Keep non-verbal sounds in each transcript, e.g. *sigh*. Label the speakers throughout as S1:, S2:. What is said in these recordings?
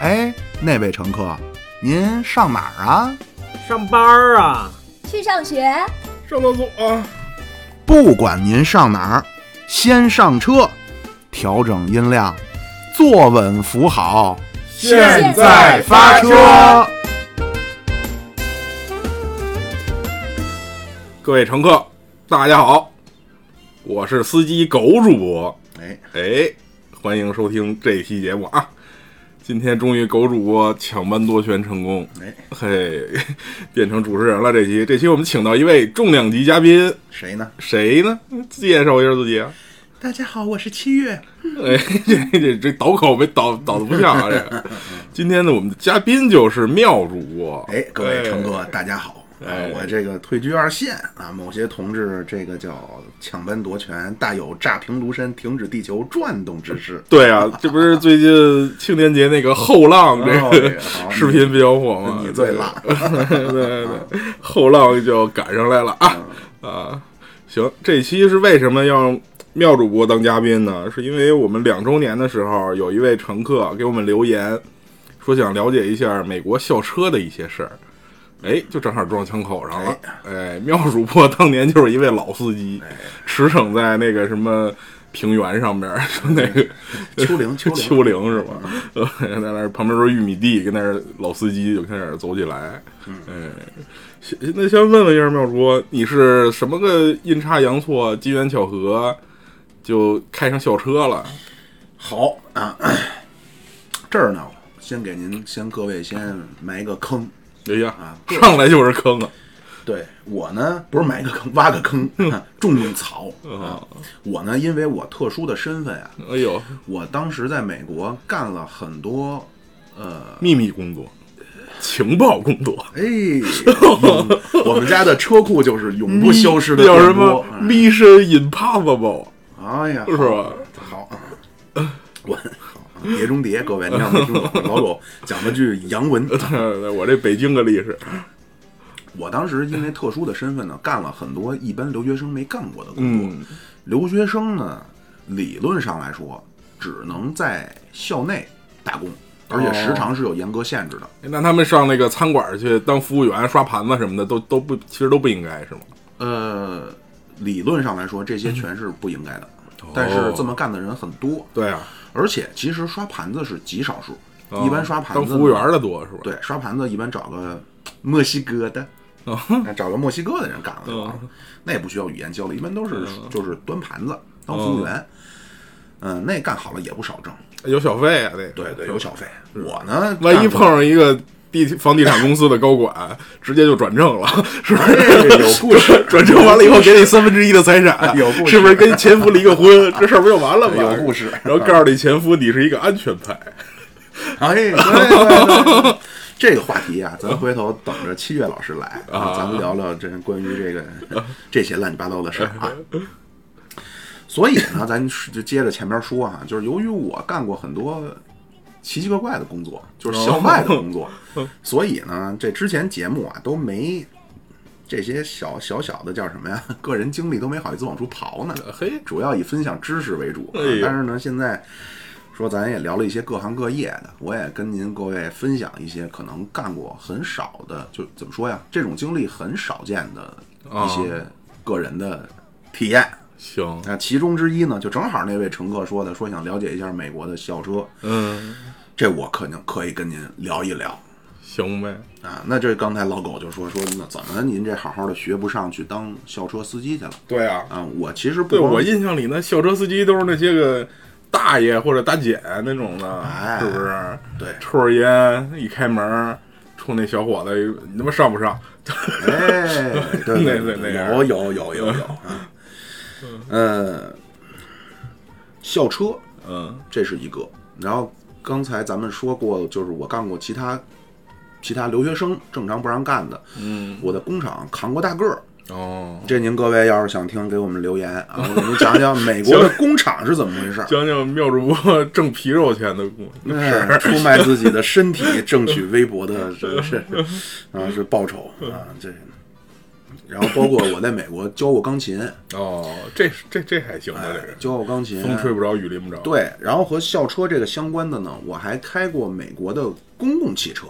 S1: 哎那位乘客，您上哪儿啊？
S2: 上班儿啊，
S3: 去上学，
S4: 上厕所啊，
S1: 不管您上哪儿，先上车，调整音量，坐稳扶好，
S3: 现在发车。
S4: 各位乘客，大家好，我是司机狗主播，
S1: 哎，
S4: 哎，欢迎收听这一期节目啊！今天终于狗主播抢班夺权成功，
S1: 哎，
S4: 嘿， *laughs* 变成主持人了。这期这期我们请到一位重量级嘉宾，
S1: 谁呢？
S4: 谁呢？介绍一下自己啊！
S1: 大家好，我是七月。
S4: 哎， *laughs* 这这这倒口没倒倒的不像啊！这个，今天呢，我们的嘉宾就是妙主播。
S1: 哎，各位乘客，大家好。
S4: 哎
S1: 啊，我这个退居二线啊，某些同志这个叫抢班夺权，大有炸平庐山、停止地球转动之势。
S4: 对啊，这不是最近青年节那个后浪
S1: 哦
S4: 这
S1: 这
S4: 个
S1: 个
S4: *laughs*
S1: 好
S4: 视频比较火吗？
S1: 你最辣
S4: 对对对，后浪就赶上来了啊
S1: 嗯
S4: 啊！行，这期是为什么要妙主播当嘉宾呢？是因为我们两周年的时候，有一位乘客给我们留言，说想了解一下美国校车的一些事儿。哎，就正好撞枪口上了。哎，妙主播当年就是一位老司机，
S1: 哎
S4: 驰骋在那个什么平原上边儿，就那个
S1: 丘陵，丘陵，
S4: 丘陵是吧？呃， *laughs* 在那儿旁边都是玉米地，跟那儿老司机就开始走起来。嗯，先那先问问一下妙叔，你是什么个阴差阳错、机缘巧合就开上校车了？
S1: 好啊， *clears throat* 这儿呢，先给您先各位先埋个坑。
S4: 哎呀
S1: 啊，对
S4: 上来就是坑啊！
S1: 对我呢，不是埋个坑，挖个
S4: *laughs*
S1: 坑，啊种种草
S4: 嗯
S1: 啊。我呢，因为我特殊的身份啊，
S4: 哎呦，
S1: 我当时在美国干了很多，呃，
S4: 秘密工作，情报工作， *laughs*
S1: 哎，永我们家的车库就是永不消失的
S4: 叫什
S1: 电
S4: 么
S1: 波。
S4: Mission *laughs* Impossible
S1: 哎呀，
S4: 是吧？
S1: 好，我好啊碟中谍，各位，你看没听懂？老鲁讲了句洋文。
S4: 我这北京的历史，
S1: 我当时因为特殊的身份呢，干了很多一般留学生没干过的工作。
S4: 嗯，
S1: 留学生呢，理论上来说，只能在校内打
S4: 哦
S1: 工，而且时长是有严格限制的。
S4: 那他们上那个餐馆去当服务员、刷盘子什么的，都都不，其实都不应该是吗？
S1: 呃，理论上来说，这些全是不应该的。
S4: 哦
S1: 但是这么干的人很多，
S4: 对啊，
S1: 而且其实刷盘子是极少数，
S4: 啊
S1: 一般刷盘子
S4: 当服务员的多是吧？
S1: 对，刷盘子一般找个墨西哥的，
S4: 哦
S1: 找个墨西哥的人干了就完
S4: 嗯
S1: 了，那也不需要语言交流，一般都是就是端盘子当服务员，嗯，那干好了也不少挣，
S4: *laughs* 有小费啊，那
S1: 对对，有小费。我呢，
S4: 万一
S1: 干过
S4: 碰上一个地房地产公司的高管， *laughs* 直接就转正了， *laughs* 是不
S1: 哎
S4: 是？
S1: *laughs*
S4: *laughs*
S1: 有故事
S4: 转正完了以后给你三分之一的财产，
S1: *laughs* 有故事哎
S4: 是不是跟前夫离个
S1: *laughs*
S4: 婚，这事儿不就完了吗？
S1: 有故事
S4: 然后告诉你前夫你是一个安全
S1: *laughs*
S4: 派，
S1: 哎，对对对对这个话题啊，咱回头等着七月老师来啊，咱们聊聊这关于这个 *laughs* 这些乱七八糟的事儿啊。所以呢，咱就接着前面说哈、就是由于我干过很多奇奇怪怪的工作，就是校外的工作，所以呢，这之前节目啊都没这些小小小的叫什么呀， *laughs* 个人经历都没好意思往出刨呢。
S4: 嘿，
S1: 主要以分享知识为主。
S4: 哎呦
S1: 但是呢，现在说咱也聊了一些各行各业的，我也跟您各位分享一些可能干过很少的，就怎么说呀，这种经历很少见的一些个人的体验。
S4: 行，
S1: 那其中之一呢，就正好那位乘客说的，说想了解一下美国的校车，
S4: 嗯，
S1: 这我肯定可以跟您聊一聊。
S4: 行呗，
S1: 啊，那这刚才老狗就说说，那怎么您这好好的学不上去当校车司机去了？
S4: 对啊，
S1: 啊，我其实不
S4: 对
S1: 光
S4: 我印象里呢，校车司机都是那些个大爷或者大姐那种的，
S1: 哎
S4: 是不是？
S1: 对
S4: 抽着烟一开门，冲那小伙子，你他妈上不上？ *laughs*
S1: 哎，对 *laughs* 对
S4: 那那
S1: 对，
S4: 样
S1: 有有有有 *laughs* 有啊，呃，校车
S4: 嗯，
S1: 这是一个，然后刚才咱们说过，就是我干过其他其他留学生正常不让干的，
S4: 嗯，
S1: 我在工厂扛过大个儿。
S4: 哦，
S1: 这您各位要是想听，给我们留言 *laughs* 啊，我们讲讲美国的工厂是怎么回事儿。
S4: 讲讲妙主播 *laughs* 挣皮肉钱的故事。
S1: 哎出卖自己的 *laughs* 身体，挣取微薄的这是啊是报酬啊，这然后包括我在美国教过钢琴，
S4: 哦，这这这还行吧，啊这
S1: 哎
S4: 个，
S1: 教过钢琴，
S4: 风吹不着雨淋不着，，
S1: 对，然后和校车这个相关的呢，我还开过美国的公共汽车，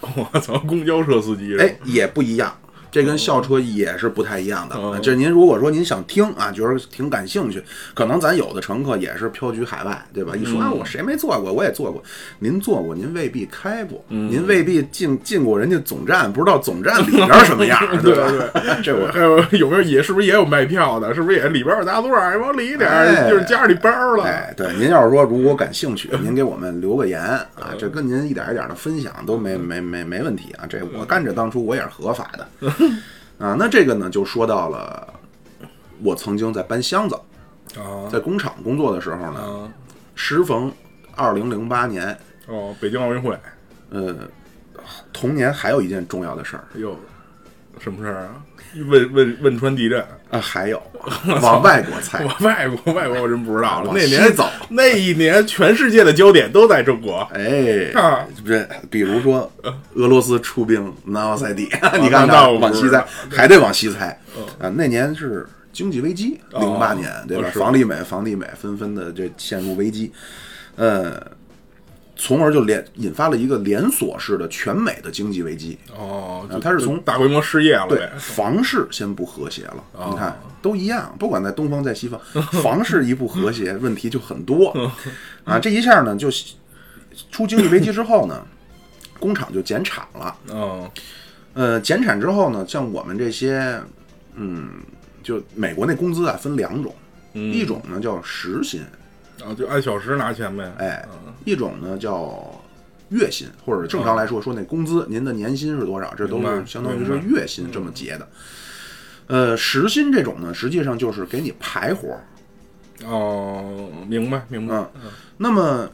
S4: *laughs* 我操，公交车司机是吧
S1: 哎，也不一样，这跟校车也是不太一样的。
S4: 哦
S1: 这您如果说您想听啊，觉得挺感兴趣，可能咱有的乘客也是飘居海外，对吧？一
S4: 嗯
S1: 说、啊，我谁没坐过，我也坐过。您坐过，您未必开过，
S4: 嗯
S1: 您未必进进过人家总站，不知道总站里边儿什么
S4: *laughs*
S1: 样，
S4: 对
S1: 吧？
S4: 对，
S1: *laughs* 这我
S4: 还有有没有也是不是也有卖票的？是不是也里边有大座儿，往里一点
S1: 哎
S4: 儿就是夹着你包了？
S1: 哎，对，您要是说如果感兴趣，您给我们留个言啊，这跟您一点一点的分享都没没没没问题啊。这我干这当初我也是合法
S4: *laughs*
S1: 的啊。那这个呢，就说到了我曾经在搬箱子，
S4: 啊
S1: 在工厂工作的时候呢，
S4: 啊
S1: 时逢二零零八年，
S4: 哦，北京奥运会，哎
S1: 呃，同年还有一件重要的事儿
S4: 呦，什么事儿啊？汶汿汶川地震，
S1: 啊，
S4: *laughs*
S1: 还有往外国猜
S4: 我，外 *laughs* 国外国我真不知道了。
S1: 往
S4: 那
S1: 西
S4: 年
S1: 走
S4: 那一年全世界的焦点都在中国。 *laughs*
S1: 哎
S4: 啊，
S1: 这比如说俄罗斯出兵南奥塞梯， *laughs* 你
S4: 啊那
S1: 看
S4: 嗯那
S1: 看
S4: 我不
S1: 往西
S4: 知道
S1: 猜，还得往西猜啊。那年是经济危机，零八年对吧
S4: 哦？是
S1: 房利美、房地美纷纷的这陷入危机，呃，从而就连引发了一个连锁式的全美的经济危机。
S4: 哦，
S1: 啊
S4: 就
S1: 他是
S4: 就
S1: 从
S4: 大规模失业了
S1: 对
S4: 呗，。
S1: 房市先不和谐了，
S4: 哦
S1: 你看都一样，不管在东方在西方，房市一不和谐，问题就很多啊。这一下呢，就出经济危机之后呢， *laughs* 工厂就减产了。
S4: 嗯，
S1: 呃，减产之后呢，像我们这些，嗯，就美国那工资啊分两种，一种呢叫时薪，
S4: 然后嗯啊就按小时拿钱呗。
S1: 哎，一种呢叫月薪，或者正常来说说那工资，您的年薪是多少，这都
S4: 明
S1: 是
S4: 白
S1: 相当于
S4: 明
S1: 是
S4: 白
S1: 月薪这么结的。呃，时薪这种呢，实际上就是给你排活儿。
S4: 哦，明白明白。
S1: 嗯那么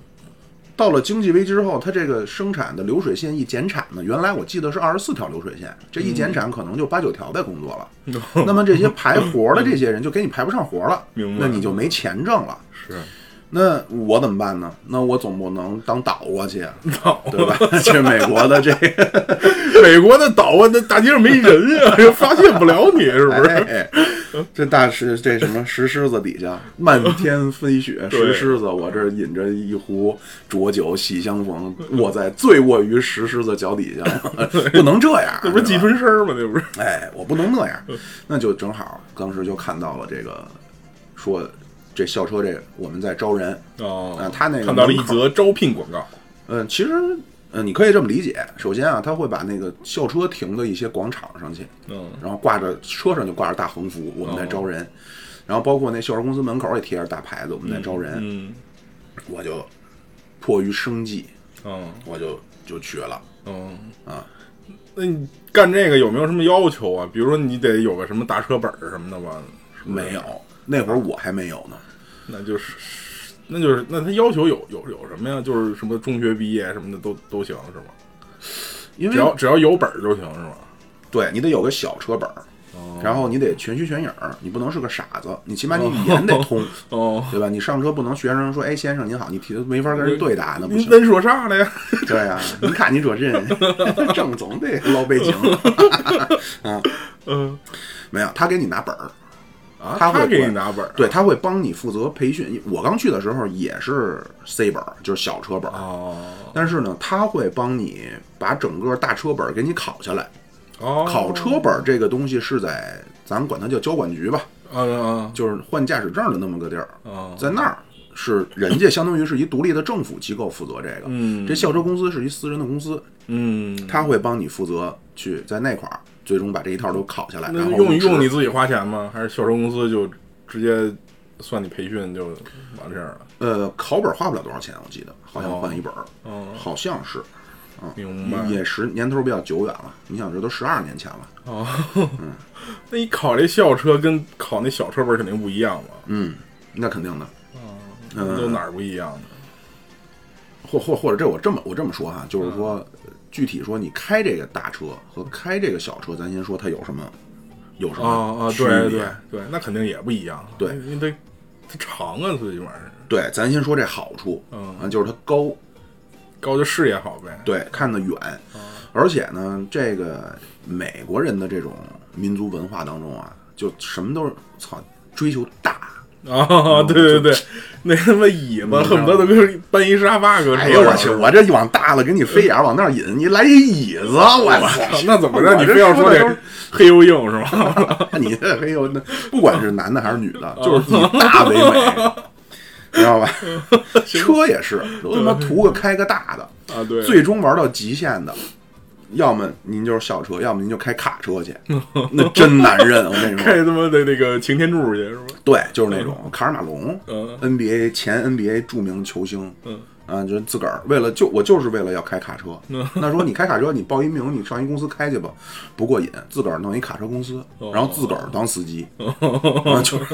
S1: 到了经济危机之后，它这个生产的流水线一减产呢，原来我记得是二十四条流水线，这一减产可能就八九条在工作了。
S4: 哦
S1: *laughs* 那么这些排活儿的这些人就给你排不上活儿了，
S4: 嗯明白
S1: 那你就没钱挣了。
S4: 是，
S1: 那我怎么办呢？那我总不能当倒过去啊，对吧？ *laughs* 这美国的这个，
S4: 美国的岛啊，那大街上没人啊， *laughs* 发现不了你 *laughs* 是不是？
S1: 哎，这大石这什么石狮子底下漫天飞雪，
S4: *laughs* 对
S1: 石狮子，我这饮着一壶浊酒喜相逢，我在醉卧于石狮子
S4: *laughs*
S1: 脚底下，不能这样，
S4: 那不是嗯
S1: 对
S4: 季
S1: 吧
S4: 春生吗？那不是
S1: 哎，我不能那样，那就正好，当时就看到了这个，说这校车这个我们在招人，
S4: 哦
S1: 啊他那个
S4: 看到了一
S1: 门口
S4: 则招聘广告，
S1: 嗯，其实，嗯，你可以这么理解。首先啊，他会把那个校车停到一些广场上去，
S4: 嗯
S1: 然后挂着车上就挂着大横幅，我们在
S4: 哦
S1: 招人。然后包括那校车公司门口也贴着大牌子，我们在招人。
S4: 嗯
S1: 我就迫于生计，
S4: 嗯
S1: 我就就去了。
S4: 嗯
S1: 啊，
S4: 那你干这个有没有什么要求啊？比如说你得有个什么大车本儿什么的吧？是不是
S1: 没有，，那会儿我还没有呢。
S4: 那就是那就是那他要求有有有什么呀？就是什么中学毕业什么的都都行是吗？
S1: 因
S4: 只要
S1: 为
S4: 只要有本儿就行是吗？
S1: 对你得有个小车本儿，
S4: 哦
S1: 然后你得全虚全影儿，你不能是个傻子，你起码你语言得通，
S4: *laughs* 哦，
S1: 对吧？你上车不能学生说：“哎，先生您好。”你提没法跟人对答，那不
S4: 您
S1: 行。
S4: 恁说啥
S1: *laughs*
S4: 了呀？
S1: 对啊，你看你
S4: *laughs*
S1: 这人，正总得捞背景啊。
S4: 嗯
S1: 没有，他给你拿本儿，
S4: 啊，
S1: 他会
S4: 给你拿本儿，
S1: 对，他会帮你负责培训。我刚去的时候也是 C 本儿，就是小车本儿，
S4: 哦
S1: 但是呢，他会帮你把整个大车本儿给你考下来。
S4: 哦，
S1: 考车本儿这个东西是在咱们管它叫交管局吧，
S4: 啊
S1: 就是换驾驶证的那么个地儿，
S4: 啊啊，
S1: 在那儿。是人家相当于是一独立的政府机构负责这个，
S4: 嗯
S1: 这校车公司是一私人的公司，
S4: 嗯，
S1: 他会帮你负责去在那块儿最终把这一套都考下来，
S4: 那
S1: 然后
S4: 用
S1: 入职
S4: 用你自己花钱吗？还是校车公司就直接算你培训就完事儿了？
S1: 呃考本花不了多少钱，我记得好像
S4: 哦
S1: 换一本儿，
S4: 哦
S1: 好像是
S4: 明白
S1: 也十年头比较久远了，你想这都十二年前了，
S4: 哦。那你考这校车跟考那小车本儿肯定不一样吧？
S1: 嗯，那肯定的，嗯
S4: 都哪儿不一样呢？
S1: 或或或者这我这么我这么说哈、就是说、
S4: 嗯
S1: 呃具体说你开这个大车和开这个小车，咱先说它有什么有什
S4: 哦
S1: 么
S4: 哦，
S1: 区别
S4: 对对对，那肯定也不一样。啊
S1: 对
S4: 因为它它长啊，最起码是
S1: 对，咱先说这好处，
S4: 嗯
S1: 啊，就是它高，
S4: 高就视野好呗。哦
S1: 对，看得远，而且呢，这个美国人的这种民族文化当中啊，就什么都是操追求大，
S4: 啊，对对对，那他妈椅子恨不得都跟搬一沙发搁车上。
S1: 哎呦我去！我这往大了给你飞眼往那儿引，你来一椅子，我
S4: 哦操
S1: 操！
S4: 那怎么着？你
S1: 我这
S4: 非要说
S1: 的
S4: 这黑又硬是吗？
S1: 都是 *laughs* 你这哎呦，那不管是男的还是女的，
S4: 哦
S1: 就是以大为美，
S4: *laughs*
S1: 你知道吧？车也是，都他妈图个开个大
S4: *laughs*
S1: 的，
S4: 啊，对，
S1: 最终玩到极限的，要么您就是校车，要么您就开卡车
S4: *laughs*
S1: 去，那真难认。我跟你说，
S4: 开他妈的那个擎天柱去是吧？
S1: 对，就是那种卡尔马龙
S4: 嗯
S1: ，NBA 前 NBA 著名球星，
S4: 嗯
S1: 啊，就是自个儿为了就我就是为了要开卡车。
S4: 嗯
S1: *laughs* 那说你开卡车，你报一名，你上一公司开去吧，不过瘾，自个儿弄一卡车公司，
S4: 哦
S1: 然后自个儿当
S4: *laughs*
S1: 司机，啊，就是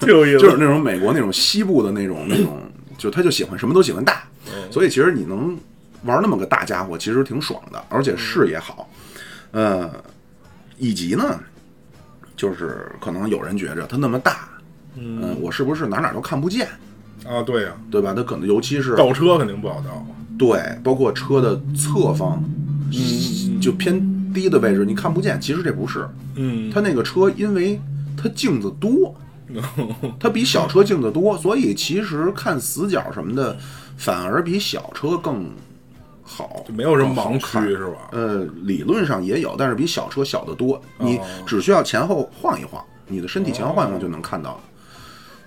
S4: 挺有意思，
S1: 就是那种美国那种西部的那种那种，就他就喜欢什么都喜欢大，所以其实你能玩那么个大家伙，其实挺爽的，而且视野好。呃，以及呢，就是可能有人觉着它那么大，嗯、我是不是哪哪都看不见，
S4: 啊，对呀，
S1: 对吧？它可能尤其是
S4: 倒车肯定不好倒。
S1: 对，包括车的侧方，嗯就偏低的位置你看不见，其实这不是，
S4: 嗯，
S1: 它那个车因为它镜子
S4: *laughs*
S1: 多，它比小车镜子多，所以其实看死角什么的，反而比小车更好，
S4: 没有什么
S1: 更好
S4: 盲
S1: 看
S4: 区是吧
S1: 呃，理论上也有，但是比小车小得
S4: 哦
S1: 多，你只需要前后晃一晃，你的身体前后
S4: 哦
S1: 晃一晃就能看到了。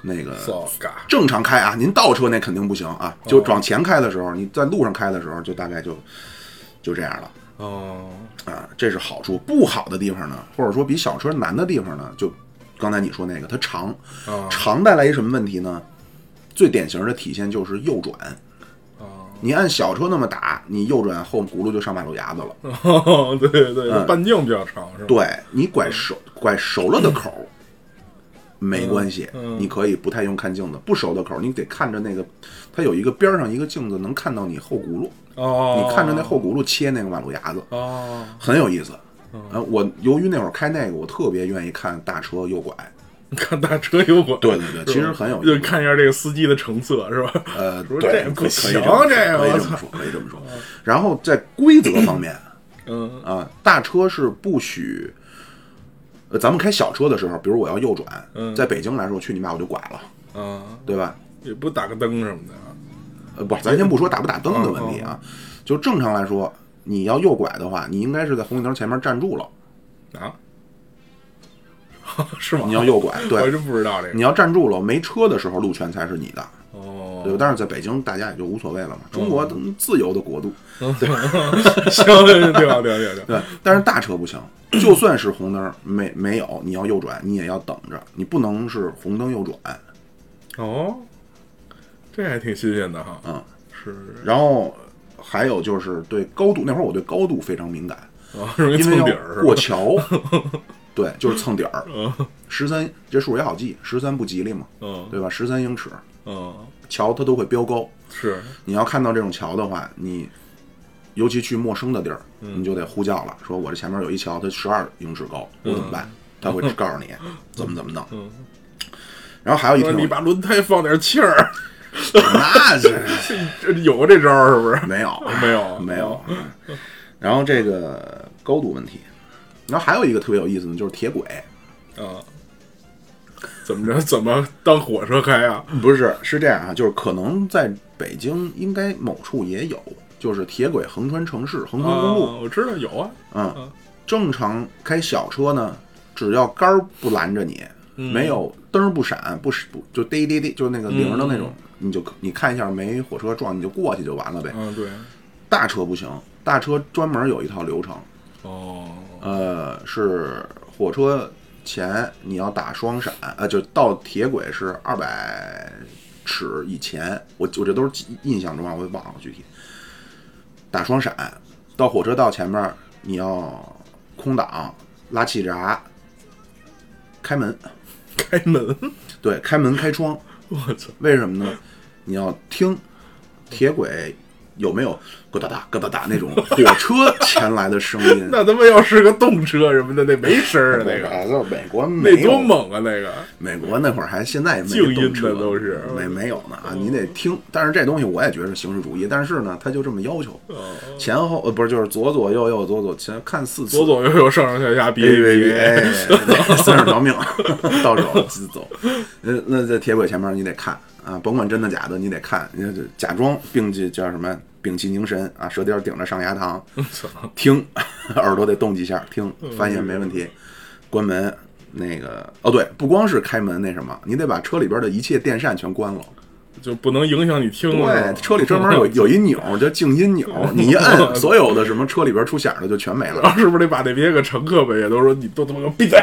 S1: 那个
S4: So ga
S1: 正常开啊，您倒车那肯定不行啊，
S4: 哦
S1: 就往前开的时候，你在路上开的时候，就大概就就这样了。
S4: 哦，
S1: 啊，这是好处。不好的地方呢，或者说比小车难的地方呢，就刚才你说那个，它长，
S4: 啊
S1: 长带来一什么问题呢？最典型的体现就是右转。
S4: 啊
S1: 你按小车那么打，你右转后轱辘就上马路牙子了。
S4: 哦，对对对，
S1: 嗯
S4: 半径比较长是吧？
S1: 对你拐熟拐熟了的口儿没关系，
S4: 嗯
S1: 你可以不太用看镜子。不熟的口儿，你得看着那个，它有一个边儿上一个镜子能看到你后轱辘，
S4: 哦，
S1: 你看着那后轱辘切那个马路牙子。
S4: 哦，
S1: 很有意思。啊，我由于那会儿开那个，我特别愿意看大车右拐。
S4: 看大车有管，
S1: 对对对
S4: 是吧
S1: 其实很有意
S4: 就
S1: 思
S4: 看一下这个司机的成色是吧？ *laughs*
S1: 呃，
S4: 不是
S1: 对，
S4: 这
S1: 可
S4: 不行，
S1: 可以
S4: 这
S1: 这
S4: 个
S1: 么
S4: 我
S1: 说可以这么
S4: 操，
S1: 说，可以这么说。然后在规则方面
S4: 嗯
S1: 啊，大车是不许，呃，咱们开小车的时候，比如我要右转，
S4: 嗯
S1: 在北京来说，去你妈我就拐了，
S4: 啊，
S1: 对吧？
S4: 也不打个灯什么的啊，
S1: 呃，不，咱先不说打不打灯的问题啊，
S4: 嗯
S1: 就正常来说，你要右拐的话，你应该是在红绿灯前面站住了，
S4: 啊， *laughs* 是吗？ *laughs*
S1: 你要右拐，
S4: 我还
S1: 对，
S4: 真不知道这个
S1: 你。要站住了，没车的时候路权才是你的。
S4: 哦，
S1: 对吧？但是在北京，大家也就无所谓了嘛。中国自由的国度，
S4: *laughs* 行，对吧？对对对对，
S1: 对。但是大车不行，就算是红灯没没有，你要右转，你也要等着，你不能是红灯右转。
S4: 哦，这还挺新鲜的哈。
S1: 嗯，
S4: 是是
S1: 然后还有就是对高度，那会儿我对高度非常敏感，
S4: 啊，容易
S1: 因
S4: 蹭
S1: 为要
S4: 底儿是吧 *laughs*
S1: 过桥，对，就是蹭底儿。十三这数也好记，十三不吉利嘛，
S4: 嗯
S1: 对吧？十三英尺
S4: 嗯，
S1: 桥它都会标高，
S4: 是
S1: 你要看到这种桥的话，你尤其去陌生的地儿，
S4: 嗯
S1: 你就得呼叫了，说我这前面有一桥，它十二英尺高，我怎么
S4: 嗯
S1: 办？他会告诉你怎么怎么弄。然后还有一
S4: 说你
S1: 挺
S4: 把轮胎放点气儿，
S1: 那是
S4: 这有过这招儿是不是？ *laughs* 啊
S1: 没有
S4: 没有
S1: 没有。嗯然后这个高度问题，然后还有一个特别有意思的就是铁轨，
S4: 啊，怎么着？怎么当火车开啊？
S1: 不是是这样啊，就是可能在北京应该某处也有，就是铁轨横穿城市，横穿公路。
S4: 啊我知道有啊，
S1: 嗯，正常开小车呢，只要杆儿不拦着你，没有灯儿不闪，不是不就滴滴滴，就那个铃儿的那种，你就你看一下没火车撞你就过去就完了呗。
S4: 嗯，对，
S1: 大车不行，大车专门有一套流程，
S4: 哦，
S1: 呃，是火车前你要打双闪，呃，就到铁轨是二百尺以前，我我这都是记印象中啊，我也忘了具体。打双闪，到火车道前面你要空挡、拉气闸、开门，
S4: 开门，
S1: 对，开门开窗，
S4: 我操，
S1: 为什么呢？你要听铁轨有没有咯哒哒咯哒哒那种火车前来的声 *laughs* 音？
S4: 那他妈要是个动车什么的，那没声儿啊，那个
S1: 啊，在美国没
S4: 那
S1: 有
S4: 多猛啊，那个
S1: 美国那会儿还现在也没
S4: 静音
S1: 动车
S4: 的都是嗯
S1: 没没有呢啊，你得听。但是这东西我也觉得是形式主义，但是呢，他就这么要求，前后呃不是就是左左右右左左前看四
S4: 嗯
S1: 次
S4: 左左右右上上下下，哔
S1: 别别
S4: 哔
S1: 别，
S4: 哔。*laughs*
S1: 哎 *laughs* 三十条命到手自走。呃，那在铁轨前面你得看啊，甭管真的假的，你得看，你得假装并且叫什么屏气凝神啊，舌尖顶着上牙膛，听， *laughs* 耳朵得动几下听，
S4: 嗯
S1: 发现没问题，关门。那个哦，对，不光是开门那什么，你得把车里边的一切电扇全关了。
S4: 就不能影响你听了。啊
S1: 对，车里专门有有一钮叫静音钮，
S4: *laughs*
S1: 你一摁，所有的什么车里边出响的就全没了
S4: 然。后是不是得把那边个乘客们也都说你都他妈给我闭嘴，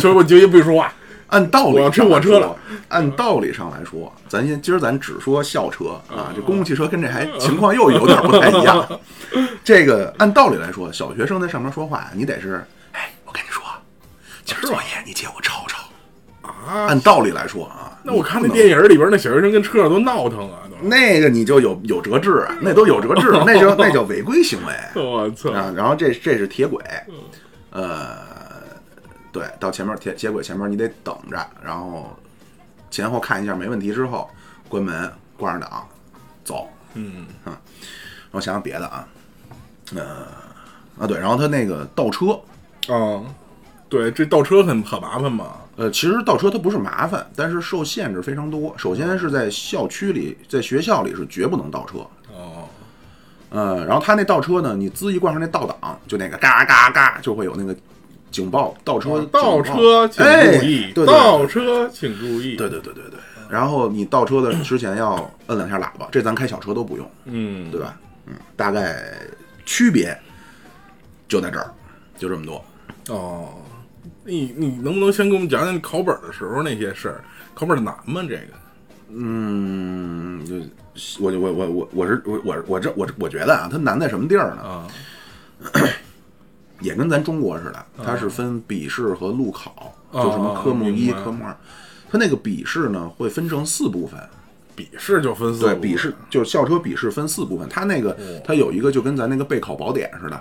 S4: 所以我决定不说话。
S1: 按道理
S4: 我要吃火车了
S1: 上来说。按道理上来说，咱先今儿咱只说校车啊，这公共汽车跟这还情况又有点不太一
S4: *laughs*
S1: 样。这个按道理来说，小学生在上面说话，你得是，哎，我跟你说，今儿作业你借我抄抄。
S4: 啊，
S1: 按道理来说啊，
S4: 那我看那
S1: 你不能
S4: 电影里边那小学生跟车上都闹腾啊，
S1: 那个你就有有折制啊，那都有折
S4: *laughs*
S1: 制，那就那叫违规行为。
S4: 都我操！
S1: 啊，然后这这是铁轨，呃，对，到前面铁铁轨前面你得等着，然后前后看一下没问题之后关门挂上档走，
S4: 嗯，
S1: 然后想想别的啊，呃啊对，然后他那个倒车，
S4: 啊，对，这倒车很很麻烦嘛。
S1: 呃，其实倒车它不是麻烦，但是受限制非常多。首先是在校区里，在学校里是绝不能倒车。
S4: 哦，
S1: 呃，然后他那倒车呢，你滋一挂上那倒档，就那个嘎嘎嘎，就会有那个警报倒车。
S4: 哦倒车
S1: 警
S4: 请
S1: 报
S4: 注意
S1: 哦哎，对对
S4: 倒车请注意。
S1: 对对对对对。然后你倒
S4: *clears throat*
S1: 车的之前要摁两下喇叭，这咱开小车都不用，
S4: 嗯，
S1: 对吧？嗯，大概区别就在这儿，就这么多。
S4: 哦，你你能不能先给我们讲讲你考本的时候那些事儿？考本难吗？这个？
S1: 嗯，就我我我我我是我我我这我我觉得啊，它难在什么地儿呢？
S4: 啊
S1: 也跟咱中国似的，它是分笔试和路考，
S4: 哦
S1: 就什么科目一、
S4: 明白
S1: 科目二。它那个笔试呢，会分成四部分。
S4: 哦笔试就分四
S1: 对，
S4: 部
S1: 笔试就是校车笔试分四部分，它那个
S4: 哦
S1: 它有一个就跟咱那个备考宝典似的，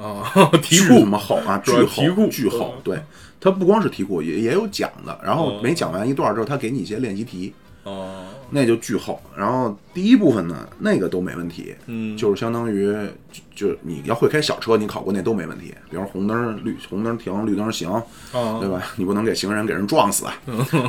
S4: 啊， *laughs*
S1: 巨
S4: 题库
S1: 他妈厚
S4: *laughs*
S1: 啊，巨
S4: 主要
S1: 厚，
S4: 题库
S1: 巨厚
S4: 嗯。
S1: 对，它不光是题库，也也有讲的。然后每讲完一段之后，他给你一些练习题，
S4: 哦，
S1: 那就巨厚。然后第一部分呢，那个都没问题，
S4: 嗯
S1: 就是相当于就就你要会开小车，你考过那都没问题。比方红灯绿，红灯停，绿灯行，
S4: 啊
S1: 对吧？你不能给行人给人撞死啊。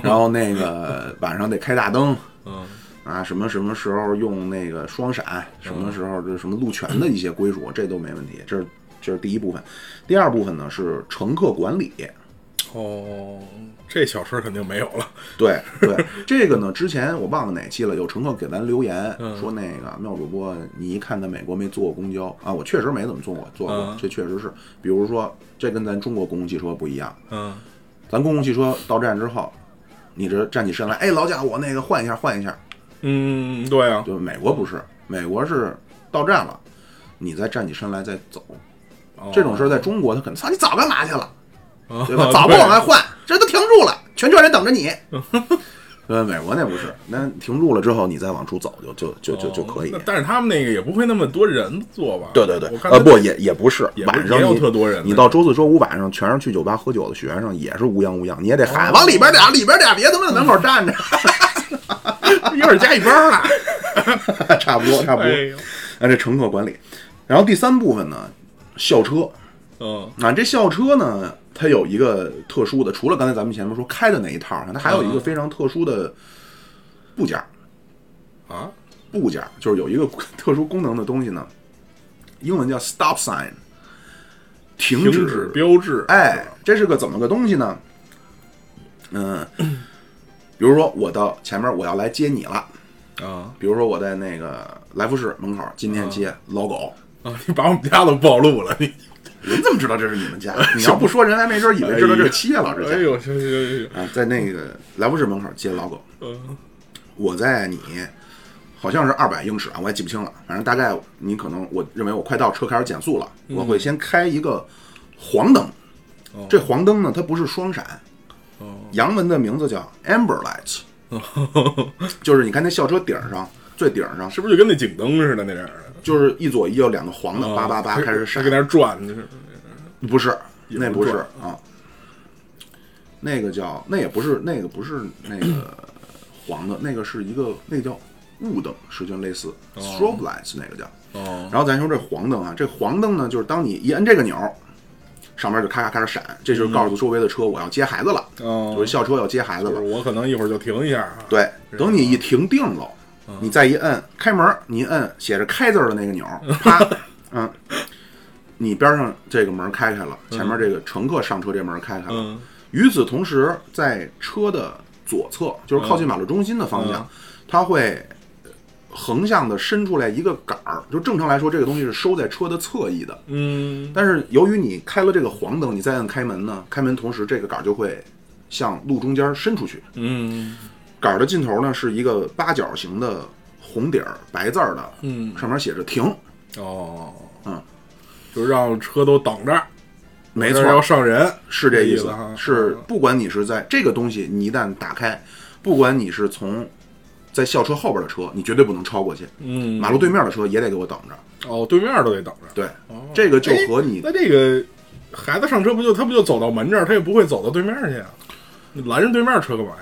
S1: 然后
S4: *laughs*
S1: 那个晚上得开大灯，
S4: 嗯
S1: 啊，什么什么时候用那个双闪，什么时候这什么路权的一些归属，这都没问题。这是这是第一部分，第二部分呢是乘客管理。
S4: 哦，这小车肯定没有了。
S1: 对
S4: *laughs*
S1: 对，这个呢，之前我忘了哪期了，有乘客给咱留言、
S4: 嗯
S1: 说那个妙主播，你一看在美国没坐过公交啊，我确实没怎么坐过，坐过，
S4: 嗯
S1: 这确实是。比如说，这跟咱中国公共汽车不一样，
S4: 嗯，
S1: 咱公共汽车到站之后，你这站起身来，哎，老贾，我那个换一下，换一下，
S4: 嗯，对啊，
S1: 就美国不是，美国是到站了，你再站起身来再走。
S4: 哦
S1: 这种事儿在中国，他可能操你早干嘛去了，
S4: 啊
S1: *laughs* 对吧？早不往外换，这都停住了，全车人等着 *laughs* 你。呃，美国那不是，那停住了之后，你再往出走就就就就就可以
S4: 哦那。但是他们那个也不会那么多人坐吧？
S1: 对对对
S4: 我，看
S1: 呃，
S4: 他
S1: 不也也不是，
S4: 也不
S1: 晚上
S4: 也有
S1: 你
S4: 特多人的
S1: 你到周四周五晚上，全是去酒吧喝酒的学生，也是乌泱乌泱，你也得喊往里边点儿，里边点儿，别他妈在门口
S4: *laughs*
S1: 站着，
S4: 一会儿加一班 *laughs* 了。
S1: 差不多差不多
S4: 哎。呦，
S1: 那这乘客管理，然后第三部分呢，校车，
S4: 嗯
S1: 啊，这校车呢，它有一个特殊的，除了刚才咱们前面说开的那一套，它还有
S4: 嗯
S1: 一个非常特殊的部件儿，
S4: 啊，
S1: 部件儿就是有一个特殊功能 *laughs* 的东西呢，英文叫 stop sign，停
S4: 停
S1: 止
S4: 止标志。
S1: 哎，这是个怎么个东西呢？嗯，比如说我到前面我要来接你了，
S4: 啊
S1: 比如说我在那个来福士门口，今
S4: 嗯
S1: 天接老狗。
S4: 啊，你把我们家都暴露了，你。
S1: 人怎么知道这是你们
S4: *laughs*
S1: 家？你要不说，人还没准以为知道这是七月老师家
S4: 哎。呦，行行行行，
S1: 啊，在那个莱福士门口接老狗，
S4: 嗯 *laughs*
S1: 我在你好像是二百英尺啊，我也记不清了，反正大概你可能我认为我快到车开始减速了，我会先开一个黄灯，
S4: 嗯哦
S1: 这黄灯呢它不是双闪，
S4: 哦
S1: 洋文的名字叫 amber lights，就是你看那校车顶上。最顶上，
S4: 是不是就跟那警灯似的那样的？
S1: 就是一左一右两个黄的，
S4: 啊
S1: 叭叭叭
S4: 他
S1: 开始
S4: 他，
S1: 闪
S4: 跟那儿转，就是
S1: 不是，
S4: 也
S1: 那
S4: 不
S1: 不
S4: 是
S1: 是啊，那个叫那也不是那个不是那个黄的，那个是一个那个叫雾灯，实际上类似 strobe lights 那个叫。
S4: 哦，
S1: 然后咱说这黄灯啊，这黄灯呢，就是当你一摁这个钮儿，上面就咔咔开始闪，这就是告诉周围的车我要接孩子了，
S4: 哦
S1: 就是校车要接孩子
S4: 就是
S1: 了。
S4: 我可能一会儿就停一下啊，
S1: 对，等你一停定了，
S4: 嗯
S1: 你再一摁开门，你一摁写着“开”字儿的那个钮儿，
S4: *laughs*
S1: 啪，嗯，你边上这个门开开了，前面这个乘客上车这门开开了。
S4: 嗯
S1: 与此同时，在车的左侧，就是靠近马路中心的方向，
S4: 嗯
S1: 它会横向的伸出来一个杆儿。就正常来说，这个东西是收在车的侧翼的。
S4: 嗯，
S1: 但是由于你开了这个黄灯，你再按开门呢，开门同时这个杆儿就会向路中间伸出去。
S4: 嗯
S1: 杆儿的尽头呢是一个八角形的红底儿白字儿的，
S4: 嗯
S1: 上面写着停。
S4: 哦，
S1: 嗯，
S4: 就让车都等着，
S1: 没
S4: 这儿要
S1: 错，
S4: 上人，
S1: 是这
S4: 意
S1: 意
S4: 思
S1: 思
S4: 啊，
S1: 是不管你是在这个东西，你一旦打开，不管你是从在校车后边的车，你绝对不能超过去，
S4: 嗯，
S1: 马路对面的车也得给我等着。
S4: 哦，对面都得等着。
S1: 对，这个就和
S4: 哎
S1: 你
S4: 那这个孩子上车不就他不就走到门这儿，他也不会走到对面去啊？你拦着对面车干嘛呀？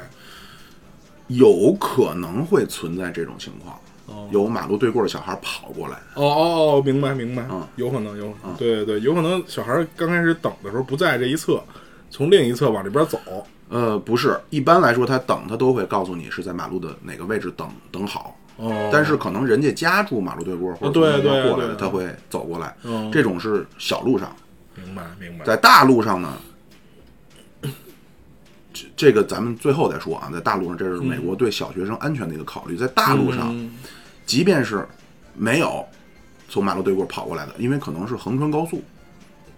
S1: 有可能会存在这种情况
S4: 哦，
S1: 有马路对过的小孩跑过来，
S4: 哦哦哦，明白明白
S1: 嗯，
S4: 有可能有可能，对对对，有可能小孩儿刚开始等的时候不在这一侧，从另一侧往这边走。
S1: 呃，不是，一般来说他等他都会告诉你是在马路的哪个位置等等好，
S4: 哦，
S1: 但是可能人家家住马路对过或者
S4: 啊对
S1: 从那边
S4: 对
S1: 过来的，
S4: 对
S1: 他会走过来
S4: 嗯。
S1: 这种是小路上，
S4: 明白明白，
S1: 在大路上呢，这这个咱们最后再说啊。在大路上，这是美国对小学生安全的一个考虑。在大路上，
S4: 嗯
S1: 即便是没有从马路对过跑过来的，因为可能是横穿高速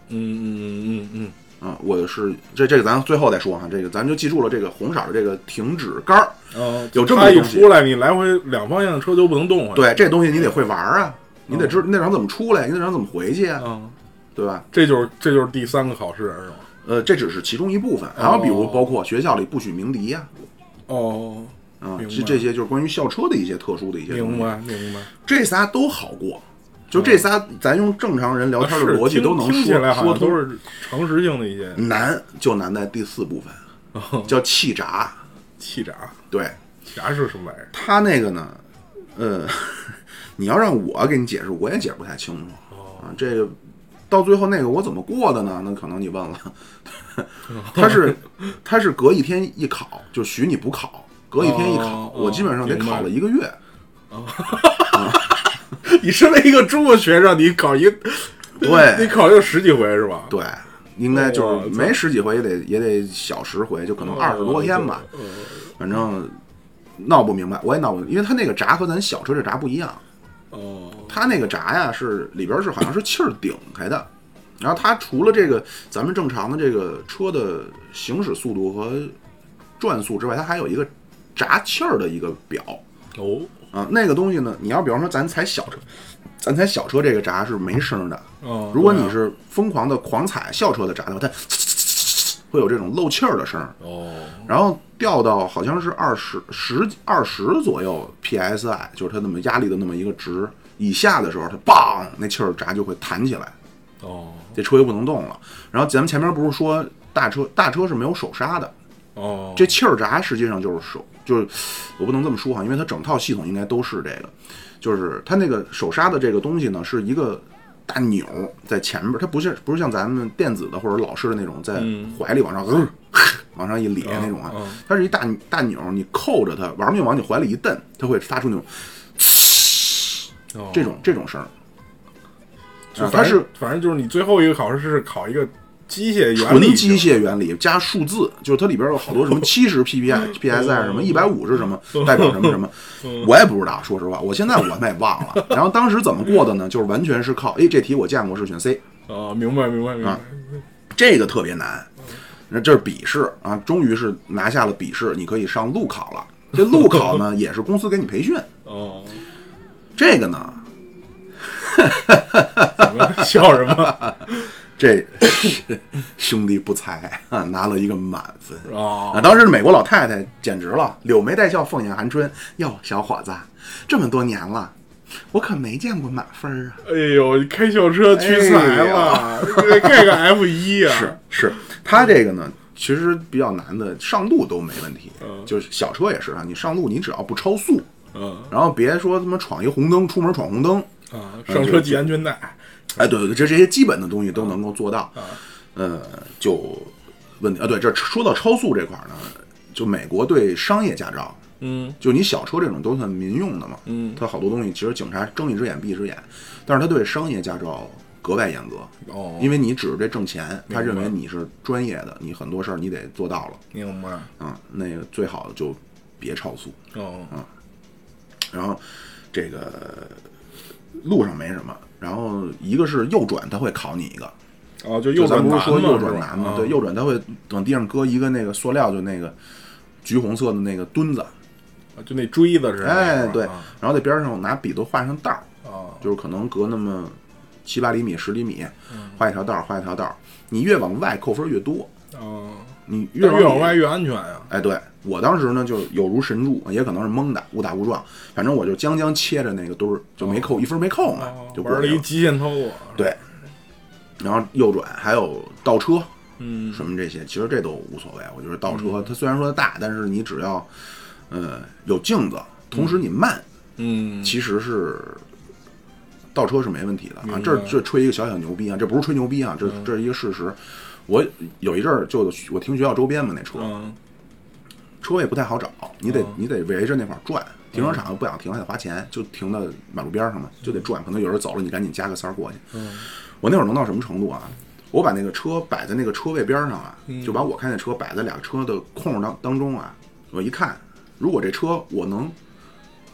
S4: 嗯嗯嗯嗯
S1: 啊、我是这这个咱最后再说哈、啊这个咱就记住了这个红色的这个停止杆儿。
S4: 嗯，哦，
S1: 有这么
S4: 他
S1: 一
S4: 一
S1: 东西
S4: 出来，你来回两方向的车都不能动啊换。
S1: 对，这东西你得会玩儿啊，你得知你得让怎么出来，你得让怎么回去啊，
S4: 嗯，
S1: 对吧？
S4: 这就是这就是第三个考试是吗？
S1: 呃，这只是其中一部分，还有比如包括学校里不许鸣笛呀、
S4: 哦，
S1: 啊，
S4: 明白
S1: 这这些就是关于校车的一些特殊的一些东西
S4: 明。白明白。
S1: 这仨都好过，就这仨，咱用正常人聊天哦的
S4: 嗯是
S1: 逻辑
S4: 听
S1: 都能
S4: 听起来
S1: 说
S4: 好
S1: 说
S4: 像都
S1: 通。
S4: 是常识性的一些
S1: 难就难在第四部
S4: 哦
S1: 分，叫气闸。
S4: 气闸，
S1: 对
S4: 气闸是什么玩意儿？
S1: 他那个呢，呃， *laughs* 你要让我给你解释，我也解释不太清楚
S4: 哦
S1: 啊。这个到最后那个我怎么过的呢？那可能你问了， *laughs* 他是他是隔一天一考，就许你补考，隔一天一考，
S4: 哦哦
S1: 我基本上得
S4: 明白
S1: 考了一个月。
S4: *laughs* 你身为一个中国学生，你考一个，
S1: 对
S4: *laughs* 你考一个十几回是吧？
S1: 对，应该就是
S4: 哇
S1: 没十几回也得也得小十回，就可能
S4: 哦，
S1: 二十多天吧。
S4: 对。嗯
S1: 反正闹不明白，我也闹不明白，因为它那个闸和咱小车这闸不一样，
S4: 哦，
S1: 它那个闸呀是里边是好像是气儿顶开的，然后它除了这个咱们正常的这个车的行驶速度和转速之外，它还有一个闸气儿的一个表
S4: 哦，
S1: 啊，那个东西呢，你要比方说咱踩小车，咱踩小车这个闸是没声儿的，
S4: 哦
S1: 如果你是疯狂的狂踩校车的闸的话，它会有这种漏气儿的声儿。
S4: 哦，
S1: 然后掉到好像是二十十二十左右 PSI，就是它那么压力的那么一个值以下的时候，它梆，那气儿闸就会弹起来，
S4: 哦，
S1: 这车就不能动了。然后咱们前面不是说大车大车是没有手刹的，
S4: 哦，
S1: 这气儿闸实际上就是手，就是我不能这么说哈，因为它整套系统应该都是这个，就是它那个手刹的这个东西呢，是一个大钮在前边儿，它不是不是像咱们电子的或者老式的那种在怀里往上、呃、往上一咧那种啊，
S4: 嗯嗯嗯
S1: 它是一大大钮，你扣着它，玩命往你怀里一蹬，它会发出那种
S4: 哦
S1: 这种这种声儿。
S4: 就
S1: 啊
S4: 反
S1: 它
S4: 正
S1: 是
S4: 反正就是你最后一个考试是考一个机械原理，
S1: 纯机械原理加数字，就是它里边有好多什么七十 PPI、PSI 什么一百五是什么，
S4: 嗯
S1: 代表什么什么，我也不知道。说实话，我现在我们也忘了。然后当时怎么过的呢？就是完全是靠，哎，这题我见过是选 C，
S4: 哦，明白明白明白
S1: 啊，这个特别难。
S4: 嗯
S1: 那这是笔试啊，终于是拿下了笔试，你可以上路考了。这路考呢，也是公司给你培训。
S4: 哦，
S1: 这个呢，
S4: 怎么笑什么？
S1: 这 *coughs* 兄弟不才啊，拿了一个满分 *laughs*
S4: 哦
S1: 啊！当时美国老太太简直了，柳眉带笑，凤眼含春。哟，小伙子，这么多年了，我可没见过满分儿啊！
S4: 哎呦，开校车屈才了，得盖个 F 一啊！
S1: 是是，嗯他这个呢，其实比较难的，上路都没问题，
S4: 嗯
S1: 就是小车也是啊，你上路你只要不超速，
S4: 嗯
S1: 然后别说他妈闯一红灯，出门闯红灯，
S4: 啊，上车系安全带，
S1: 哎，对对对，这这些基本的东西都能够做到，
S4: 嗯
S1: 呃，就问题啊，对，这说到超速这块儿呢，就美国对商业驾照。
S4: 嗯
S1: 就你小车这种都算民用的嘛，
S4: 嗯
S1: 它好多东西其实警察睁一只眼闭一只眼，但是他对商业驾照格外严格，
S4: 哦
S1: 因为你指着这挣钱，他认为你是专业的，你很多事儿你得做到了，
S4: 明白
S1: 啊、那个最好就别超速，
S4: 哦
S1: 然后这个路上没什么，然后一个是右转他会考你一个，
S4: 哦，就
S1: 就
S4: 右
S1: 咱
S4: 转
S1: 不
S4: 难
S1: 是
S4: 嘛
S1: 说右转
S4: 是吧
S1: 难嘛
S4: 啊，
S1: 对，右转他会往地上搁一个那个塑料就那个橘红色的那个墩子，
S4: 啊就那锥子似的，
S1: 哎
S4: 是吧
S1: 对
S4: 啊，
S1: 然后在边上拿笔都画上道儿。
S4: 哦
S1: 就是可能隔那么七八厘米、十厘米，画一条道儿，画一条道儿。你越往外扣分越多，
S4: 哦，
S1: 你
S4: 越
S1: 越
S4: 越往
S1: 里
S4: 外。越安全呀！
S1: 哎，对我当时呢，就有如神助，也可能是蒙的，误打误撞，反正我就将将切着那个墩儿，就没扣、一分没扣嘛，
S4: 哦
S1: 就过
S4: 玩了
S1: 去
S4: 一极限操作，
S1: 对。然后右转还有倒车
S4: 嗯
S1: 什么这些，其实这都无所谓。我觉得倒车，它虽然说大，但是你只要呃有镜子，同时你慢，
S4: 嗯，
S1: 其实是倒车是没问题的
S4: 明
S1: 啊
S4: 白。嗯
S1: 这这吹一个小小牛逼啊，这不是吹牛逼啊，这这是一个事实。我有一阵儿就我停学校周边嘛，那车
S4: 嗯
S1: 车位不太好找，你得
S4: 嗯
S1: 你得围着那块儿转。停车场不想停还得花钱，就停到马路边儿上嘛，就得转。可能有人走了，你赶紧加个塞儿过去。
S4: 嗯
S1: 我那会儿能到什么程度啊？我把那个车摆在那个车位边儿上啊，
S4: 嗯
S1: 就把我开那车摆在两个车的空当当中啊。我一看，如果这车我能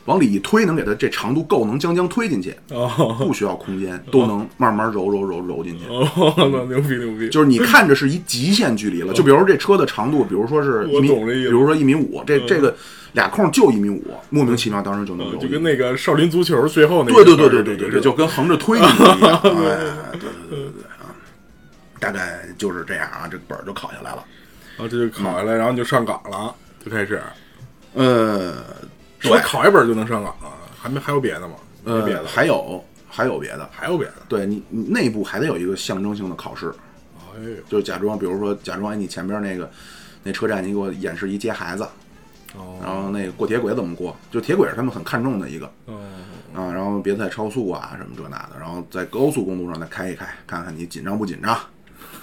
S1: 往里一推，能给它这长度够，能将将推进去，
S4: 哦
S1: 不需要空间，都
S4: 嗯
S1: 能慢慢揉揉揉揉进去。
S4: 哦， *laughs* 那牛逼牛逼！
S1: 就是你看着是一极限距离了，就比如说这车的长度，比如说是一
S4: 我
S1: 米，
S4: 懂这意思
S1: 比如说一米五，这这个俩空就一米五，莫名其妙当时就能揉
S4: 嗯
S1: 进
S4: 就
S1: 去。
S4: 跟那个少林足球最后那
S1: 对
S4: 个
S1: 对
S4: 事
S1: 对
S4: 儿
S1: 对
S4: 那个
S1: 对对
S4: 是
S1: 对，就跟横着推你一样。哎，对对对对对啊，大概就是这样啊，这本儿就考下来了。
S4: 啊，这就考下来，然后你就上岗了，就开始。
S1: 呃，
S4: 是不
S1: 对
S4: 是，考一本就能上岗了？还没还有别的吗？没别的
S1: 呃，
S4: 了，
S1: 还有还有别的，
S4: 还有别的。
S1: 对你你内部还得有一个象征性的考试，
S4: 哎呦，
S1: 就是假装，比如说假装哎，你前边那个那车站，你给我演示一接孩子，然
S4: 哦
S1: 后那个过铁轨怎么过，就铁轨是他们很看重的一个
S4: 哦，
S1: 啊，然后别再超速啊什么这那的，然后在高速公路上再开一开，看看你紧张不紧张，
S4: *laughs*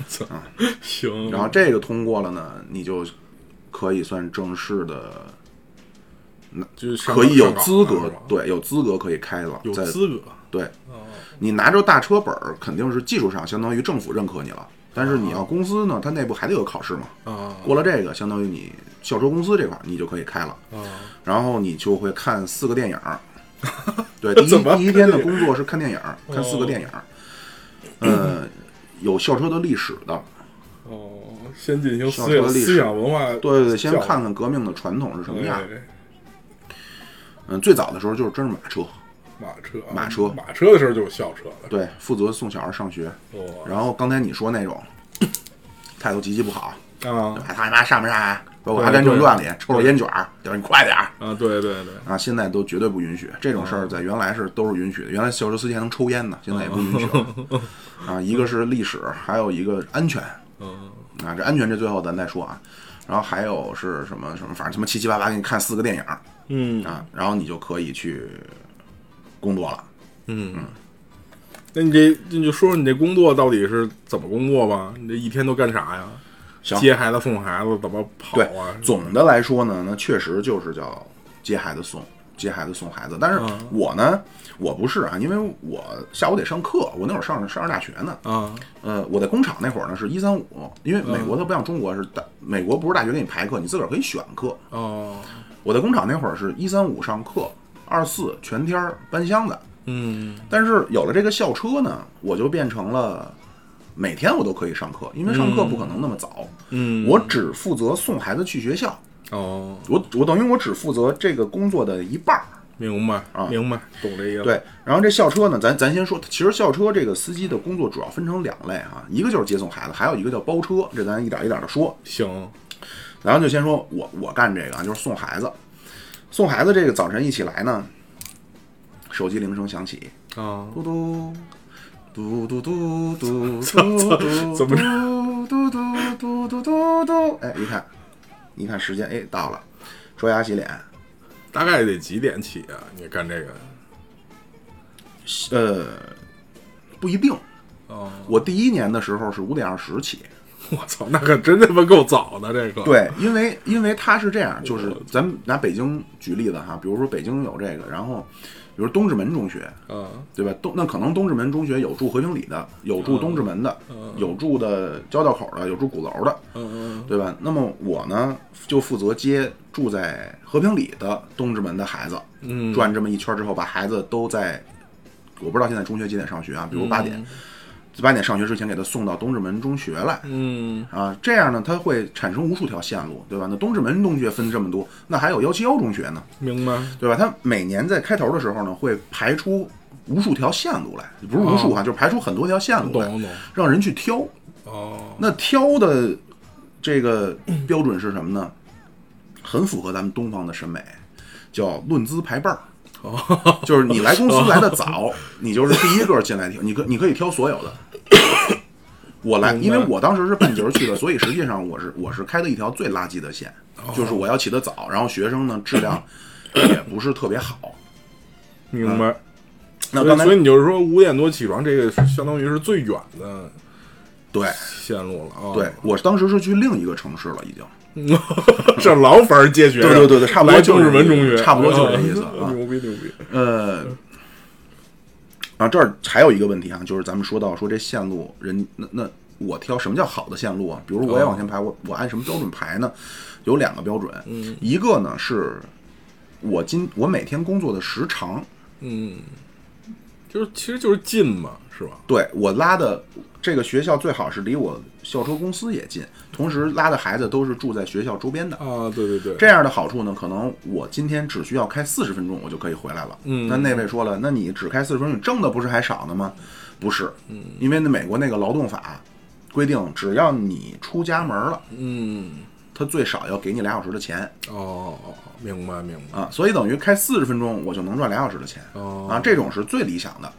S4: 行。
S1: 然后这个通过了呢，你就可以算正式的，
S4: 就是上
S1: 可以有
S4: 上岗
S1: 资
S4: 了
S1: 格
S4: 是吧，
S1: 对，有资格可以开了，
S4: 有
S1: 在
S4: 资格。
S1: 对
S4: 哦，
S1: 你拿着大车本儿，肯定是技术上相当于政府认可你了，但是你要公司呢，它内部还得有考试嘛，
S4: 啊
S1: 过了这个，相当于你校车公司这块儿你就可以开了，
S4: 啊，
S1: 然后你就会看四个电影
S4: *laughs*
S1: 儿。对，第
S4: 怎么
S1: 一
S4: 看
S1: 第一天的工作是看电影儿，
S4: 哦
S1: 看四个电影儿。
S4: *laughs*
S1: 呃，有校车的历史的，
S4: 哦，先进行
S1: 上
S4: 思想
S1: 车历史
S4: 思想文化教育。
S1: 对对对，先看看革命的传统是什么样儿。
S4: 哎
S1: 嗯，最早的时候就是真是马车，
S4: 马车，嗯
S1: 马车
S4: 马车的时候就有校车了。
S1: 对，负责送小孩上学。
S4: 哦
S1: 然后刚才你说那种态度极其不好，
S4: 啊
S1: 哎他妈上不上啊？包括《阿甘正传》里抽着烟卷儿，叫你快点儿
S4: 啊，对对对，
S1: 啊！现在都绝对不允许这种
S4: 嗯
S1: 事儿，在原来是都是允许的，原来校车司机还能抽烟呢，现在也不允许了。啊，一个是历史，还有一个安全。
S4: 嗯，
S1: 啊，这安全这最后咱再说啊。然后还有是什么什么，反正他妈七七八八给你看四个电影儿
S4: 嗯
S1: 啊，然后你就可以去工作了。
S4: 嗯那你这那你就说说你这工作到底是怎么工作吧？你这一天都干啥呀？
S1: 行
S4: 接孩子、送孩子，怎么跑
S1: 对
S4: 啊，？
S1: 总的来说呢，那确实就是叫接孩子送，接孩子送孩子。但是
S4: 嗯
S1: 我呢，我不是啊，因为我下午得上课，我那会儿上上着大学呢。
S4: 啊，
S1: 呃，我在工厂那会儿呢是一三五，因为美国它不像中国是大，美国不是大学给你排课，你自个儿可以选课。
S4: 哦，
S1: 我在工厂那会儿是一三五上课，二四全天儿搬箱子。
S4: 嗯，
S1: 但是有了这个校车呢，我就变成了每天我都可以上课，因为上课不可能那么早。
S4: 嗯
S1: 我只负责送孩子去学校，
S4: 哦，
S1: 我我等于我只负责这个工作的一半儿。
S4: 明白
S1: 啊
S4: 明白，懂这意思。，
S1: 对，然后这校车呢，咱咱先说，其实校车这个司机的工作主要分成两类啊，一个就是接送孩子，还有一个叫包车，这咱一点一点的说。
S4: 行，
S1: 然后就先说我我干这个啊，就是送孩子，送孩子这个早晨一起来呢，手机铃声响起，
S4: 啊，
S1: 嘟嘟嘟嘟嘟嘟嘟嘟，
S4: 怎么着
S1: 嘟嘟嘟嘟嘟嘟，哎，一看，一看时间，哎，到了，刷牙洗脸，
S4: 大概得几点起啊？你干这个？ *laughs*
S1: 呃，不一定。
S4: 哦，
S1: 我第一年的时候是五点二十起，
S4: 我操，那可真他妈够早的这个。，
S1: 对，因为因为它是这样，就是咱们拿北京举例子哈，比如说北京有这个，然后比如东直门中学，
S4: 啊，
S1: 对吧？东那可能东直门中学有住和平里的，有住东直门的，有住的交道口的，有住鼓楼的，
S4: 嗯
S1: 对吧？那么我呢就负责接住在和平里的东直门的孩子，
S4: 嗯
S1: 转这么一圈之后，把孩子都在，我不知道现在中学几点上学啊？比如八
S4: 嗯
S1: 点，八、点上学之前给他送到东直门中学来。
S4: 嗯
S1: 啊，这样呢，它会产生无数条线路，对吧？那东直门中学分这么多，那还有幺七幺中学呢，
S4: 嗯，明白。
S1: 对吧？它每年在开头的时候呢，会排出无数条线路来，不是无数啊，就是排出很多条线路来，
S4: 懂懂。
S1: 让人去挑。
S4: 哦，
S1: 那挑的这个标准是什么呢？很符合咱们东方的审美，叫论资排辈儿。
S4: 哦
S1: 就是你来公
S4: *laughs*
S1: 司来的早，你就是第一个进来挑，你可你可以挑所有的。我来，
S4: 明
S1: 因
S4: 白
S1: 为我当时是半截儿去的，所以实际上我是我是开的一条最垃圾的线，
S4: 哦
S1: 就是我要起得早，然后学生呢质量也不是特别好。
S4: 明白。
S1: 啊那
S4: 所以
S1: 刚才
S4: 所以你就是说五点多起床，这个是相当于是最远的
S1: 对
S4: 线路了啊。
S1: 对，我当时是去另一个城市了，已经。
S4: *laughs* 这老法儿接学生，
S1: 对对对对差不多
S4: 来
S1: 就
S4: 东
S1: 是
S4: 直门中学，
S1: 差不多就是这意思
S4: *laughs*
S1: 啊
S4: 牛逼牛逼，
S1: 呃，啊，这儿还有一个问题啊，就是咱们说到说这线路人那那我挑什么叫好的线路啊？比如我也往前排，我我按什么标准排呢？有两个标准，一个呢是我今我每天工作的时长，
S4: 嗯，就是其实就是近嘛，是吧？
S1: 对我拉的这个学校最好是离我校车公司也近，同时拉的孩子都是住在学校周边的。
S4: 啊，对对对，
S1: 这样的好处呢，可能我今天只需要开四十分钟，我就可以回来了。
S4: 嗯
S1: 那那位说了，那你只开四十分钟，你挣的不是还少呢吗？不是，嗯，因为那美国那个劳动法规定，只要你出家门了，
S4: 嗯，
S1: 他最少要给你俩小时的钱
S4: 哦，哦哦明白明白，
S1: 啊，所以等于开四十分钟，我就能赚俩小时的钱
S4: 哦
S1: 啊，这种是最理想的，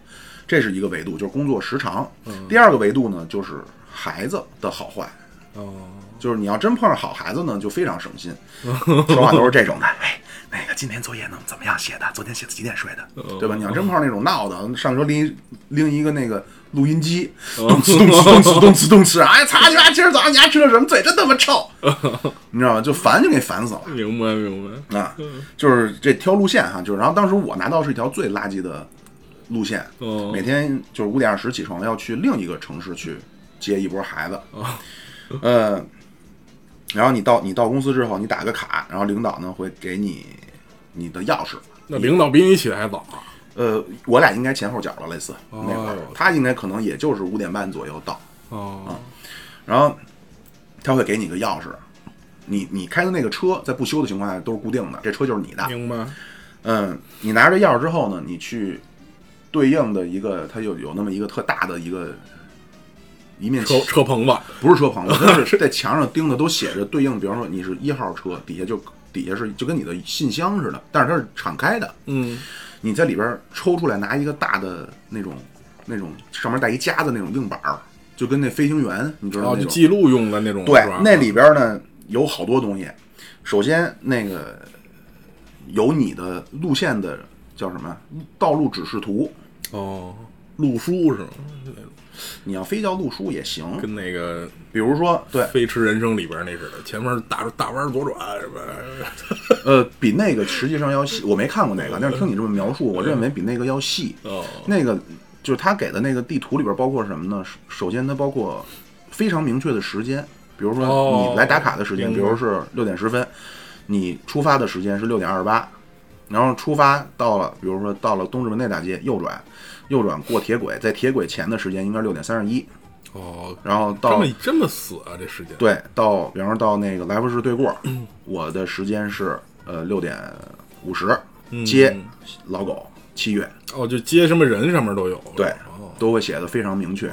S1: 这是一个维度，就是工作时长。
S4: 嗯
S1: 第二个维度呢，就是孩子的好坏。
S4: 哦，
S1: 就是你要真碰上好孩子呢，就非常省心，说话都是这种的。哎，那个今天作业呢怎么样写的？昨天写的几点睡的？对吧？你要真碰上那种闹的，上车拎拎一个那个录音机，动次动次动次动次动次，哎，擦你妈！今儿早上你还吃了什么嘴？真他妈臭！你知道吗？就烦就给烦死了。
S4: 明白明白，
S1: 啊，就是这挑路线哈、就是然后当时我拿到是一条最垃圾的路线，
S4: 哦
S1: 每天就是五点二十起床，要去另一个城市去接一波孩子，
S4: 哦
S1: 呃，然后你到你到公司之后，你打个卡，然后领导呢会给你你的钥匙，
S4: 那领导比你起得还早啊，
S1: 呃，我俩应该前后脚了，类似、那会儿
S4: 哦，
S1: 他应该可能也就是五点半左右到，
S4: 哦，
S1: 然后他会给你个钥匙。你你开的那个车，在不修的情况下都是固定的，这车就是你的。
S4: 明白，
S1: 嗯，你拿着钥匙之后呢，你去对应的一个，它有有那么一个特大的一个一面
S4: 车
S1: 墙，
S4: 车棚吧，
S1: 不是车棚子，它是在墙上钉的，都写着对应，比方说你是一号车，底下就底下是就跟你的信箱似的，但是它是敞开的，
S4: 嗯，
S1: 你在里边儿抽出来拿一个大的那种那种上面带一夹子那种硬板儿，就跟那飞行员哦你知
S4: 然
S1: 道
S4: 后
S1: 那
S4: 就
S1: 种
S4: 记录用的那种，
S1: 对
S4: 是吧，
S1: 那里边呢有好多东西。首先，那个有你的路线的叫什么道路指示图，
S4: 哦，路书是吗？
S1: 你要非叫路书也行。
S4: 跟那个
S1: 比如说，对
S4: 《飞驰人生》里边那似的，前面是大大弯儿左转什么，
S1: 呃，比那个实际上要细，我没看过那个，但是听你这么描述，我认为比那个要细。
S4: 哦，
S1: 那个就是他给的那个地图里边包括什么呢？首首先，它包括非常明确的时间，比如说
S4: 哦
S1: 你来打卡的时间，
S4: 明
S1: 比
S4: 白
S1: 如是六点十分，你出发的时间是六点二十八，然后出发到了，比如说到了东直门那大街右转，右转过铁轨，在铁轨前的时间应该是六点三十一，
S4: 哦，
S1: 然后
S4: 这
S1: 到
S4: 么这么死啊，这时间，
S1: 对到，比方说到那个来福士对过，我的时间是呃六点五十。街老狗七月，
S4: 嗯哦，就接什么人上面都有。
S1: 对嗯
S4: 是吧哦，
S1: 都会写的非常明确。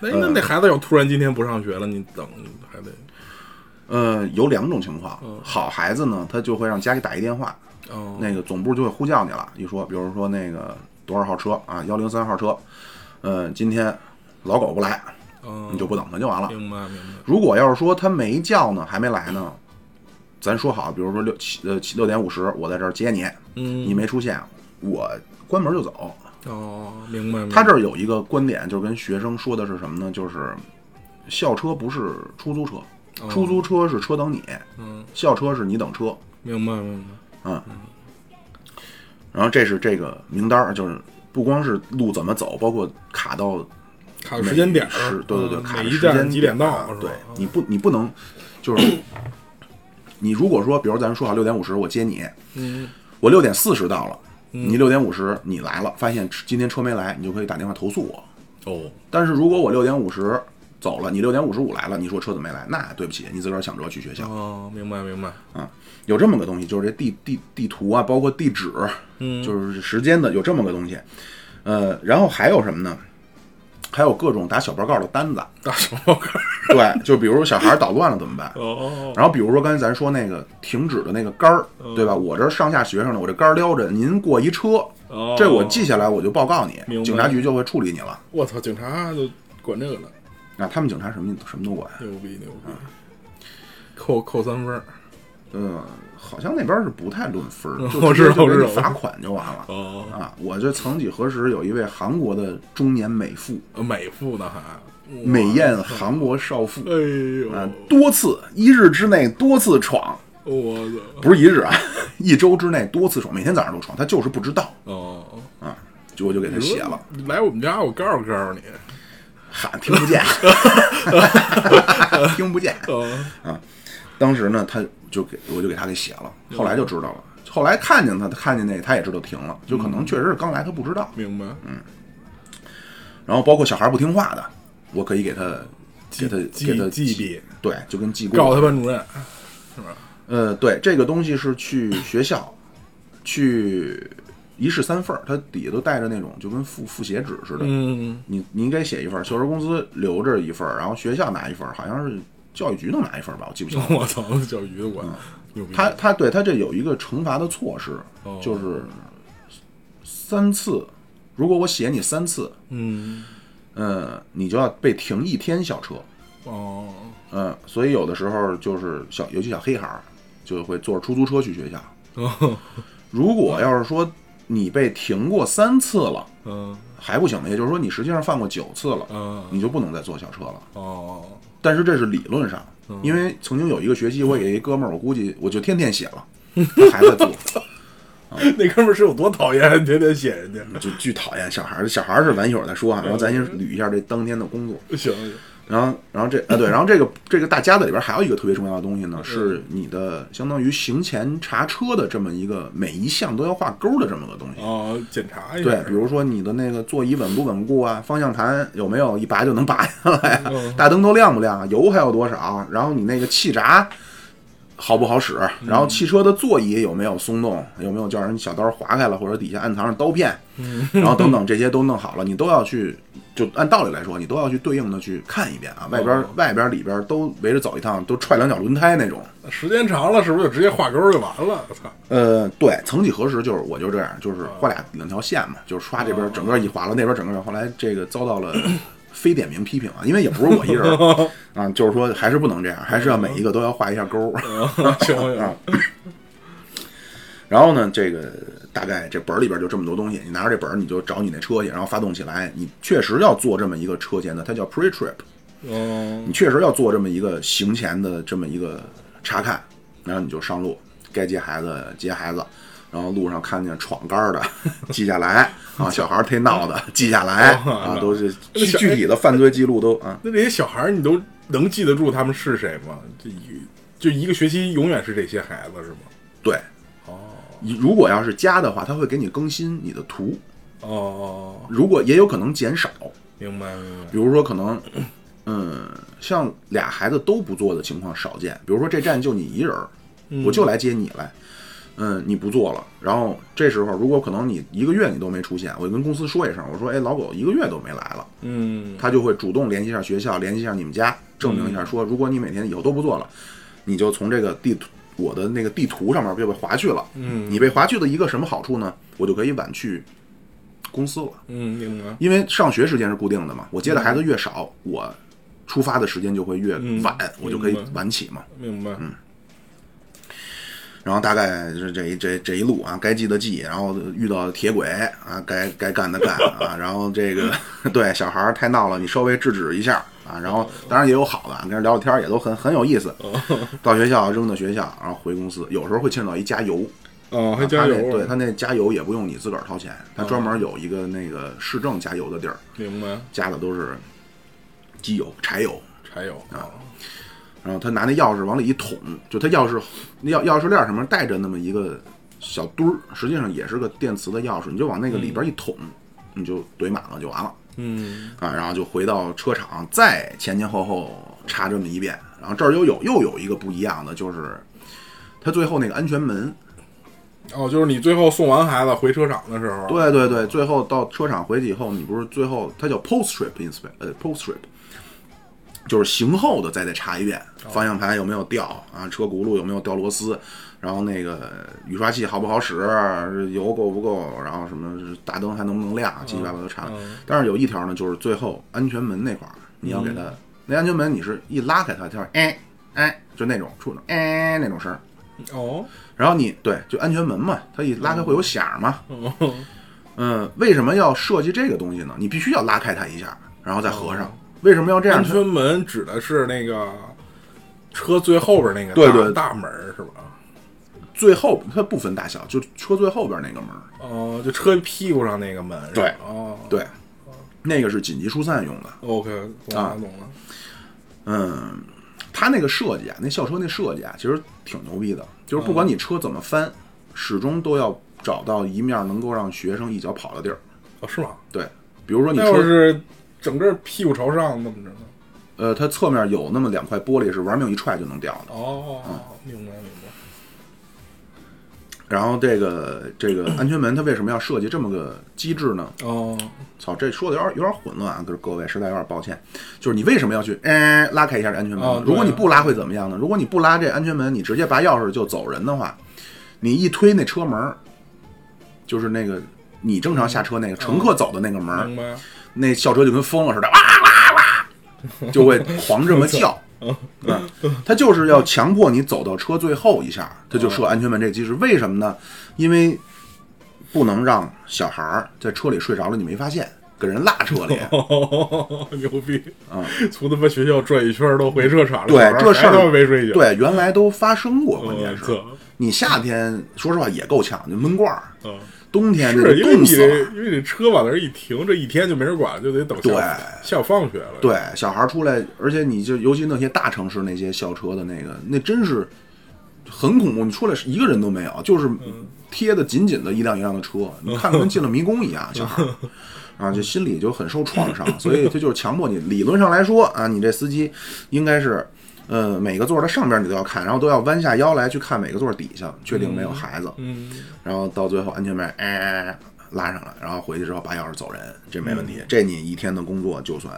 S4: 那那那孩子要突然今天不上学了，你等还得
S1: 呃，有两种情况，好孩子呢，他就会让家里打一电话，
S4: 嗯哦，
S1: 那个总部就会呼叫你了，一说，比如说那个多少号车啊，幺零三号车，嗯、今天老狗不来，
S4: 哦
S1: 你就不等他就完了。
S4: 明白明白。
S1: 如果要是说他没叫呢，还没来呢，咱说好，比如说六七呃七六点五十，我在这儿接你，
S4: 嗯
S1: 你没出现，我关门就走。
S4: 哦，明白明白。
S1: 他这儿有一个观点，就是跟学生说的是什么呢？就是校车不是出租车，出租车是车等你，
S4: 嗯，
S1: 校车是你等车。嗯
S4: 明白明白。
S1: 然后这是这个名单儿，就是不光是路怎么走，包括卡到
S4: 卡啊个时间点儿
S1: 是，对对对，
S4: 嗯
S1: 卡
S4: 每
S1: 着
S4: 一
S1: 时间
S4: 站几点
S1: 点
S4: 到
S1: 儿？啊
S4: 是
S1: 对
S4: 吧，
S1: 你不你不能就是你如果说，比如咱说好六点五十我接你，
S4: 嗯，
S1: 我六点四十到了，你六点五十你来了，发现今天车没来，你就可以打电话投诉我。
S4: 哦，
S1: 但是如果我六点五十走了，你六点五十五来了，你说车子没来，那对不起，你自个儿想辙去学校
S4: 哦，明白明白。
S1: 啊。有这么个东西，就是这地地地图啊，包括地址，
S4: 嗯
S1: *laughs* 就是时间的，有这么个东西。呃，然后还有什么呢？还有各种打小报告的单子，
S4: 大熊猫看。 *laughs*
S1: 对，就比如小孩捣乱了怎么办？
S4: 哦，
S1: 然后比如说刚才咱说那个停止的那个杆儿，对吧？我这上下学生呢，我这杆儿撩着，您过一车
S4: 哦，
S1: 这我记下来，我就报告
S4: 明
S1: 你，
S4: 白
S1: 警察局就会处理你了。
S4: 我操，警察就管这个了，
S1: 啊，他们警察什么什么都管，
S4: 牛逼牛逼。扣扣三分儿。
S1: 嗯，好像那边是不太论分儿，
S4: 嗯
S1: 就
S4: 我
S1: 直
S4: 知
S1: 接
S4: 道
S1: 就给
S4: 我
S1: 你
S4: 知道
S1: 罚款就完了。
S4: 哦，
S1: 啊，我这曾几何时有一位韩国的中年美妇，
S4: 呃美妇呢还
S1: 美艳韩国少妇
S4: 哎，呦，
S1: 啊，多次一日之内多次闯，
S4: 我操！
S1: 不是一日啊， *laughs* 一周之内多次闯，每天早上都闯，她就是不知道
S4: 哦，
S1: 啊，就我就给她写了。
S4: 你来我们家，我告诉告诉你。
S1: 喊听不见， *laughs* 听不见。
S4: 哦，
S1: 当时呢，他就给我就给他给写了，后来就知道了。后来看见他，他看见那个，他也知道停了，就可能确实是刚来他不知道。
S4: 嗯明白。
S1: 嗯然后包括小孩不听话的，我可以给他
S4: 记
S1: 给他
S4: 记
S1: 给他
S4: 记笔，
S1: 对，就跟记过
S4: 告他班主任。
S1: 呃，对，这个东西是去学校去一式三份儿，它底下都带着那种就跟复复写纸似的。
S4: 嗯，
S1: 你你应该写一份儿，修车公司留着一份儿，然后学校拿一份儿，好像是教育局能拿一份儿吧，我记不清了。
S4: 我操，小鱼的我牛逼。
S1: 嗯他他对他这有一个惩罚的措施，
S4: 嗯哦
S1: 就是三次，如果我写你三次，
S4: 嗯
S1: 呃，你就要被停一天校车，
S4: 哦 *laughs*
S1: 呃，所以有的时候就是小，尤其小黑孩儿就会坐出租车去学校。
S4: 哦
S1: 如果要是说你被停过三次了
S4: 嗯
S1: 还不行，也就是说你实际上犯过九次了，
S4: 嗯
S1: 你就不能再坐校车了。
S4: 哦
S1: 但是这是理论上，
S4: 嗯
S1: 因为曾经有一个学期，我给一哥们儿，我估计我就天天写
S4: *laughs*
S1: 了，他还在坐。
S4: 那哥们儿是有多讨厌，天天写人家。
S1: 就巨讨厌小孩儿，小孩儿是咱一会儿再说
S4: 嗯
S1: 啊。然后咱先捋一下这当天的工作，
S4: 行，
S1: 然后，然后这啊对，然后这个这个大家子里边还有一个特别重要的东西呢，
S4: 嗯
S1: 是你的相当于行前查车的这么一个每一项都要画勾的这么个东西。
S4: 哦，检查一下。
S1: 对，比如说你的那个座椅稳不稳固啊，方向盘有没有一拔就能拔下来啊，
S4: 嗯
S1: 大灯都亮不亮啊，油还有多少，然后你那个气闸好不好使，
S4: 嗯
S1: 然后汽车的座椅有没有松动，有没有叫人小刀划开了，或者底下暗藏着刀片，
S4: 嗯
S1: 然后等等这些都弄好了，你都要去，就按道理来说，你都要去对应的去看一遍啊，外边、
S4: 哦
S1: 外边里边都围着走一趟，都踹两脚轮胎那种。
S4: 时间长了，是不是就直接画勾就完了？我操！ *laughs*
S1: 呃，对，曾几何时就是我就这样，就是画俩两条线嘛，就是刷这边整个一划了，那边整个一划后来这个遭到了非点名批评啊，因为也不是我一人儿啊，就是说还是不能这样，还是要每一个都要画一下勾。
S4: 行行，
S1: 然后呢，这个大概这本儿里边就这么多东西，你拿着这本儿你就找你那车去，然后发动起来，你确实要做这么一个车前的，它叫 pre trip，
S4: 哦
S1: 你确实要做这么一个行前的这么一个查看，然后你就上路，该接孩子接孩子，然后路上看见闯杆儿的记下来啊，小孩儿忒闹的记下来啊，都是具具体的犯罪记录都啊，
S4: 那这些小孩儿，你都能记得住他们是谁吗？这一个就一个学期永远是这些孩子是吗？
S1: 对，哦，如果要是加的话，他会给你更新你的图，
S4: 哦，
S1: 如果也有可能减少，
S4: 明白明白
S1: 比。如说可能。嗯，像
S4: 嗯
S1: 俩孩子都不做的情况少见。比如说这站就你一人儿，我就来接你来。嗯，你不做了。然后这时候，如果可能你一个月你都没出现，我就跟公司说一声，我说，哎，老狗一个月都没来了，
S4: 嗯
S1: 他就会主动联系一下学校，联系一下你们家，证明一下
S4: 嗯
S1: 说，如果你每天以后都不做了，你就从这个地图我的那个地图上面就被划去了。
S4: 嗯
S1: 你被划去的一个什么好处呢？我就可以晚去公司了，
S4: 嗯，明白。
S1: 因为上学时间是固定的嘛，我接的孩子越少，我出发的时间就会越晚，
S4: 嗯
S1: 我就可以
S4: 明白
S1: 晚起嘛。
S4: 明白，
S1: 嗯然后大概是这这这一路啊，该记的记，然后遇到铁轨啊，该该干的干
S4: *laughs*
S1: 啊，然后这个 *laughs* 对小孩儿太闹了，你稍微制止一下啊，然后当然也有好的，跟人聊聊天儿也都很很有意思。
S4: 哦
S1: 到学校扔到学校，然后回公司，有时候会牵扯到一加油，
S4: 哦，还
S1: 他
S4: 加
S1: 那
S4: 油啊，哦
S1: 对他那加油也不用你自个儿掏钱，他专门有一个那个市政加油的地儿，
S4: 明白，
S1: 加的都是机油、柴油，
S4: 柴油啊，
S1: 然后他拿那钥匙往里一捅，就他钥匙钥钥匙链上面带着那么一个小墩儿，实际上也是个电磁的钥匙，你就往那个里边一捅，你就怼满了就完了
S4: 嗯
S1: 啊。然后就回到车厂，再前前后后查这么一遍。然后这儿又有又有一个不一样的，就是他最后那个安全门，
S4: 哦，就是你最后送完孩子回车厂的时候，，
S1: 对对对，最后到车厂回去以后，你不是最后它叫 post trip inspect，呃 post trip，就是行后的再得查啊一遍，方向盘有没有掉啊，车轱辘有没有掉螺丝，然后那个雨刷器好不好使，油够不够，然后什么大灯还能不能亮，七七八八都查了。
S4: 嗯
S1: 但是有一条呢，就是最后安全门那块儿，你要给它、那安全门，你是一拉开它，它是哎哎就那种触动哎那种声儿，
S4: 哦，
S1: 然后你对就安全门嘛，它一拉开会有响儿嘛。
S4: 哦，
S1: 嗯，为什么要设计这个东西呢？你必须要拉开它一下，然后再合
S4: 哦
S1: 上。为什么要这样
S4: 安？全门指的是那个车最后边那个
S1: 对
S4: 大
S1: 对
S4: 大门儿是吧？
S1: 最后它不分大小，就车最后边那个门儿，
S4: 哦，就车屁股上那个门是吧，
S1: 对
S4: 哦，
S1: 对，那个是紧急疏散用的。
S4: ，OK，懂了
S1: 啊
S4: 懂了，
S1: 嗯，它那个设计啊，那校车那设计啊，其实挺牛逼的，就是不管你车怎么翻，始终都要找到一面能够让学生一脚跑的地儿。
S4: 哦，是吗？
S1: 对，比如说你
S4: 那要
S1: 车，
S4: 是整个屁股朝上，那么着呢？
S1: 呃，它侧面有那么两块玻璃是玩命一踹就能掉的。嗯
S4: 哦，明白明白，
S1: 然后这个这个安全门它为什么要设计这么个机制呢？
S4: 哦，
S1: 操，这说的有点有点混乱啊，各各位，实在有点抱歉。就是你为什么要去哎拉开一下这安全门呢？
S4: 啊对啊
S1: 如果你不拉会怎么样呢？如果你不拉这安全门，你直接拔钥匙就走人的话，你一推那车门儿，就是那个你正常下车那个乘客走的那个门儿，
S4: 明白，
S1: 那校车就跟疯了似的，哇哇哇，就会
S4: *laughs*
S1: 狂这么叫。嗯，他就是要强迫你走到车最后一下，他就
S4: 哦
S1: 设安全门这机制。为什么呢？因为不能让小孩儿在车里睡着了，你没发现，给人落车里。
S4: 哦， *laughs* 牛逼
S1: 啊！
S4: 从他妈学校转一圈儿都回车厂了，
S1: 对
S4: 小孩，
S1: 这事
S4: 还他妈
S1: 儿
S4: 没睡觉，
S1: 对，原来都发生过，
S4: 嗯，
S1: 关键是
S4: 这，
S1: 你夏天说实话也够呛，就闷罐儿；
S4: 嗯，
S1: 冬天就是
S4: 因为
S1: 冻
S4: 你
S1: 死
S4: 这
S1: 了。
S4: 因为你车往那儿一停，这一天就没人管了，就得等
S1: 对
S4: 下下午放学了，，
S1: 对，小孩儿出来，而且你就尤其那些大城市那些校车的那个，那真是很恐怖。你出来是一个人都没有，就是
S4: 嗯
S1: 贴的紧紧的一辆一辆的车，你看着跟进了迷宫一
S4: 嗯
S1: 样，
S4: *laughs*
S1: 小孩儿。啊，就心里就很受创伤，所以他就是强迫你。理论上来说啊，你这司机应该是，呃，每个座儿的上边你都要看，然后都要弯下腰来去看每个座儿底下，确定没有孩子。
S4: 嗯，
S1: 然后到最后安全门哎哎哎拉上了，然后回去之后拔钥匙走人，这没问题，这你一天的工作就算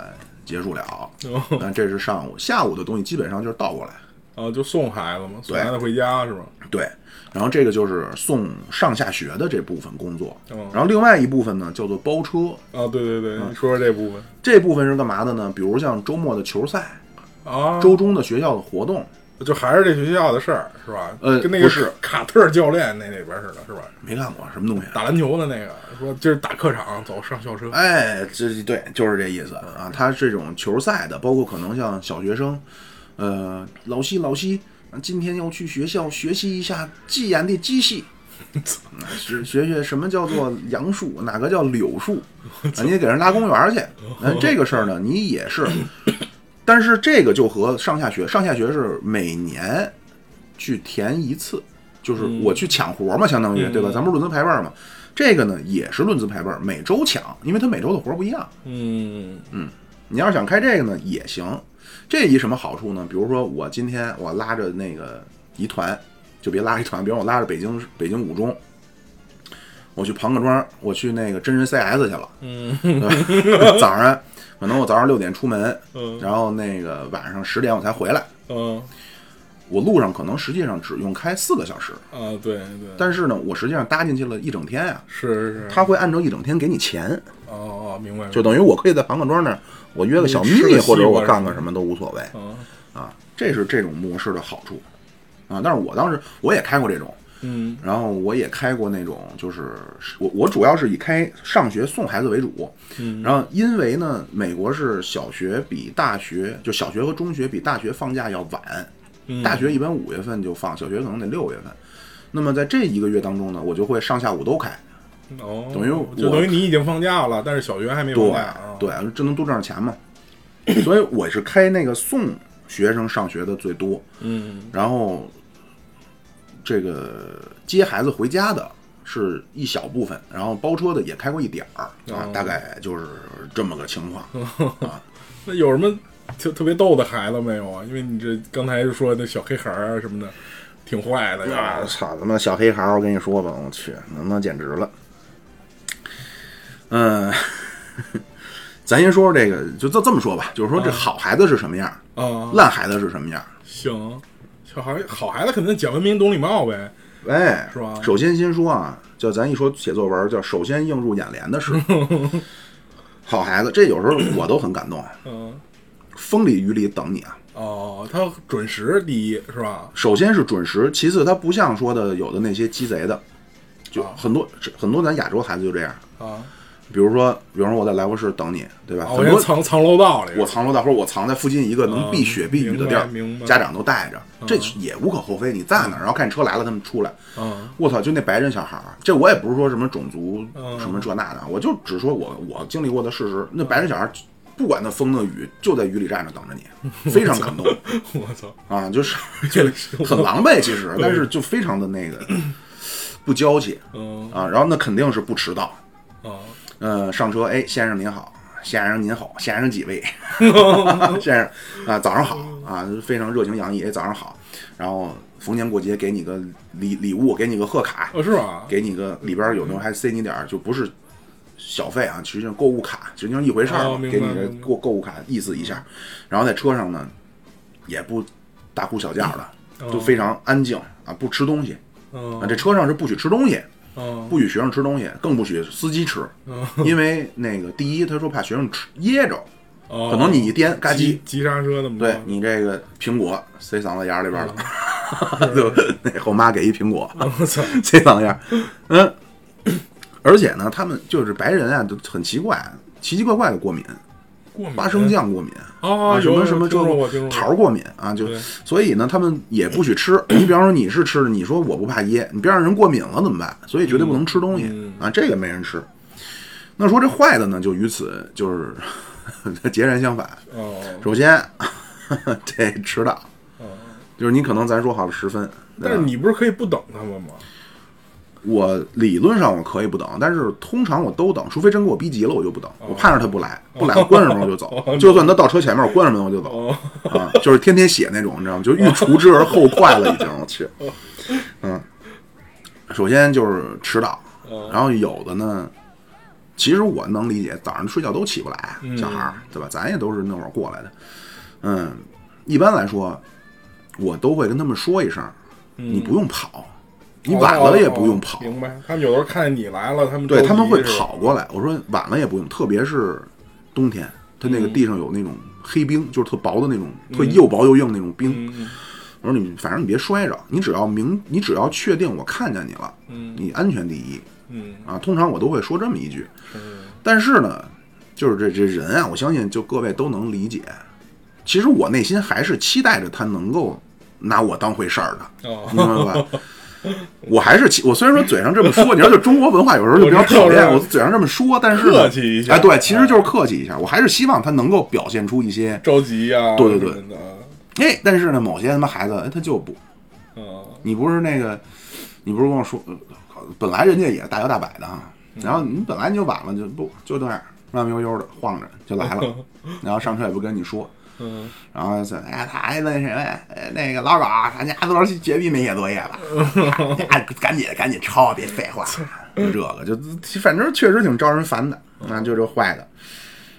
S1: 结束了。
S4: 嗯哦
S1: 但这是上午，下午的东西基本上就是倒过来，
S4: 啊，就送孩子嘛，送孩子回家是吧？
S1: 对。然后这个就是送上下学的这部分工作，
S4: 哦
S1: 然后另外一部分呢叫做包车，
S4: 啊，对对
S1: 嗯
S4: 对，你说说这部分
S1: 这部分是干嘛的呢？比如像周末的球赛、
S4: 啊，
S1: 周中的学校的活动，
S4: 就还是这学校的事儿是吧？
S1: 呃
S4: 跟那个
S1: 不是
S4: 卡特教练那里边似的，是吧？
S1: 没干过什么东西啊。
S4: 打篮球的那个说今儿打客场，走上校车。
S1: 哎，这对就是这意思啊。他这种球赛的，包括可能像小学生，呃，老西老西，今天要去学校学习一下技研的机器，啊学学学什么叫做杨树，哪个叫柳树，啊，你得给人拉公园儿去。嗯，这个事儿呢，你也是，但是这个就和上下学，上下学是每年去填一次，就是我去抢活嘛，相当于对吧？咱们是论资排辈儿嘛。这个呢也是论资排辈儿，每周抢，因为他每周的活儿不一样。
S4: 嗯，
S1: 你要是想开这个呢也行，这一什么好处呢？比如说我今天我拉着那个一团就别拉一团，比如我拉着北京北京五中，我去庞各庄，我去那个真人 CS 去了，嗯， *laughs* 早上可能我早上六点出门，
S4: 嗯
S1: 然后那个晚上十点我才回来，
S4: 嗯
S1: 我路上可能实际上只用开四个小时，
S4: 啊，对对，
S1: 但是呢，我实际上搭进去了一整天呀、啊
S4: 是是，
S1: 他会按照一整天给你钱，
S4: 哦哦，明白，
S1: 就等于我可以在庞各庄那儿，我约个小秘
S4: 你吃
S1: 密
S4: 个西瓜
S1: 或者我
S4: 是吧
S1: 干个什么都无所谓
S4: 嗯
S1: 啊，这是这种模式的好处啊。但是我当时我也开过这种，
S4: 嗯
S1: 然后我也开过那种，就是我我主要是以开上学送孩子为主，
S4: 嗯
S1: 然后因为呢，美国是小学比大学，就小学和中学比大学放假要晚，
S4: 嗯
S1: 大学一般五月份就放，小学可能得六月份。那么在这一个月当中呢，我就会上下午都开，
S4: 哦，
S1: 等于我
S4: 就等于你已经放假了，但是小学还没放
S1: 对
S4: 假啊，
S1: 对，这能多挣点钱嘛。所以我是开那个送学生上学的最多，
S4: 嗯
S1: 然后这个接孩子回家的是一小部分，然后包车的也开过一点儿啊
S4: 哦，
S1: 大概就是这么个情
S4: *laughs*
S1: 况。
S4: 那有什么特特别逗的孩子没有啊？因为你这刚才说的小黑孩儿啊什么的，挺坏的呀
S1: 啊，。操他妈小黑孩儿！我跟你说吧，我去，他妈简直了。嗯， *laughs* 咱先说说这个，就这这么说吧，就是说
S4: 哦
S1: 这好孩子是什么样，
S4: 啊，
S1: 烂孩子是什么样。
S4: 行，小孩好孩子肯定讲文明、懂礼貌呗。
S1: 哎，
S4: 是吧
S1: 首先先说啊，叫咱一说写作文，叫首先映入眼帘的是
S4: *laughs*
S1: 好孩子，这有时候我都很感动，啊
S4: 嗯，
S1: 风里雨里等你啊。
S4: 哦，他准时第一是吧？
S1: 首先是准时，其次他不像说的有的那些鸡贼的，就
S4: 啊
S1: 很多很多咱亚洲孩子就这样。
S4: 啊，
S1: 比如说，比如说我在来福士等你，对吧？
S4: 啊我
S1: 很
S4: 先
S1: 多
S4: 藏藏楼道里。
S1: 我藏楼道，或者我藏在附近一个能避
S4: 啊
S1: 雪避雨的地儿
S4: 明白明，啊白
S1: 家长都带着，这也无可厚非。你在哪儿，然后看车来了，他们出来，
S4: 啊，
S1: 我操，就那白人小孩儿，这我也不是说什么种族
S4: 嗯
S1: 什么这那的，我就只说我我经历过的事实。那白人小孩儿，不管那风那雨，就在雨里站着等
S4: *laughs*
S1: 着你，非常感动
S4: 我操，
S1: 啊，就是就是很狼狈，其实，但是就非常的那个不娇气
S4: 嗯
S1: 啊。然后那肯定是不迟到，
S4: 啊，
S1: 呃，上车，哎，先生您好，先生您好，先生几
S4: *laughs*
S1: 位？先生啊，早上好啊，非常热情洋溢，哎，早上好。然后逢年过节给你个礼礼物，给你个贺卡。
S4: 哦是吧？
S1: 给你个里边儿有时候还塞你点儿，就不是小费啊，实际上购物卡，实际上一回事儿嘛
S4: 哦，明白
S1: 给你个
S4: 明白
S1: 购购物卡意思一下。然后在车上呢，也不大呼小叫
S4: 哦
S1: 的，就非常安静啊，不吃东西
S4: 嗯
S1: 啊。这车上是不许吃东西，
S4: 嗯
S1: 不许学生吃东西，更不许司机吃，因为那个第一，他说怕学生吃噎着，
S4: 哦，
S1: 可能你一颠嘎叽
S4: 急，急刹车怎么着
S1: 对你这个苹果塞嗓子眼儿里
S4: *laughs*
S1: 边儿了， *laughs* 就那后妈给一苹果，
S4: 我操，
S1: *laughs* 这玩意儿，嗯，而且呢，他们就是白人啊，都很奇怪，奇奇怪怪的过敏，
S4: 过敏
S1: 花生酱过敏
S4: 啊，嗯
S1: 什
S4: 有
S1: 么
S4: 有
S1: 什么这
S4: 听说过
S1: 个
S4: 听说过
S1: 桃儿过敏啊，就
S4: 对
S1: 所以呢，他们也不许吃。你比方说你是吃的，你说我不怕噎，你别让人过敏了怎么办？所以绝对不能吃东西
S4: 嗯
S1: 啊，这个没人吃。那说这坏的呢，就与此就是 *laughs* 截然相反。
S4: 哦，
S1: 首先， *laughs* 这迟到，就是你可能咱说好了十分，
S4: 嗯
S1: 对吧
S4: 但是你不是可以不等他们吗？
S1: 我理论上我可以不等，但是通常我都等，除非真给我逼急了，我就不等。
S4: 哦
S1: 我盼着他不来，不来我关上门我就走，
S4: *laughs*
S1: 就算他到车前面，我关上门我就走
S4: 哦，
S1: 啊，就是天天写那种，你知道吗？就欲除之而后快了，已经。我去，
S4: 哦
S1: 嗯，首先就是迟到，
S4: 哦
S1: 然后有的呢，其实我能理解，早上睡觉都起不来，
S4: 嗯
S1: 小孩儿对吧？咱也都是那会儿过来的，嗯，一般来说，我都会跟他们说一声，你不用跑。 *laughs* 你晚了也不用跑，
S4: 嗯哦明白？他们有时候看见你来了，他们
S1: 对
S4: 着急
S1: 他们会
S4: 是吧
S1: 跑过来。我说晚了也不用，特别是冬天，它
S4: 嗯
S1: 那个地上有那种黑冰，就是特薄的那种，特又薄又硬那种
S4: 嗯
S1: 冰。我说你反正你别摔着，你只要明，你只要确定我看见你了，你安全第一。
S4: 嗯
S1: 啊，通常我都会说这么一句。但是呢，就是这这人啊，我相信就各位都能理解。其实我内心还是期待着他能够拿我当回事儿的，
S4: 哦
S1: 明白吧？我还是期我虽然说嘴上这么说，你知道，就中国文化有时候就比较讨
S4: 我知道
S1: 厌，
S4: 是
S1: 我嘴上这么说，但是呢
S4: 客气一下啊
S1: 哎，对，其实就是客气一下。我还是希望他能够表现出一些，
S4: 着急呀，
S1: 对对对
S4: 什么的，啊
S1: 哎，但是呢，某些他妈孩子，哎，他就不，
S4: 嗯
S1: 你不是那个，你不是跟我说，呃本来人家也大摇大摆的啊，
S4: 嗯
S1: 然后你
S4: *laughs*
S1: 本来你就晚了，就不就这样慢慢悠悠的晃着就来了，然后上车也不跟你说，
S4: 嗯，
S1: 然后说，哎呀，他还那什么，呃那个老镐，他家多少绝壁那些作业
S4: *laughs*
S1: 了，啊赶紧赶紧抄，别废话，就这个，就反正确实挺招人烦的，
S4: 嗯
S1: 那就这坏的。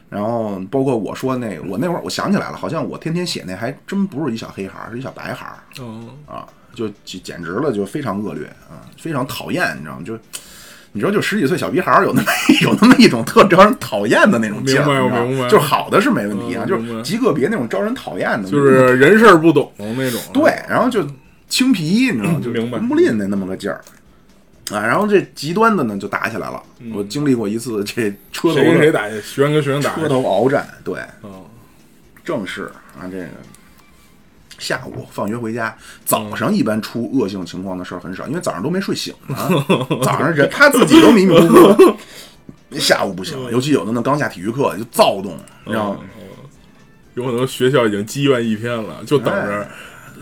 S1: 然后包括我说那个，我那会儿我想起来了，好像我天天写那还真不是一小黑孩儿，是一小白孩儿
S4: 哦，
S1: 啊，就简简直了，就非常恶劣啊，非常讨厌，你知道吗？就你知道，就十几岁小屁孩儿有那么有那么一种特招人讨厌的那种劲儿，
S4: 明白
S1: 你知道吗
S4: 明白
S1: 就是好的是没问题啊，
S4: 嗯
S1: 就
S4: 明白
S1: 是极个别那种招人讨厌的，
S4: 就是人事儿不懂那种。
S1: 对，然后就青皮，你知
S4: *clears throat*
S1: 道吗？就
S4: 明白
S1: 不吝的那么个劲儿。啊，然后这极端的呢就打起来了。我经历过一次这车头
S4: 嗯谁跟谁
S1: 的
S4: 打去？学生跟学生打去
S1: 车。头鏖战，对，
S4: 哦
S1: 正是啊，这个下午放学回家，早上一般出恶性情况的事儿很少，因为早上都没睡醒呢。早上人他自己都迷迷糊糊，下午不行，尤其有的呢刚下体育课就躁动，
S4: 嗯
S1: 你知道吗？
S4: 有可能学校已经积怨一天了，就等
S1: 哎
S4: 着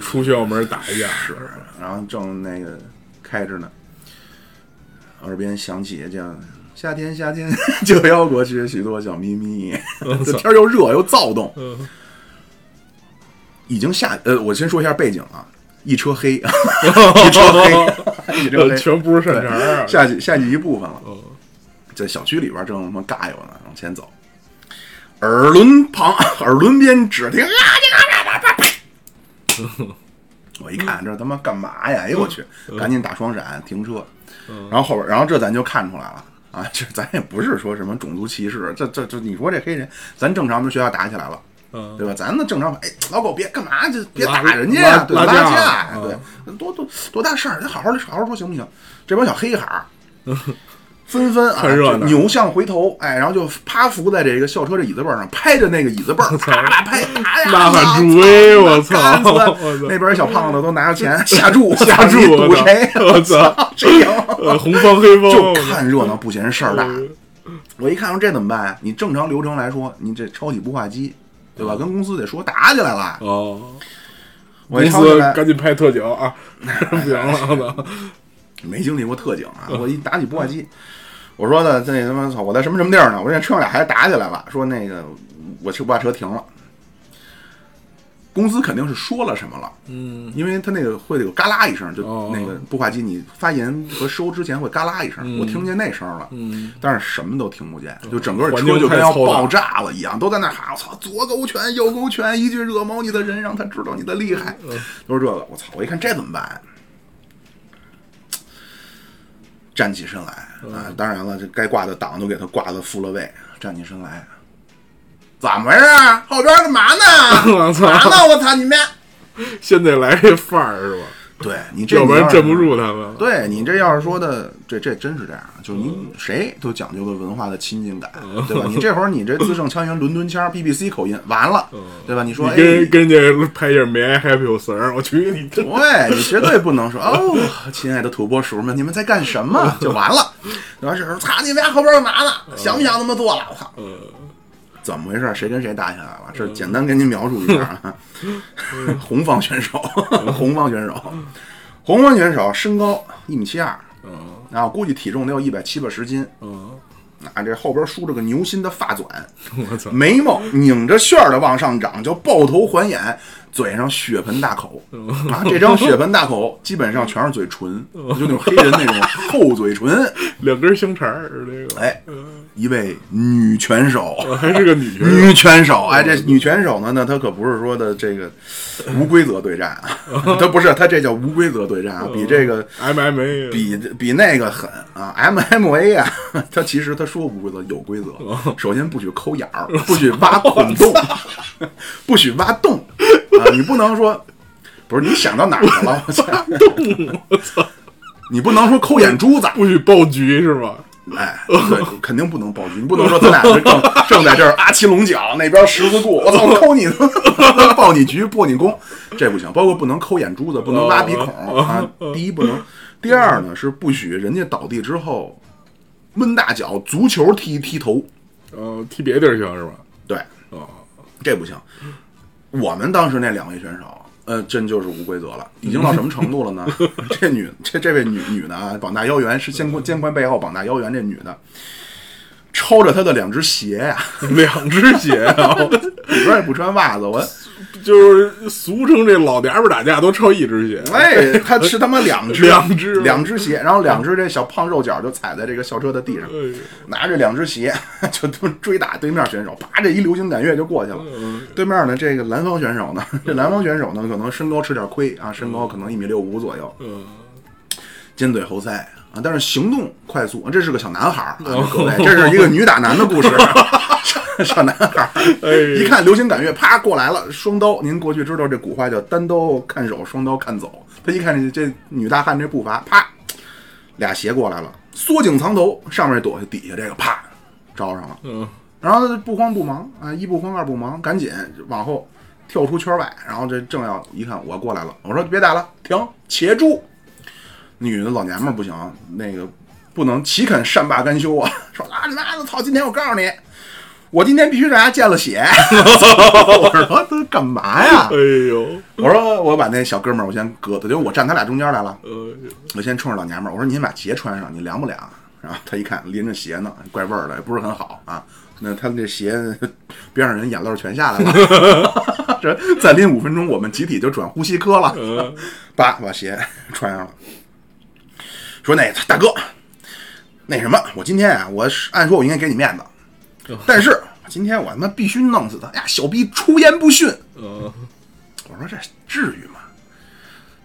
S4: 出校门打一架。是，
S1: 然后正那个开着呢，耳边响起这样“夏天夏天 *laughs* 就要过去”，许多小咪咪，这天儿又热又躁动，
S4: 嗯，
S1: 已经下呃，我先说一下背景啊，一车 *laughs* 黑，一车 *laughs* 黑，一车黑，
S4: 全不是善茬儿啊。
S1: 下去下去一部分了，
S4: 哦
S1: 在小区里边正他妈尬悠呢，往前走，耳轮旁 *laughs* 耳轮边只听啊这个啊这个啊 *laughs* 我一看这他妈干嘛呀？哎呦我去，赶紧打双闪停车，然后后边，然后这咱就看出来了。啊，这咱也不是说什么种族歧视，这这这，你说这黑人，咱正常跟学校打起来了，
S4: 嗯
S1: 对吧？咱们正常，哎，老狗别干嘛，就别
S4: 拉
S1: 打人家呀，
S4: 拉
S1: 对，
S4: 拉
S1: 拉
S4: 架
S1: 呀，
S4: 嗯
S1: 对，多多多大事儿，咱好好好好说行不行？这帮小黑孩儿
S4: *laughs*
S1: 纷纷啊，
S4: 看热
S1: 就
S4: 闹
S1: 扭向回头，哎，然后就趴伏在这个校车这椅子背上，拍着那个椅子背儿，啪啪拍，打呀，
S4: 呐喊助
S1: 我操
S4: 威我操
S1: 干死他
S4: 我操
S1: 那边小胖子都拿着
S4: *laughs*
S1: 钱下注，
S4: 下注我
S1: 我操你赌
S4: 操
S1: 谁？
S4: 我操 *laughs*
S1: 操，谁赢？
S4: 呃，红方黑方，
S1: 就
S4: 我操
S1: 看热闹不嫌事儿大。
S4: 嗯
S1: 我一看说这怎么办呀？你正常流程来说，你这抄起步话机，对吧？跟公司得说打起来了。
S4: 哦，
S1: 我
S4: 公
S1: 一抄起
S4: 司
S1: 来
S4: 赶紧拍特警
S1: *laughs*
S4: 啊！不行了，我操！
S1: 没经历过特警
S4: 嗯
S1: 啊，我一打起步话机，我说的这他妈操，我在什么什么地儿呢？我这车上俩孩子打起来了，说那个我去把车停了。公司肯定是说了什么了，
S4: 嗯，
S1: 因为他那个会有嘎啦一声，就
S4: 哦
S1: 那个步话机你发言和收之前会嘎啦一声，我听见那声了，
S4: 嗯，哦
S1: 但是什么都听不见，就整个
S4: 环
S1: 车
S4: 境
S1: 就跟
S4: 太
S1: 要
S4: 嘈杂
S1: 爆炸了一样，都在那喊我操，左勾拳右勾拳，一句惹毛你的人，让他知道你的厉害，
S4: 嗯
S1: 都是这个。我操！我一看这怎么办？啊站起身来
S4: 嗯
S1: 啊！当然了，这该挂的档都给他挂的复了位，站起身来，怎么回事啊？后边干嘛呢？
S4: *laughs* 我操
S1: 干嘛呢？我操
S4: *laughs*
S1: 你们！
S4: 现在来这范儿是吧？
S1: 对你这
S4: 要不然
S1: 你是
S4: 镇不住他们。
S1: 对你这要是说的，这这真是这样，啊就是
S4: 嗯
S1: 你谁都讲究个文化的亲近感，对吧？你这会儿你这字
S4: *laughs*
S1: 正腔圆伦敦腔 BBC 口音完了，对吧？你说
S4: 嗯你
S1: 哎，
S4: 跟跟人家拍一下没 happy 有绳儿，我去你
S1: *laughs*
S4: 这！
S1: 对你绝对不能说哦，亲爱的土拨鼠们，你们在干
S4: *laughs*
S1: 什么？就完了，对吧？这时候擦你们家后边干嘛呢？想不想那么做了？我操！
S4: 嗯
S1: 怎么回事？谁跟谁啊打起来了？这简单给您描述一下啊。
S4: 嗯
S1: *laughs* 红方选手，红方选手，红方选手身高一米七二，
S4: 嗯
S1: 啊，估计体重得有一百七八十斤，
S4: 嗯，
S1: 啊，这后边梳着个牛心的发卷，
S4: 我操！
S1: 眉毛拧着旋儿的往上长，叫抱头还眼，嘴上血盆大口啊，这张血盆大口基本上全是嘴唇，就那种黑人那种厚嘴唇。
S4: 两根香肠儿这个，
S1: 哎，一位女拳手，
S4: 我还是个女学生。
S1: 女拳手，哎，这女拳手呢，那她可不是说的这个无规则对战啊，她不是，她这叫无规则对战啊，比这个
S4: MMA
S1: 比比那个狠啊！MMA 啊，它其实它说无规则有规则，首先不许抠眼儿，不许挖孔洞，不许挖洞啊！你不能说不是你想到哪儿去了？我操！你不能说抠眼珠子，
S4: 不许爆菊是吧？
S1: 哎，对，肯定不能暴击，你不能说咱俩是正正在这儿阿七龙角那边十字固，我操，抠 *laughs* 你，爆你局，破你功，这不行。包括不能抠眼珠子，不能挖鼻孔啊。第一不能，第二呢是不许人家倒地之后闷大脚足球踢踢头，
S4: 哦，踢别地儿行是吧？
S1: 对，
S4: 哦，
S1: 这不行。我们当时那两位选手，呃，真就是无规则了，已经到什么程度了呢？ *laughs* 这女这这位女女的啊，膀大腰圆，是肩宽肩宽背后膀大腰圆，这女的。抽着他的两只鞋呀、
S4: *laughs*
S1: *laughs*
S4: 两只 *laughs* 鞋啊，
S1: 里边也不穿袜子，我
S4: 就是俗称这老娘们儿打架都抽一只 *laughs* 鞋，
S1: 哎，他是他妈两只
S4: 两只
S1: 两只鞋，然后两只这小胖肉脚就踩在这个校车的地上，
S4: 哎
S1: 拿着两只鞋 *laughs* 就他妈追打对面选手，啪，这一流星斩月就过去了。对面呢，这个蓝方选手呢， *laughs* 这蓝方选手呢，可能身高吃点亏啊，身高可能一米六五左右，
S4: 嗯，
S1: 尖嘴猴腮啊，但是行动快速，啊这是个小男孩儿啊，各位，这是一个女打男的 *laughs* 故事。小小男孩
S4: 哎
S1: 儿一看流星赶月，啪过来了，双刀。您过去知道这古话叫单刀看手，双刀看走。他一看这这女大汉这步伐，啪，俩鞋过来了，缩颈藏头，上面躲下，底下这个啪招上了。
S4: 嗯，
S1: 然后他不慌不忙啊，一不慌二不忙，赶紧往后跳出圈外。然后这正要一看我过来了，我说别打了，停，且住。女的老娘们儿不行，那个不能岂肯善罢甘休啊！说啊，你妈的操！今天我告诉你，我今天必须让人家见了血。 *laughs* 我说他干嘛呀
S4: 哎？呦，
S1: 我说我把那小哥们儿我先搁，他就我站他俩中间来了。
S4: 呃，
S1: 我先冲着老娘们儿，我说您把鞋穿上，你凉不凉？啊然后他一看拎着鞋呢，怪味儿的，也不是很好啊。那他这鞋边上人眼泪儿全下来了， *laughs* 这再拎五分钟，我们集体就转呼吸科了。
S4: 嗯
S1: *laughs* 叭，把鞋穿上了，说那大哥，那什么，我今天啊，我是按说我应该给你面子，但是今天我他妈必须弄死他哎呀！小逼出言不逊，
S4: 嗯，
S1: 我说这至于吗？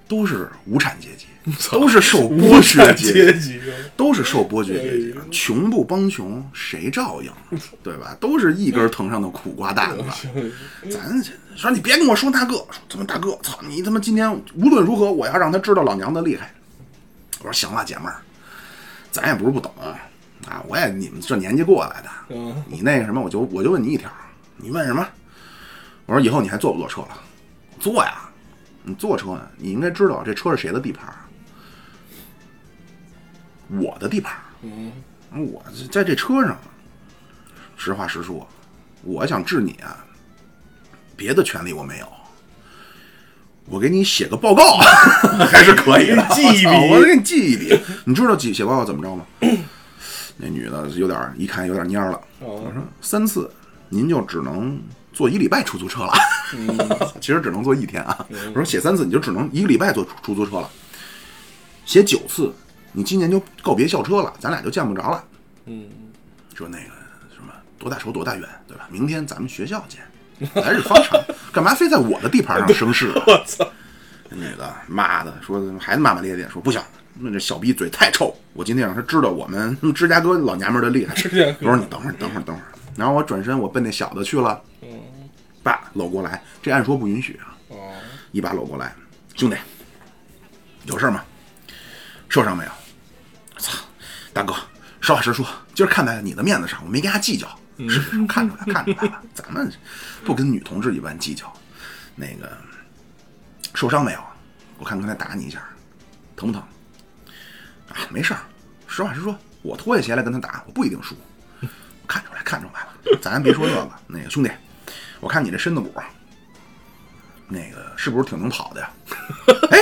S1: 都是无产阶级，都是受剥
S4: 无
S1: 削
S4: 产
S1: 阶级
S4: 阶，级，啊
S1: 都是受剥削阶级，穷不帮穷，谁照应啊？对吧？都是一根藤上的苦瓜蛋子。咱说你别跟我说大哥，说他妈大哥，操你他妈今天无论如何我要让他知道老娘的厉害。我说行了，姐妹儿，咱也不是不懂啊，啊我也你们这年纪过来的，
S4: 嗯
S1: 你那个什么，我就我就问你一条，你问什么？我说以后你还坐不坐车了？坐呀，你坐车呢，你应该知道这车是谁的地盘儿，我的地盘儿。
S4: 嗯
S1: 我在这车上，实话实说，我想治你啊，别的权利我没有，我给你写个报
S4: *laughs*
S1: 告还是可以的，
S4: 记一笔
S1: 我操 *laughs* 我给你记一笔。你知道记写报告怎么着吗？ *clears throat* 那女的有点一看有点蔫儿了，
S4: 哦
S1: 我说三次您就只能坐一礼拜出租车了，
S4: 嗯
S1: *laughs* 其实只能坐一天啊。我说写三次你就只能一个礼拜坐出出租车了，写九次你今年就告别校车了，咱俩就见不着了。
S4: 嗯，
S1: 说那个什么多大仇多大怨，对吧？明天咱们学校见，来日方长， *laughs* 干嘛非在我的地盘上生事、啊？
S4: *laughs* 我操，
S1: 女的，妈的，说还骂骂咧咧，说不行，那这小逼嘴太臭，我今天让他知道我们 *laughs* 嗯芝加哥老娘们儿的厉害。
S4: 芝加哥
S1: 我说你等会儿，你等会儿，等会儿。然后我转身，我奔那小的去了。嗯，爸搂过来，这按说不允许啊，
S4: 哦，
S1: 一把搂过来，兄弟，有事儿吗？受伤没有？操，大哥，实话实说，今儿看在你的面子上，我没跟他计较。是是，是看出来，看出来了，咱们不跟女同志一般计较。那个受伤没有？我看刚才打你一下，疼不疼？啊，没事儿。实话实说，我脱下鞋来跟他打，我不一定输。看出来，看出来了。咱别说这个，那个兄弟，我看你这身子骨，那个是不是挺能跑的呀？哎，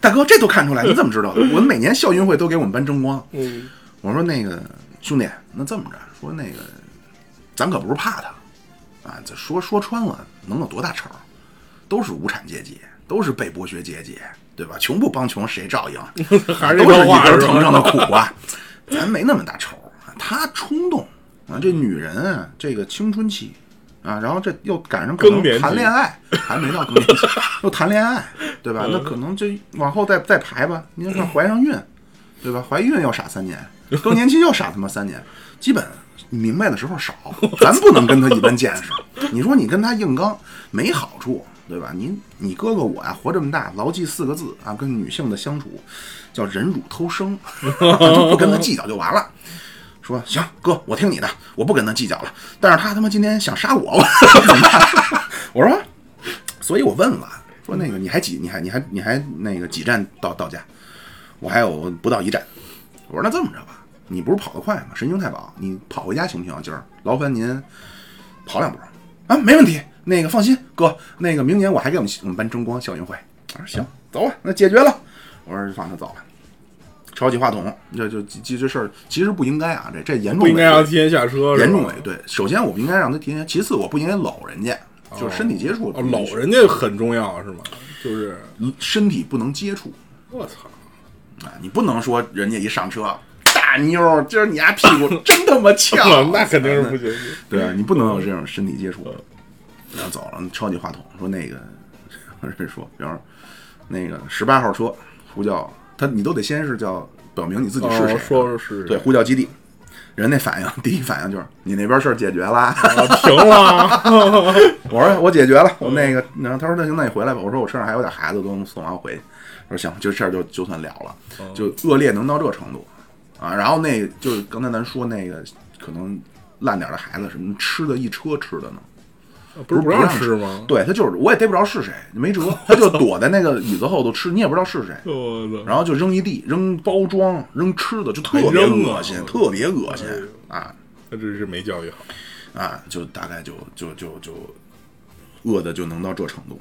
S1: 大哥，这都看出来，你怎么知道的？我们每年校运会都给我们班争光。
S4: 嗯
S1: 我说那个兄弟，那这么着，说那个，咱可不是怕他，啊，这说说穿了，能有多大仇？都是无产阶级，都是被剥削阶级，对吧？穷不帮穷，谁照
S4: *laughs*
S1: 应？
S4: 还是那
S1: 都是
S4: 套
S1: 一
S4: 话
S1: 根
S4: 是吧
S1: 藤上的苦啊，咱没那么大仇啊。他冲动啊，这女人啊，这个青春期啊，然后这又赶上可能
S4: 更年期
S1: 谈恋爱，还没到更年期，又谈恋爱，对吧？那可能就往后再再排吧。您看怀上孕，对吧？怀孕要傻三年，更年期又傻他妈三年，基本你明白的时候少，咱不能跟他一般见识。你说你跟他硬刚没好处，对吧？你你哥哥我呀、啊活这么大，牢记四个字啊，跟女性的相处叫忍辱偷生， *laughs* 就不跟他计较就完了。说行，哥，我听你的，我不跟他计较了。但是他他妈今天想杀我， *laughs* 我怎么办？我说，所以我问了，说那个你还几？你还你还你还那个几站到到家？我还有不到一站。我说那这么着吧，你不是跑得快吗？神行太保，你跑回家行不行？今儿劳烦您跑两步啊，没问题。那个放心，哥，那个明年我还给我们我们班争光校运会。我说行，走吧，那解决了。我说就放他走了。抄起话筒，这就这这这事儿其实不应该啊，这这严重
S4: 不应该
S1: 违
S4: 让
S1: 规
S4: 提前下车，
S1: 严重
S4: 哎
S1: 违。对。首先我不应该让他提前，其次我不应该搂人家，就是身体接触
S4: 哦，搂人家很重要是吗？就是
S1: 嗯身体不能接触
S4: 我操，
S1: 啊，你不能说人家一上车。大妞儿，今儿你丫屁
S4: *laughs*
S1: 股真他妈翘，
S4: 啊哦那肯定是不行。嗯
S1: 对啊，你不能有这种身体接触。然后走了，抄起话筒说那个，人说，比方说那个十八号车呼叫他，你都得先是叫表明你自己是谁，啊
S4: 哦说说是谁
S1: 对，呼叫基地。人那反应，第一反应就是你那边事儿解决啦。
S4: 啊，停 *laughs* 了，
S1: 我说我解决了，
S4: 嗯
S1: 我那个，然后他说那行，那你回来吧。我说我车上还有点孩子，都能送完我回去。我说行，这事儿就就算了了，
S4: 嗯
S1: 就恶劣能到这程度啊。然后那就是刚才咱说那个可能烂点儿的孩子，什么吃的一车吃的呢，
S4: 不是不让吃吗？
S1: 对他就是我也逮不着是谁，没辙，他就躲在那个椅子后头吃，你也不知道是谁。
S4: 嗯我操，
S1: 然后就扔一地，扔包装，扔吃的，就特别
S4: 扔啊哎
S1: 恶心，特别恶心啊
S4: 那真是没教育好。
S1: 啊！就大概就就就就饿的就能到这程度，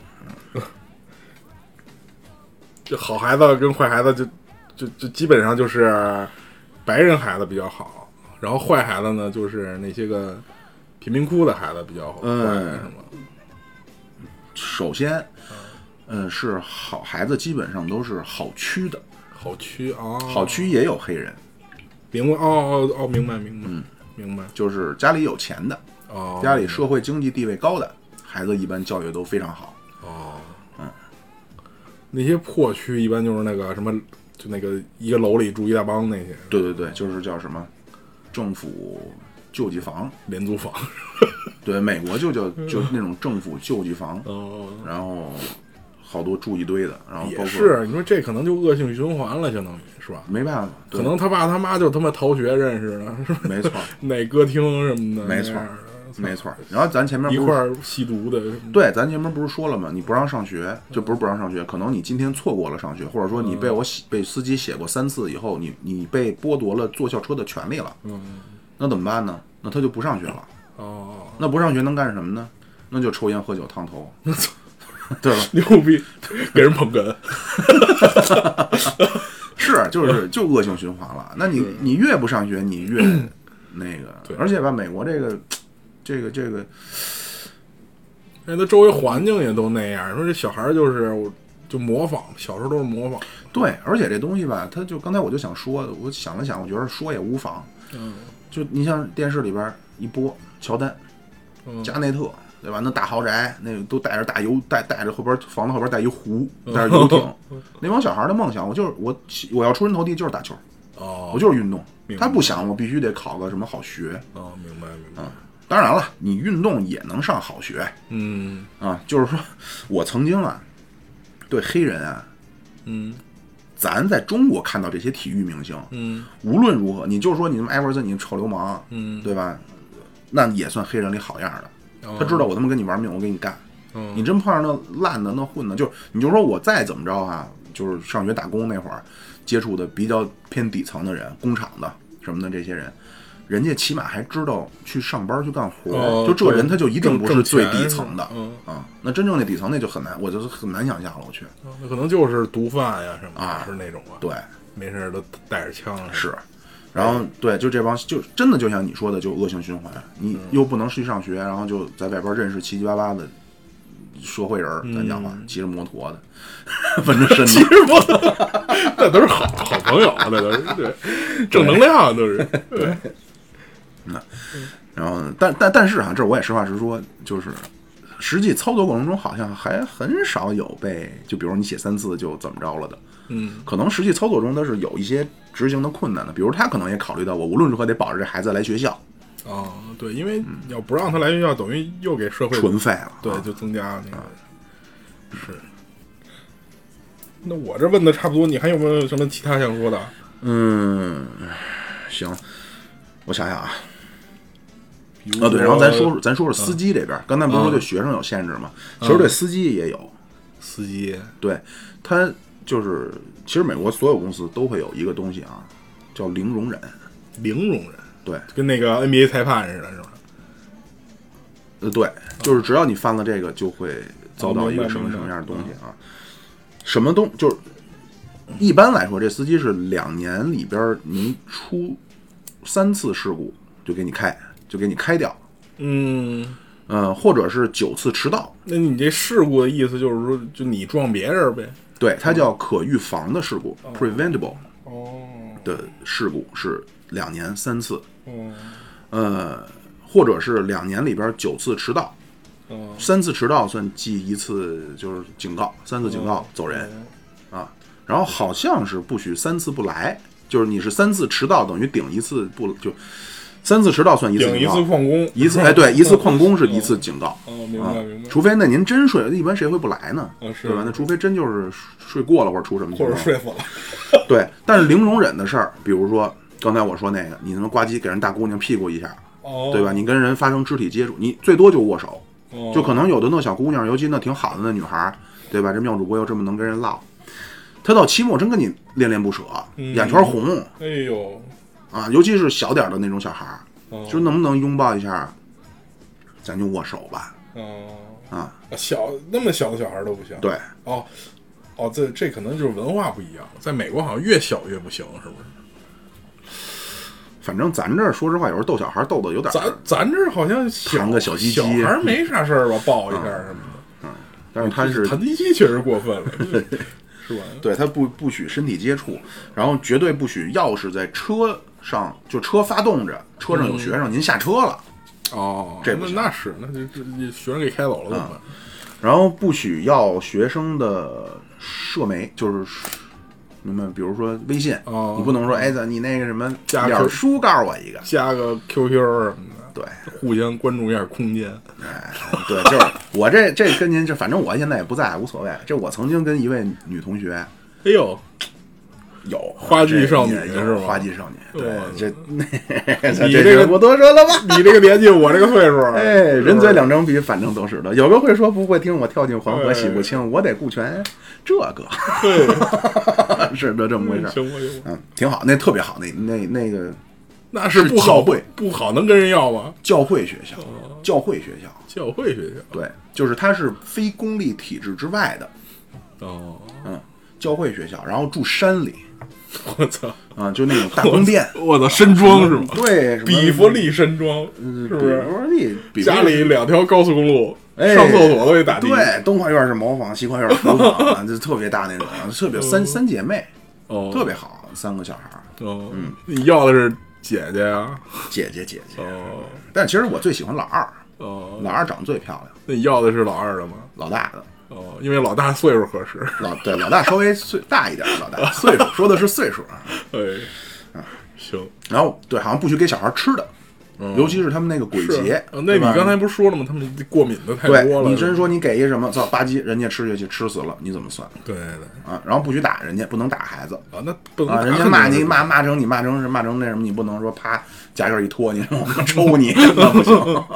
S4: 这好孩子跟坏孩子就就就基本上就是白人孩子比较好，然后坏孩子呢就是那些个贫民窟的孩子比较好，
S1: 嗯
S4: 坏是吗？
S1: 首先，嗯，是好孩子基本上都是好区的，
S4: 好区啊，
S1: 好区也有黑人，
S4: 明白哦哦哦，明白明白、明白
S1: 就是家里有钱的，
S4: 哦，
S1: 嗯家里社会经济地位高的孩子，一般教育都非常好。
S4: 哦，那些破区一般就是那个什么，就那个一个楼里住一大帮那些
S1: 对对对，就是叫什么政府救济房，
S4: 廉
S1: *laughs*
S4: 租房，
S1: 对，美国就叫
S4: 嗯
S1: 就那种政府救济房，
S4: 哦，
S1: 然后好多住一堆的，然后包
S4: 也
S1: 括
S4: 是，你说这可能就恶性循环了，相当于是吧？
S1: 没办法，对
S4: 可能他爸他妈就他妈逃学认识的，是吧？
S1: 没错，
S4: 哪歌厅什么的，
S1: 没错
S4: 那样的
S1: 没错。然后咱前面
S4: 一
S1: 不是
S4: 块儿吸毒的，
S1: 对，咱前面不是说了吗？你不让上学，就不是不让上学，可能你今天错过了上学，或者说你
S4: 嗯
S1: 被我写被司机写过三次以后，你你被剥夺了坐校车的权利了，
S4: 嗯，
S1: 那怎么办呢？那他就不上学了，
S4: 哦，
S1: 那不上学能干什么呢？那就抽烟喝酒
S4: *laughs*
S1: 烫头，对吧？
S4: 牛逼， *laughs* 给人捧哏，
S1: 是，就是就恶性循环了。那你你越不上学，你
S4: *clears throat*
S1: 越那个，而且吧，美国这个这个这个，
S4: 那他周围环境也都那样，说这小孩儿就是我就模仿，小时候都是模仿，
S1: 对，而且这东西吧，它就刚才我就想说，我想了想，我觉得说也无妨。
S4: 嗯，
S1: 就你像电视里边一播乔丹、
S4: 嗯
S1: 加内特，对吧？那大豪宅，那个都带着大游带带着后边房子后边带一湖，
S4: 嗯
S1: 带着游
S4: *laughs*
S1: 艇。那帮小孩的梦想，我就是我我要出人头地就是打球，
S4: 哦，
S1: 我就是运动。
S4: 明白
S1: 他不想，我必须得考个什么好学。
S4: 哦，明白明白，
S1: 啊当然了，你运动也能上好学
S4: 嗯
S1: 啊。就是说，我曾经啊，对黑人啊，
S4: 嗯
S1: 咱在中国看到这些体育明星，
S4: 嗯
S1: 无论如何，你就说你们艾弗森，你臭流氓，
S4: 嗯，
S1: 对吧？那也算黑人里好样的。
S4: 哦
S1: 他知道我他妈跟你玩命，我给你干。
S4: 嗯
S1: 你真碰上那烂的、那混的，就是你就说我再怎么着啊，就是上学打工那会儿接触的比较偏底层的人，工厂的什么的这些人，人家起码还知道去上班去干活儿，
S4: 哦
S1: 就这
S4: 对
S1: 人他就一定不是
S4: 挣
S1: 最
S4: 挣钱嗯
S1: 底层的
S4: 是吧
S1: 啊。那真正那底层那就很难，我就是很难想象了。我去，
S4: 那可能就是毒贩呀什么的，
S1: 啊
S4: 是那种啊，
S1: 对，
S4: 没事儿都带着枪啊，
S1: 是。然后对，就这帮就真的就像你说的，就恶性循环。
S4: 嗯
S1: 你又不能去上学，然后就在外边认识七七八八的社会人儿，咱讲话
S4: 嗯
S1: 骑着摩托的， *laughs* 纹着身体，
S4: 是不？ *laughs* 那都是好好朋友，啊那都是对正能量，啊
S1: *laughs*
S4: 都是对，
S1: 然后，但但但是啊，这我也实话实说，就是实际操作过程中，好像还很少有被，就比如你写三次就怎么着了的，
S4: 嗯，
S1: 可能实际操作中它是有一些执行的困难的，比如他可能也考虑到我无论如何得保着这孩子来学校，
S4: 哦，对，因为你要不让他来学校，等于又给社会
S1: 纯废了，
S4: 对
S1: 啊，
S4: 就增加那个是。那我这问的差不多，你还有没有什么其他想说的？
S1: 嗯，行，我想想啊，
S4: 比如
S1: 啊对，然后咱嗯说
S4: 说
S1: 说咱说说司机这边，刚才不是说对学生有限制吗？其实对司机也有，
S4: 司机，
S1: 对，他就是其实美国所有公司都会有一个东西啊，叫零容忍，
S4: 零容忍，
S1: 对。
S4: 跟那个 NBA 裁判似的，是吧？
S1: 呃，对，就是只要你犯了这个，就会遭
S4: 哦
S1: 到
S4: 明
S1: 一个
S4: 白
S1: 什么
S4: 明
S1: 什么
S4: 白
S1: 样的东西啊。什么东就是一般来说，这司机是两年里边儿您出三次事故就给你开，就给你开掉，
S4: 嗯，
S1: 嗯、或者是九次迟到，
S4: 那你这事故的意思就是说，就你撞别人呗？
S1: 对，它叫可预防的事故、p r e v e n t a b l e
S4: 哦，
S1: 的事故是两年三次，
S4: 嗯，
S1: 呃，或者是两年里边九次迟到，
S4: 哦，
S1: 三次迟到算记一次就是警告，三次警
S4: 哦
S1: 告走人啊。然后好像是不许三次不来，就是你是三次迟到等于顶一次不就三次迟到算一次
S4: 顶一
S1: 警
S4: 次
S1: 告，
S4: 旷工，嗯
S1: 一次哎对，一次旷工是一次警告。
S4: 哦，明
S1: 啊
S4: 白明白，，
S1: 除非那您真睡，一般谁会不来呢？
S4: 啊是
S1: 对吧？那除非真就是睡过了或者出什么情
S4: 或者
S1: 况，
S4: 睡死了，
S1: 对，但是零容忍的事儿，比如说刚才我说那个，你他妈呱唧给人大姑娘屁股一下，
S4: 哦，
S1: 对吧？？你跟人发生肢体接触，你最多就握手，
S4: 哦、
S1: 就可能有的那小姑娘，尤其那挺好的那女孩儿，对吧？这妙主播又这么能跟人唠，她到期末真跟你恋恋不舍，
S4: 嗯
S1: 眼圈红
S4: 哎呦，
S1: 啊，尤其是小点儿的那种小孩儿，
S4: 哦
S1: 就能不能拥抱一下？咱就握手吧，
S4: 哦，
S1: 啊，
S4: 小那么小的小孩都不行，
S1: 对，
S4: 哦。哦，这这可能就是文化不一样，在美国好像越小越不行，是不是？
S1: 反正咱这儿说实话，有时候逗小孩儿逗的有点儿，
S4: 咱咱这儿好像小
S1: 弹个小鸡鸡
S4: 小孩儿没啥事儿吧，抱一下什么的。
S1: 但是他是
S4: 弹鸡鸡确实过分
S1: *laughs*
S4: 了，是吧？
S1: 对他不不许身体接触，然后绝对不许钥匙在车上，就车发动着，车
S4: 嗯
S1: 上有学生，您下车了，
S4: 哦，
S1: 这不
S4: 那
S1: 行嗯
S4: 那是，那就这这学生给开走了怎么办？
S1: 然后不许要学生的社媒，就是。明白，比如说微信，
S4: 哦
S1: 你不能说，哎，咱你那个什么
S4: 加
S1: 脸
S4: 个
S1: 书告诉我一个，
S4: 加个 QQ 什么的，
S1: 对，
S4: 互相关注一下空间。
S1: 哎，对，就是我这这跟您这，反正我现在也不在，无所谓。这我曾经跟一位女同学
S4: 哎呦，
S1: 有
S4: 花季少女
S1: 这
S4: 是吧
S1: 花季少女，对
S4: 哇， *laughs*
S1: 这 *laughs*
S4: 你
S1: 这
S4: 这个
S1: 就不多说了吧？
S4: 你这个年纪，我这个岁数，
S1: *laughs* 哎，
S4: 是不是
S1: 人嘴两张皮，反正都是的。有个会说不会听，我跳进黄河洗不清，我得顾全这个，
S4: *laughs*
S1: *laughs*
S4: 对，
S1: 是的，这么回事儿。
S4: 行吧行吧，
S1: 嗯，挺好，那特别好，那那那个
S4: 那是不
S1: 教
S4: 好
S1: 会
S4: 不好能跟人要吗？
S1: 教会学校，
S4: 哦
S1: 教会学校，
S4: 教会学校
S1: 对，就是它是非公立体制之外的，
S4: 哦，
S1: 嗯，教会学校，然后住山里，
S4: 我操，
S1: 啊、就那种大宫殿，
S4: *laughs* 我操，山庄是吗？
S1: 对，什么
S4: 比弗利山庄是不
S1: 比
S4: 是？
S1: 弗利，比弗利
S4: 家里两条高速公路，
S1: 哎
S4: 上厕所都得打的。
S1: 对，东华院是茅房，西华院是厨房，就特别大那种，
S4: *laughs*
S1: 特别三三姐妹，
S4: 哦，
S1: 特别嗯好，三个小孩儿，
S4: 哦，你要的是姐姐呀？
S1: 姐姐姐姐，
S4: 哦
S1: 但其实我最喜欢老二，
S4: 哦，
S1: 老二长得最漂亮，
S4: 那你要的是老二的吗？
S1: 老大的
S4: 哦，因为老大岁数合适。
S1: *laughs* 老对老大稍微岁大一点，老大岁数说的是岁数啊。
S4: 哎，行，
S1: 然后对，好像不许给小孩吃的，尤其是他们那个鬼
S4: 是
S1: 节。
S4: 嗯呃那你
S1: 对吧
S4: 刚才不是说了吗？他们过敏的太多
S1: 对
S4: 了。
S1: 你真说你给一什么，操吧唧，人家吃下去吃死了，你怎么算
S4: 对对
S1: 啊？然后不许打人家，不能打孩子。
S4: 啊，那不能
S1: 啊！
S4: 打
S1: 人家
S4: 很多
S1: 骂你
S4: 人
S1: 骂骂成你骂成是骂成那什么，你不能说啪夹克一脱，你让我抽你，那
S4: *laughs*
S1: 不行啊。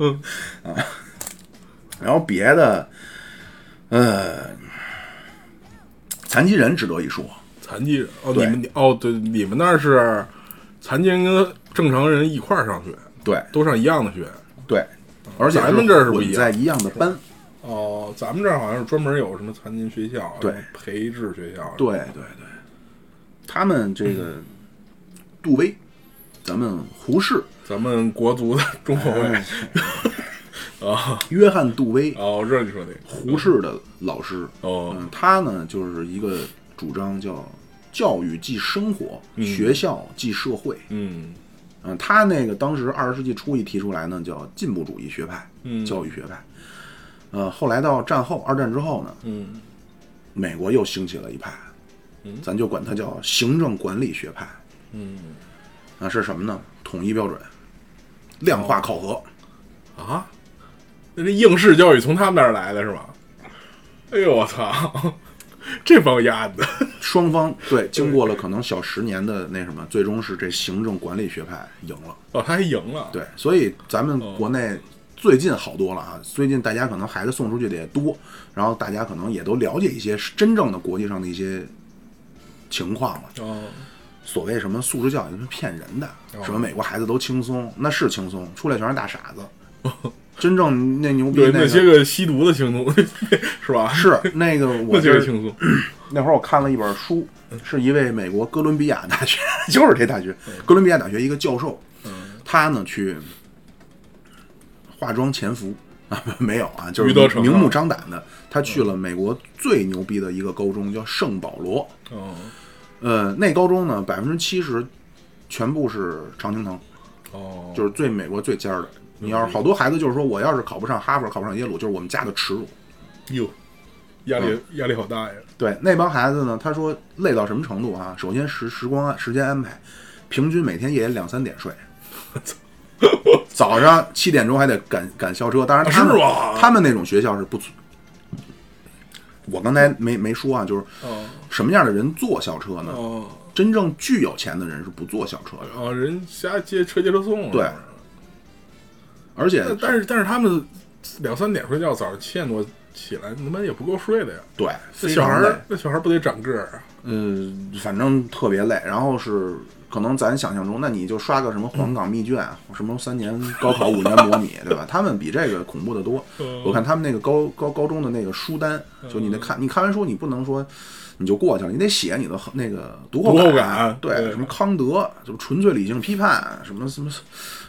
S4: 嗯
S1: 然后别的，呃，残疾人值得一说，
S4: 残疾人哦，你
S1: 对
S4: 们哦对，你们那儿是残疾人跟正常人一块儿上学，
S1: 对
S4: 都上一样的学。
S1: 对，而且
S4: 咱们这儿是不
S1: 混
S4: 一样
S1: 在一样的班，
S4: 哦，咱们这儿好像是专门有什么残疾人学校，
S1: 对
S4: 什么培智学校，
S1: 对对对，他们这个杜威，咱们胡适，
S4: 咱们国足的中
S1: *laughs*
S4: 后卫
S1: 哎
S4: *laughs* 啊，
S1: 约翰·杜威，
S4: 哦，我知道你说那个
S1: 胡适的老师，
S4: 哦
S1: 嗯，他呢就是一个主张叫教育即生活，学校即社会。
S4: 嗯
S1: 嗯，他那个当时二十世纪初一提出来呢，叫进步主义学派，
S4: 嗯
S1: 教育学派。呃，后来到战后，二战之后呢，
S4: 嗯
S1: 美国又兴起了一派，咱就管它叫行政管理学派。
S4: 嗯
S1: 啊，是什么呢？统一标准，量化考核。
S4: 啊，那这应试教育从他们那儿来的是吗？哎呦我操， *laughs* 这帮丫的，
S1: 双方对经过了可能小十年的那什么，最终是这行政管理学派赢了。
S4: *laughs* 哦，他还赢了，
S1: 对，所以咱们国内最近好多了啊，最近大家可能孩子送出去的也多，然后大家可能也都了解一些真正的国际上的一些情况了。
S4: 哦，
S1: 所谓什么素质教育是骗人的
S4: 哦，
S1: 什么美国孩子都轻松，那是轻松，出来全是大傻子，
S4: *laughs*
S1: 真正那牛逼
S4: 对
S1: 那
S4: 那
S1: 个
S4: 些个吸毒的轻松， *laughs* 是吧？
S1: 是那个我
S4: *laughs* 那些
S1: 就
S4: 个
S1: 是
S4: 轻松，
S1: 那会儿我看了一本书，
S4: 嗯
S1: 是一位美国哥伦比亚大学， *laughs* 就是这大学，哥伦比亚大学一个教授，
S4: 嗯
S1: 他呢去化妆潜伏啊，没有啊，就
S4: 余德
S1: 是
S4: 成
S1: 明
S4: 啊
S1: 目张胆的，他去了美国最牛逼的一个高中，叫圣保罗。
S4: 哦
S1: 呃，那高中呢，百分之七十全部是常青藤，
S4: 哦，
S1: 就是最美国最尖儿的。你要
S4: 嗯
S1: 是好多孩子就是说我要是考不上哈佛，考不上耶鲁，就是我们家的耻辱。
S4: 哟，压力
S1: 嗯
S4: 压力好大呀，
S1: 对那帮孩子呢，他说累到什么程度啊？首先时时光安时间安排，平均每天夜里两三点睡，早上七点钟还得赶赶校车。当然他们
S4: 是吧
S1: 他们那种学校是不存，我刚才没没说啊，就是
S4: 哦
S1: 什么样的人坐校车呢？
S4: 哦
S1: 真正巨有钱的人是不坐校车的，
S4: 哦，人瞎接车接车送，
S1: 对而且
S4: 但但是但是他们两三点睡觉，早上七点多起来，他妈也不够睡的呀。
S1: 对
S4: 这
S1: 非
S4: 小
S1: 常
S4: 孩
S1: 累
S4: 儿，，那小孩儿不得长个儿啊？
S1: 嗯，反正特别累。然后是可能咱想象中，那你就刷个什么黄冈密卷，什么三年高考五年模拟，对吧？他们比这个恐怖的多
S4: 嗯。
S1: 我看他们那个高高高中的那个书单，就你得看，你看完书你不能说你就过去了，你得写你的那个读后
S4: 读后
S1: 感
S4: 感。
S1: 对，
S4: 对
S1: 什么康德，什么纯粹理性批判，什么什么，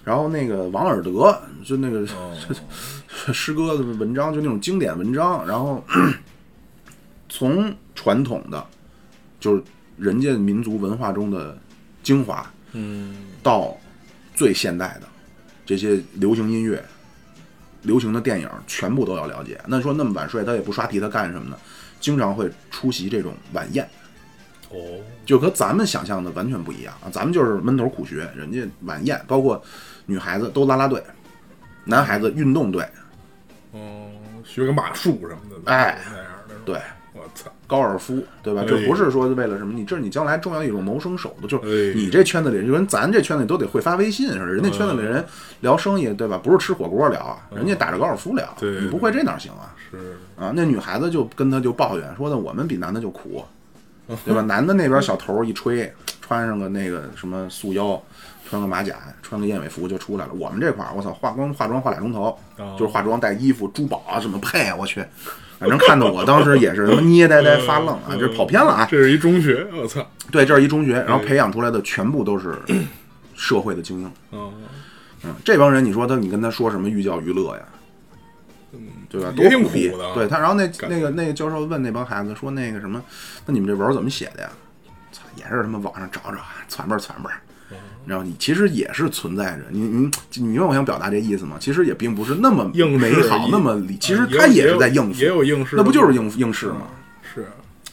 S1: 然后那个王尔德，就那个
S4: 哦
S1: *laughs* 诗歌的文章，就那种经典文章，然后。 *clears throat* 从传统的，就是人家民族文化中的精华，
S4: 嗯，
S1: 到最现代的这些流行音乐、流行的电影，全部都要了解。那说那么晚睡，他也不刷题，他干什么呢？经常会出席这种晚宴，
S4: 哦，
S1: 就和咱们想象的完全不一样啊！咱们就是闷头苦学，人家晚宴，包括女孩子都啦啦队，男孩子运动队，
S4: 哦，学个马术什么的，
S1: 哎
S4: 那样的。，
S1: 对，
S4: 我操，
S1: 高尔夫，对吧？
S4: 哎
S1: 这不是说为了什么，你这是你将来重要的一种谋生手段，就是
S4: 哎
S1: 你这圈子里，就跟咱这圈子里都得会发微信似的，人家圈子里
S4: 嗯
S1: 人聊生意，对吧？不是吃火锅聊啊，人家打着高尔夫聊，
S4: 对
S1: 你不会这哪行啊？
S4: 是
S1: 啊，那女孩子就跟他就抱怨说的，我们比男的就苦，对吧？男的那边小头一吹，穿上个那个什么束腰，穿个马甲，穿个燕尾服就出来了。我们这块儿，我操，化光化妆化俩钟头，
S4: 哦
S1: 就是化妆带衣服、珠宝啊什么配，我去，反正看得我当时也是他妈捏呆呆发愣啊，这跑偏了啊。
S4: 这是一中学，我操，
S1: 对，这是一中学，然后培养出来的全部都是社会的精英。
S4: 哦，
S1: 嗯，这帮人，你说他，你跟他说什么寓教于乐呀？
S4: 嗯，
S1: 对吧？多
S4: 也挺
S1: 逼
S4: 苦的啊。
S1: 对他，然后那
S4: 感觉
S1: 那个那个教授问那帮孩子说：“那个什么，那你们这文儿怎么写的呀？”操，也是他妈网上找啊找，传吧传吧。
S4: 嗯
S1: 然后你其实也是存在着，你你你明白我想表达这意思吗？其实也并不是那么
S4: 应试
S1: 美好
S4: 也，
S1: 那么理，其实
S4: 啊也有
S1: 他是在应付，
S4: 也有应试嗯
S1: 那不就是
S4: 的
S1: 应应试吗？
S4: 是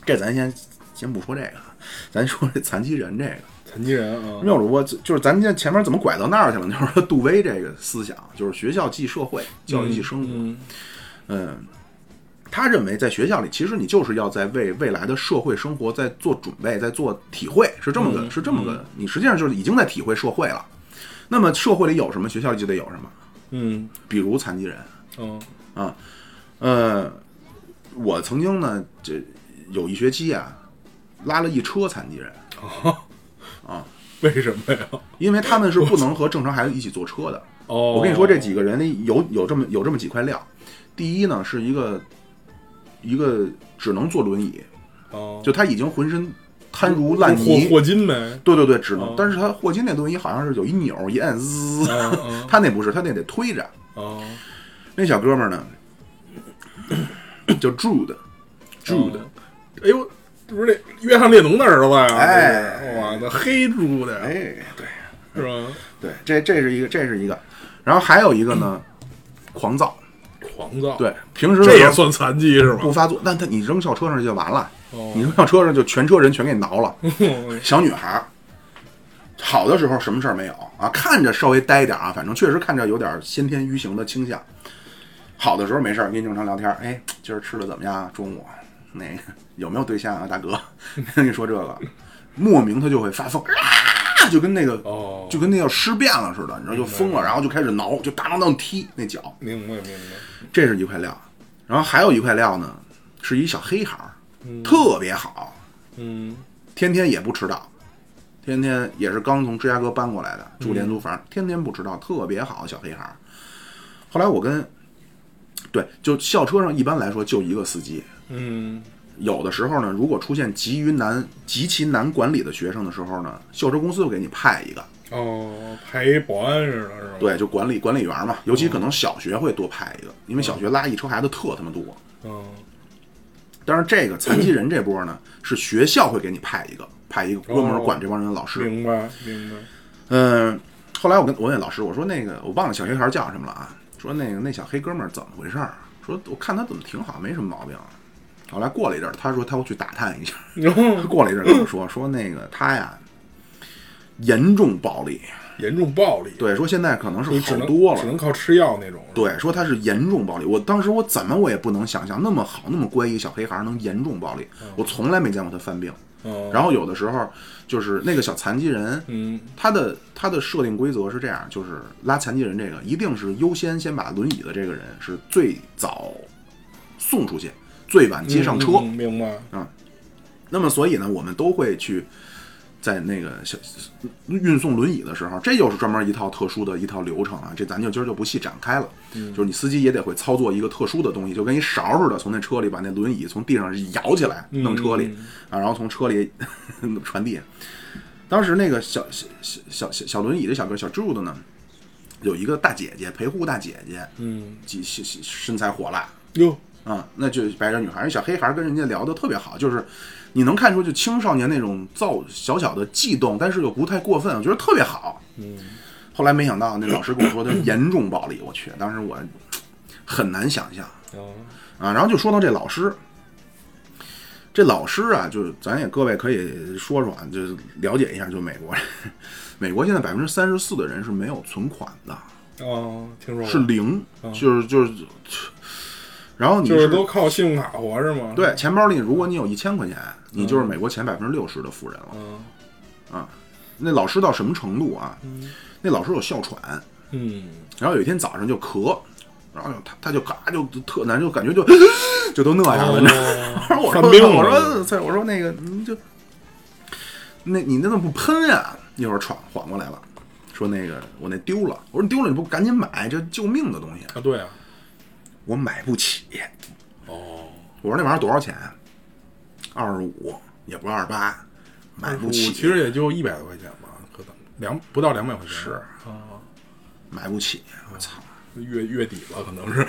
S1: 这咱先先不说这个，啊咱说这残疾人这个。
S4: 残疾人啊，
S1: 妙主播就就是咱们这前面怎么拐到那儿去了？ *laughs* 就是说杜威这个思想，就是学校即社会，教育即生活。
S4: 嗯
S1: 嗯，他认为在学校里，其实你就是要在为未来的社会生活在做准备，在做体会，是这么个，是这么个，你实际上就是已经在体会社会了。那么社会里有什么，学校里就得有什么，
S4: 嗯
S1: 比如残疾人，
S4: 嗯
S1: 呃，我曾经呢，这有一学期啊，拉了一车残疾人，
S4: 为什么呀？
S1: 因为他们是不能和正常孩子一起坐车的。
S4: 哦，
S1: 我跟你说，这几个人里有有这么有这么几块料。第一呢，是一个一个只能坐轮椅，
S4: 哦，
S1: 就他已经浑身摊如烂
S4: 霍
S1: 泥。
S4: 霍金呗。
S1: 对对对，只能
S4: 哦。
S1: 但是他霍金那轮椅好像是有一钮一按滋，
S4: 哦
S1: 他那不是，他那得推着。
S4: 哦
S1: 那小哥们儿呢，叫 Jude，Jude，
S4: 哦哎呦，这不是那约翰列侬的儿子呀？
S1: 哎
S4: 哇，那黑猪的，
S1: 哎，对
S4: 是吧？
S1: 对，这这是一个，这是一个。然后还有一个呢，狂躁。
S4: 狂躁，，
S1: 对，平时的
S4: 这
S1: 时
S4: 也
S1: 候
S4: 算残疾是吧
S1: 不？发作，但他你扔校车上去就完了，
S4: 哦
S1: 你扔校车上就全车人全给你挠了。小女孩儿，好的时候什么事儿没有啊，看着稍微呆点儿啊，反正确实看着有点先天愚行的倾向。好的时候没事儿，跟你正常聊天儿，哎，今儿吃的怎么样啊？中午那个有没有对象啊，大哥？ *laughs* 跟你说这个，莫名他就会发疯，啊，就跟那个、
S4: *laughs* 哦
S1: 就跟那要尸变了似的，你知道就疯了，然后就开始挠，就当当当踢那脚，
S4: 明白明白。
S1: 这是一块料。然后还有一块料呢，是一小黑孩儿，特别好，
S4: 嗯，
S1: 天天也不迟到，天天也是刚从芝加哥搬过来的，住廉租房，天天不迟到，特别好，小黑孩儿。后来我跟对，就校车上一般来说就一个司机，
S4: 嗯
S1: 有的时候呢，如果出现急于难、极其难管理的学生的时候呢，校车公司会给你派一个，
S4: 哦，排一保安似的，是吗？
S1: 对，就管理管理员嘛。尤其可能小学会多派一个，因为小学拉一车孩子特他妈多。
S4: 嗯，
S1: 但是这个残疾人这波呢，是学校会给你派一个，派一个专门管这帮人的老师。
S4: 哦明白明白。
S1: 嗯、后来我跟我问老师，我说那个我忘了小学孩叫什么了啊，说那个那小黑哥们儿怎么回事儿？说我看他怎么挺好，没什么毛病啊。后来过了一阵儿，他说他要去打探一下。过了一阵儿跟我说，说那个他呀 *laughs* 严重暴力，
S4: *laughs* 严重暴力，
S1: 对，说现在可能是
S4: 你只
S1: 好
S4: 能
S1: 多了
S4: 只，能靠吃药那种。
S1: 对，说他是严重暴力。我当时我怎么我也不能想象，那么好那么乖一个小黑孩儿能严重暴力，我从来没见过他犯病。
S4: 嗯，
S1: 然后有的时候就是那个小残疾人，
S4: 嗯
S1: 他的他的设定规则是这样，就是拉残疾人这个一定是优先先把轮椅的这个人是最早送出去，最晚接上车。
S4: 嗯嗯明白。
S1: 那么所以呢，我们都会去在那个小运送轮椅的时候，这又是专门一套特殊的一套流程啊，这咱就今儿就不细展开了。就是你司机也得会操作一个特殊的东西，就跟一勺似的，从那车里把那轮椅从地上摇起来，弄车里、啊，然后从车里 *laughs* 传递。当时那个小小小小小小轮椅的小哥小柱子呢，有一个大姐姐陪护大姐姐，
S4: 嗯，
S1: 几身身材火辣，
S4: 哟，
S1: 啊、那就白人女孩，小黑孩跟人家聊的特别好，就是你能看出就青少年那种躁小小的悸动，但是又不太过分，我觉得特别好。嗯，后来没想到那老师跟我说他严重暴力，我去，当时我很难想象
S4: 嗯
S1: 啊。然后就说到这老师，这老师啊，就咱也各位可以说说啊，就了解一下，就美国，美国现在百分之三十四的人是没有存款的，
S4: 哦，听说过
S1: 是零，就是就是，然后你
S4: 嗯就是
S1: 是
S4: 都靠信用卡活是吗？，
S1: 对，钱包里如果你有一千块钱，你就是美国前百分之六十的富人了。啊
S4: 嗯
S1: 那老师到什么程度啊？那老师有哮喘，
S4: 嗯，
S1: 然后有一天早上就咳，然后他他就嘎就特难，就感觉就 *laughs* 就都啊那样了。你知道吗
S4: 哦
S1: 然后 *laughs* 我
S4: 犯
S1: 说
S4: 病
S1: 我
S4: 了
S1: 说嗯对，我说那个你就那你那怎么不喷呀？一会儿喘缓过来了，说那个我那丢了。我说你丢了你不赶紧买，这救命的东西。
S4: 啊，对啊，
S1: 我买不起。哦，我说那玩意儿多少钱？啊二十五，也不二十八，买不
S4: 我
S1: 起，
S4: 其实也就一百多块钱吧，可能两不到两百块钱
S1: 是
S4: 啊，
S1: 买不起。啊我操！
S4: 月月底了可
S1: *laughs*
S4: 能是，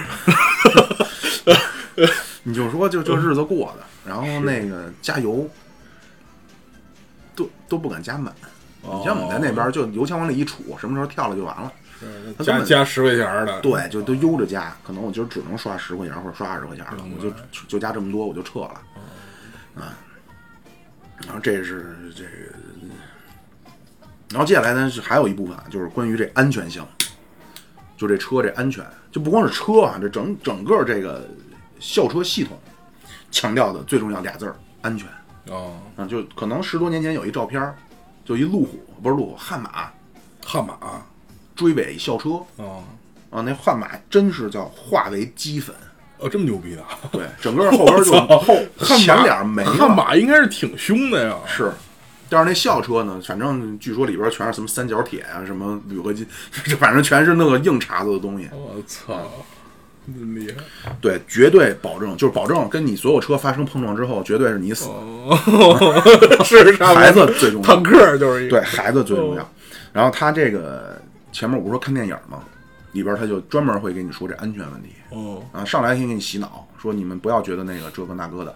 S1: 你就说就这日子过的，嗯然后那个加油，都都不敢加满。你像我们在那边儿就油枪往里一杵，什么时候跳了就完了。
S4: 是
S1: 他根
S4: 加
S1: 本
S4: 加十块钱儿的，
S1: 对，就都悠着加，可能我今儿只能刷十块钱或者刷二十块钱了，
S4: 明
S1: 我
S4: 白嗯
S1: 就就加这么多，我就撤了，啊，然后这是这个，然后接下来呢是还有一部分啊，就是关于这安全性，就这车这安全，就不光是车啊，这整整个这个校车系统强调的最重要俩字儿安全
S4: 哦，
S1: 啊，就可能十多年前有一照片儿，就一路虎不是路虎悍马
S4: 悍马，
S1: 追尾校车
S4: 哦，
S1: 啊，那悍马真是叫化为齑粉。
S4: 哦，这么牛逼的啊，
S1: 对，整个后边就后
S4: 悍马
S1: 前脸没了，
S4: 悍马应该是挺凶的呀，
S1: 是。但是那校车呢，反正据说里边全是什么三角铁啊，什么铝合金， *laughs* 这反正全是那个硬茬子的东西。
S4: 我操，那么厉害，
S1: 对，绝对保证，就是保证跟你所有车发生碰撞之后，绝对是你死。 *laughs*
S4: 哦，是差不多
S1: 孩子最重要
S4: 坦克就是一
S1: 对
S4: 个，
S1: 孩子最重
S4: 哦
S1: 要。然后他这个前面我不是说看电影吗？里边他就专门会给你说这安全问题
S4: 哦，
S1: 啊，上来先给你洗脑，说你们不要觉得那个这个那个的，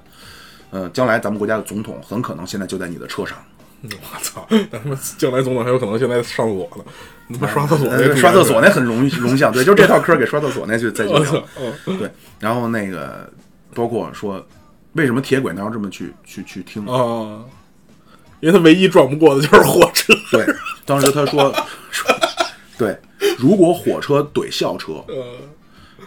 S1: 呃，将来咱们国家的总统很可能现在就在你的车上。
S4: *laughs* 我操，那他妈将来总统还有可能现在上厕所呢，
S1: *laughs*
S4: 你他妈刷厕所那
S1: 呃，刷厕所那很容易容像，对，就是这套嗑给刷厕所那就再就
S4: 我
S1: 聊
S4: 操 *laughs*
S1: 了。，
S4: 哦
S1: 对，然后那个包括说，为什么铁轨那要这么去去去听？
S4: 啊，因为他唯一撞不过的就是火车。 *laughs*
S1: 对，当时他说 *laughs* 说，对，如果火车怼校车，
S4: 呃，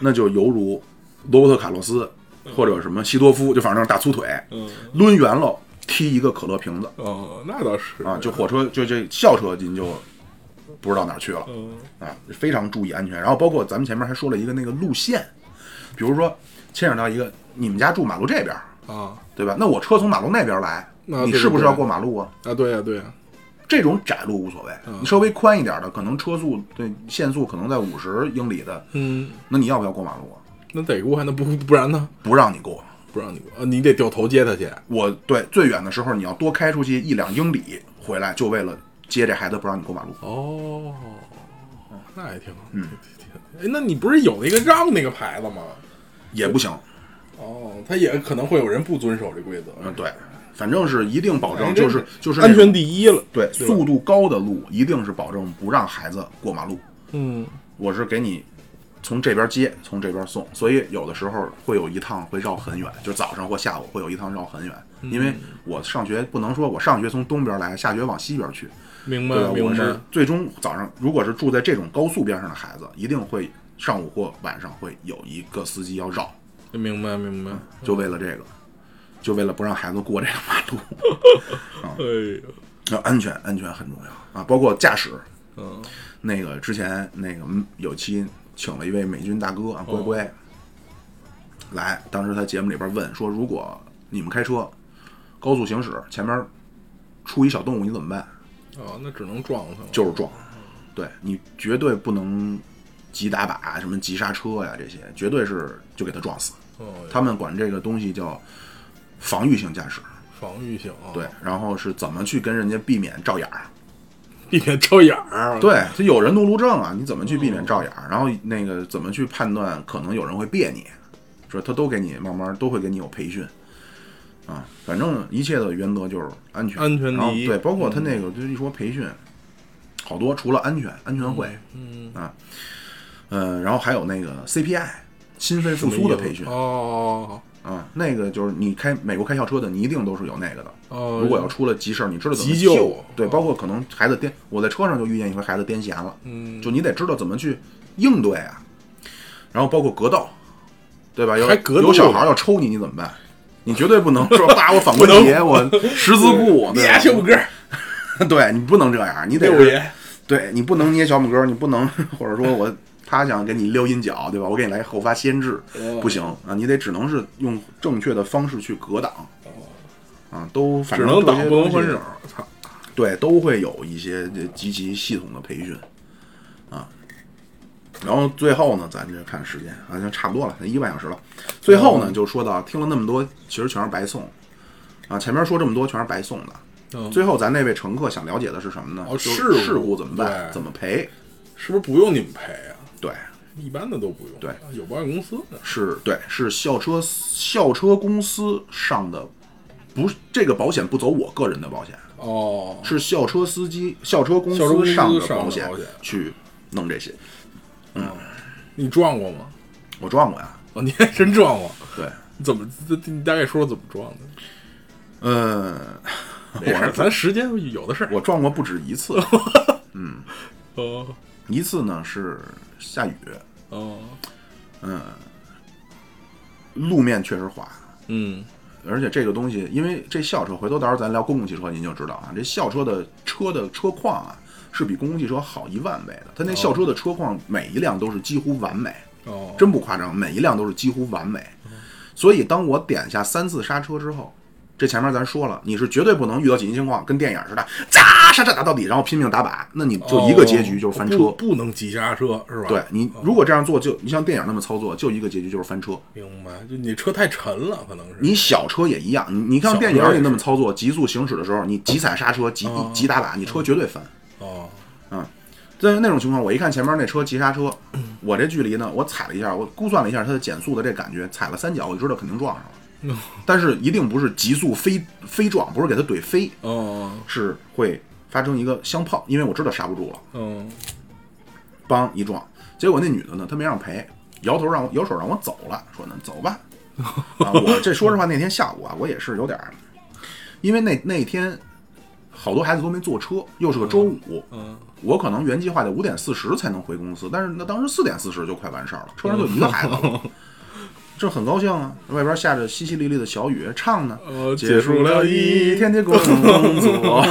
S1: 那就犹如罗伯特卡洛斯或者什么西多夫，就反正大粗腿，
S4: 嗯
S1: 抡圆了踢一个可乐瓶子
S4: 哦，那倒是
S1: 啊，就火车就这校车您就不知道哪儿去了。
S4: 嗯，
S1: 啊，非常注意安全。然后包括咱们前面还说了一个那个路线，比如说牵扯到一个你们家住马路这边儿，
S4: 啊
S1: 对吧？那我车从马路那边来，
S4: 那
S1: 你
S4: 对
S1: 是不
S4: 对
S1: 是要
S4: 对
S1: 过马路啊？
S4: 啊，对呀、对呀、
S1: 这种窄路无所谓，
S4: 嗯
S1: 你稍微宽一点的，可能车速对限速可能在五十英里的，
S4: 嗯，
S1: 那你要不要过马路啊？
S4: 那得过，那不不然呢？
S1: 不让你过。
S4: 不让你过，呃你得掉头接他去。
S1: 我对最远的时候，你要多开出去一两英里回来，就为了接这孩子不让你过马路。
S4: 哦，那也挺好。嗯，哎，那你不是有那个让那个牌子吗？
S1: 也不行。
S4: 哦，他也可能会有人不遵守这规则。
S1: 嗯，对，反正是一定保证，
S4: 哎
S1: 就
S4: 这
S1: 是就是
S4: 安
S1: 那种
S4: 全第一了。
S1: 对
S4: 吧
S1: 速度高的路，一定是保证不让孩子过马路。
S4: 嗯，
S1: 我是给你从这边接，从这边送，所以有的时候会有一趟会绕很远，就是早上或下午会有一趟绕很远，
S4: 嗯
S1: 因为我上学不能说我上学从东边来，下学往西边去，
S4: 明白
S1: 对吧？啊我
S4: 明
S1: 是
S4: 白。
S1: 最终早上，如果是住在这种高速边上的孩子，一定会上午或晚上会有一个司机要绕，
S4: 明白明白。
S1: 就为了这个，
S4: 嗯
S1: 就为了不让孩子过这个马路， *laughs* 嗯
S4: 哎呦，
S1: 那安全安全很重要啊，包括驾驶，
S4: 嗯，
S1: 那个之前那个嗯有期请了一位美军大哥啊，乖乖、来，当时他节目里边问说，如果你们开车高速行驶，前面出一小动物，你怎么办？
S4: 哦，那只能撞他了。
S1: 嗯就是撞，对你绝对不能急打把，什么急刹车呀这些，绝对是就给他撞死。
S4: 哦
S1: 他们管这个东西叫防御性驾驶，
S4: 防御性啊，
S1: 对，，然后是怎么去跟人家避免照眼儿。
S4: 避免招眼儿。，啊
S1: 对，他有人怒路症啊，你怎么去
S4: 嗯
S1: 避免照眼儿？然后那个怎么去判断可能有人会别你？说他都给你慢慢都会给你有培训啊，反正一切的原则就是安全，
S4: 安全第一嗯
S1: 然后对，包括他那个就是一说培训，好多除了安全安全会，
S4: 嗯，
S1: 啊，呃，然后还有那个 CPI 心肺复苏的培训
S4: 哦
S1: 啊，那个就是你开美国开校车的，你一定都是有那个的。
S4: 哦，
S1: 如果要出了急事儿，你知道怎么
S4: 急救哦
S1: 对，包括可能孩子癫，我在车上就遇见一回孩子癫痫了，
S4: 嗯，
S1: 就你得知道怎么去应对啊。然后包括格斗，对吧？有
S4: 还格斗
S1: 有小孩要抽你，你怎么办？你绝对不能
S4: *laughs*
S1: 说叭，我反过
S4: 不 *laughs*
S1: 爷，我十字固，
S4: 你俩
S1: 对
S4: 小
S1: 吧
S4: 拇哥，
S1: *laughs* 对你不能这样，你得
S4: 六
S1: 是
S4: 爷，
S1: 对你不能捏小拇哥，你不能 *laughs* 或者说我他想给你溜阴脚，对吧？我给你来后发先至，
S4: 哦
S1: 不行啊，你得只能是用正确的方式去格挡。啊，都反
S4: 哦只
S1: 正
S4: 能
S1: 这
S4: 挡
S1: 些
S4: 不能
S1: 东
S4: 分
S1: 西
S4: 手。操，
S1: 对，都会有一些这极其系统的培训啊。然后最后呢，咱这看时间好像差不多了，一个半小时了。最后
S4: 哦
S1: 呢，就说到听了那么多，其实全是白送啊。前面说这么多全是白送的。
S4: 嗯
S1: 最后，咱那位乘客想了解的是什么呢？
S4: 哦
S1: 就是
S4: 事故
S1: 事故怎么办？
S4: 对
S1: 怎么赔？
S4: 是不是不用你们赔啊？
S1: 对，
S4: 一般的都不用，
S1: 对，
S4: 有保险公司的。
S1: 是，对，是校车校车公司上的，不是这个保险不走我个人的保险，
S4: 哦，
S1: 是校车司机、校车公
S4: 校车公司
S1: 司上的
S4: 上的
S1: 保险
S4: 保险
S1: 去弄这些。
S4: 你撞过吗？
S1: 我撞过呀，
S4: 哦，你还真撞过？
S1: 对，
S4: 怎么？这这你大概说说怎么撞的？
S1: 呃，
S4: 没事，
S1: 我
S4: 咱时间有的是。
S1: 我撞过不止一
S4: *laughs*
S1: 次，
S4: 哦
S1: 一次呢是下雨，
S4: 哦，
S1: 路面确实滑，
S4: 嗯，
S1: 而且这个东西，因为这校车，回头到时候咱聊公共汽车，您就知道啊，这校车的车的车况啊，是比公共汽车好一万倍的。它那校车的车况，每一辆都是几乎完美，
S4: 哦，
S1: 真不夸张，每一辆都是几乎完美。所以当我点下三次刹车之后，这前面咱说了，你是绝对不能遇到紧急情况，跟电影似的，扎刹车打到底，然后拼命打靶，那你就一个结局就是翻车。
S4: 哦不不能急刹车是吧？哦
S1: 对你如果这样做，就你像电影那么操作，就一个结局就是翻车。
S4: 明白，就你车太沉了，可能是
S1: 你小车也一样，你你看电影里那么操作，急速行驶的时候，你急踩刹车、急
S4: 哦
S1: 急打把，你车绝对翻。
S4: 哦，
S1: 但是那种情况，我一看前面那车急刹车，我这距离呢，我踩了一下，我估算了一下它的减速的这感觉，踩了三脚，我就知道肯定撞上
S4: 哦
S1: 了。但是一定不是急速飞飞撞，不是给它怼飞，
S4: 哦，
S1: 是会发生一个相碰，因为我知道刹不住了，
S4: 嗯，
S1: 梆一撞。结果那女的呢，她没让赔，摇头让我摇手让我走了，说呢走 *laughs* 吧。啊，我这说实话，那天下午啊，我也是有点儿，因为那那天好多孩子都没坐车，又是个周五，
S4: 嗯，
S1: 我可能原计划得五点四十才能回公司，但是那当时四点四十就快完事儿了，车上就一个孩子了。这很高兴啊！外边下着淅淅沥沥的小雨，唱呢。
S4: 呃
S1: 结束了一天
S4: 天
S1: 的工 *laughs* 作，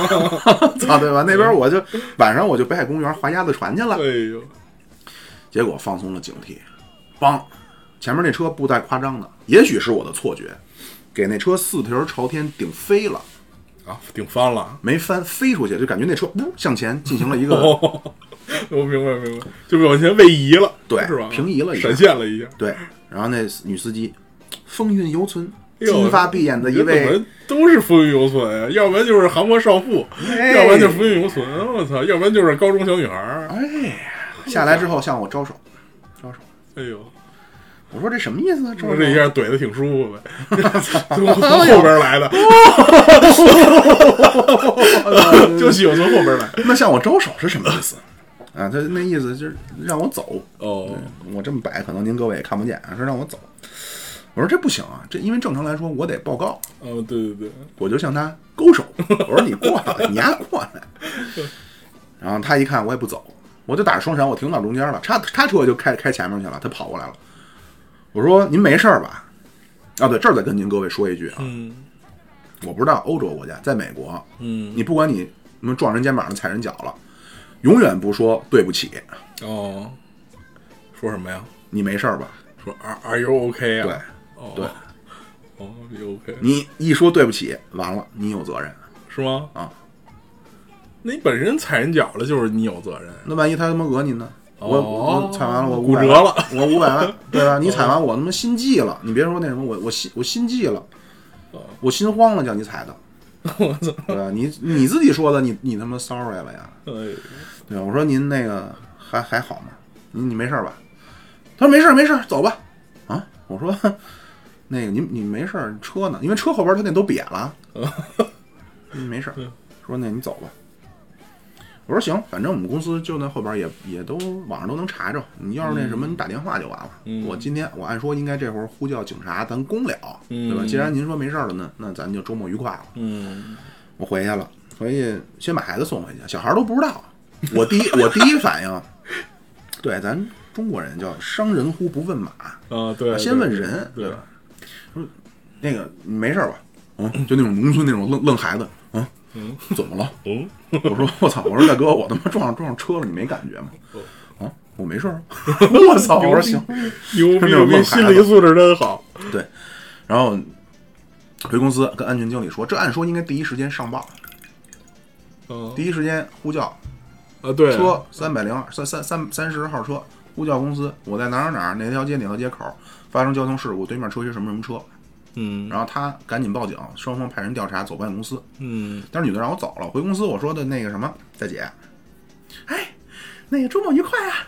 S1: 操对吧？那边我就晚上我就北海公园划鸭子船去了
S4: 哎，呦，
S1: 结果放松了警惕，梆，前面那车不带夸张的，也许是我的错觉，给那车四蹄儿朝天顶飞了。
S4: 啊，顶翻了。
S1: 没翻飞出去，就感觉那车呜向前进行了一个、
S4: 哦， *laughs* 我明白明白，就是往前位移了，
S1: 对
S4: 是吧？
S1: 平移了一下
S4: 闪现了一下。
S1: 对，然后那女司机风韵犹存，
S4: 哎呦
S1: 金发碧眼的一
S4: 你怎
S1: 位
S4: 么都是风韵犹存啊？要不然就是韩国少妇，
S1: 哎
S4: 要不然就是风韵犹存。我操，要不然就是高中小女孩儿。
S1: 哎下来之后向我招手，招手。
S4: 哎呦，
S1: 我说这什么意思啊？招
S4: 我
S1: 手
S4: 这一下怼的挺舒服
S1: *laughs*
S4: 呗，从从后边来的，就喜欢从后边来。
S1: 那向我招手是什么意思？啊，他那意思就是让我走。
S4: 哦，
S1: 我这么摆，可能您各位也看不见啊，是让我走。我说这不行啊，这因为正常来说我得报告，
S4: 哦，对对对，
S1: 我就向他勾手，我说你过来，你丫过
S4: *laughs*
S1: 来。
S4: 嗯
S1: 然后他一看我也不走，我就打着双闪，我停到中间了，他他车就开开前面去了，他跑过来了。我说您没事儿吧？啊，对，这儿再跟您各位说一句啊，
S4: 嗯
S1: 我不知道欧洲国家，在美国，
S4: 嗯，
S1: 你不管你什么撞人肩膀了、踩人脚了，永远不说对不起，
S4: 哦，说什么呀？
S1: 你没事儿吧？
S4: 说 Are Are you OK
S1: 对
S4: 啊？，哦
S1: 对，嗯
S4: 哦，you OK
S1: 你一说对不起，完了，你有责任。
S4: 是吗？
S1: 啊，
S4: 那你本身踩人脚了，就是你有责任。啊
S1: *laughs* 那万一他他妈讹您呢？我
S4: 哦
S1: 我踩完了，我
S4: 骨
S1: 500
S4: 折
S1: 万
S4: 了，哦
S1: 我五百
S4: *laughs*
S1: 万，对吧？你踩完我他妈心悸了，你别说那什么，我我心我心悸了，
S4: 哦
S1: 我心慌了，叫你踩的，
S4: 我操！
S1: 对吧？
S4: *laughs*
S1: 你你自己说的，你你他妈 sorry 了呀，
S4: 哎，
S1: 对吧？我说您那个还还好吗？你你没事儿吧？他说没事儿没事儿，走吧。啊，我说哼那个你你没事儿，车呢？因为车后边他那都瘪
S4: *laughs*
S1: 了。嗯没事儿，说那你走吧。我说行，反正我们公司就那后边也也都网上都能查着。你要是那什么，你打电话就完了。
S4: 嗯
S1: 我今天我按说应该这会儿呼叫警察，咱公了，
S4: 嗯
S1: 对吧？既然您说没事儿了呢，那咱就周末愉快了。
S4: 嗯，
S1: 我回去了，回去先把孩子送回去，小孩都不知道。我第一我第一反
S4: *laughs*
S1: 应，对，咱中国人叫伤人乎不问马，
S4: 啊，对，
S1: 先问
S4: 对
S1: 人，
S4: 对
S1: 吧？那个你没事吧？嗯，就那种农村那种愣愣孩子，嗯
S4: 嗯，
S1: 怎么了？
S4: 嗯，
S1: 我说我操，我说大哥，我他妈撞上撞上车了，你没感觉吗？啊，我没 *laughs* 事儿啊。我操，我说行，
S4: 牛逼
S1: 是那种
S4: 牛逼，
S1: 愣孩
S4: 心
S1: 子
S4: 理素质真好。
S1: 对，然后回公司跟安全经理说，这按说应该第一时间上报，
S4: 嗯
S1: 第一时间呼叫
S4: 啊，对，
S1: 车三百零二三三三三十号车呼叫公司，我在哪儿哪儿哪条街哪条街口发生交通事故，对面车学什么什么车，
S4: 嗯
S1: 然后他赶紧报警，双方派人调查，走办公司。
S4: 嗯，
S1: 但是女的让我走了，回公司我说的那个什么，大姐，哎，那个周末愉快啊，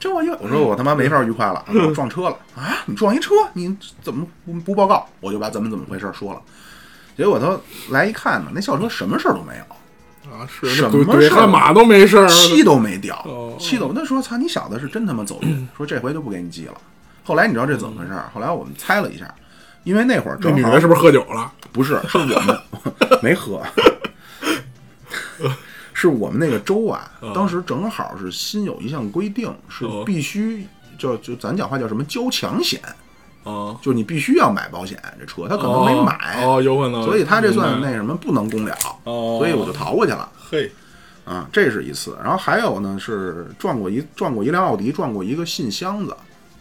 S1: 周末愉快。我说我他妈没法愉快了，我撞车了啊！你撞一车，你怎么不不报告？我就把怎么怎么回事说了。结果他来一看呢，那校车什么事儿都没有，
S4: 啊是，
S1: 什
S4: 那
S1: 么
S4: 鬼鬼
S1: 事儿
S4: 悍马都没事儿，
S1: 漆都没掉
S4: 哦，
S1: 漆都。那说操，你小子是真他妈走运，说这回就不给你记了。后来你知道这怎么回事儿？后来我们猜了一下，因为那会儿
S4: 那
S1: 正
S4: 女
S1: 好
S4: 的是不是喝酒了？
S1: 不是是我
S4: *laughs*
S1: 们没喝，是我们那个州啊，
S4: 嗯
S1: 当时正好是新有一项规定是
S4: 哦
S1: 必须。叫就咱讲话叫什么交强险，
S4: 啊，
S1: 就你必须要买保险，这车他可能没买，
S4: 哦，有可能，嗯
S1: 所以他这算
S4: 明白
S1: 那什么不能公了，
S4: 哦
S1: 所以我就逃过去了。
S4: 嘿，
S1: 啊，这是一次。然后还有呢，是撞过一撞过一辆奥迪，撞过一个信箱子，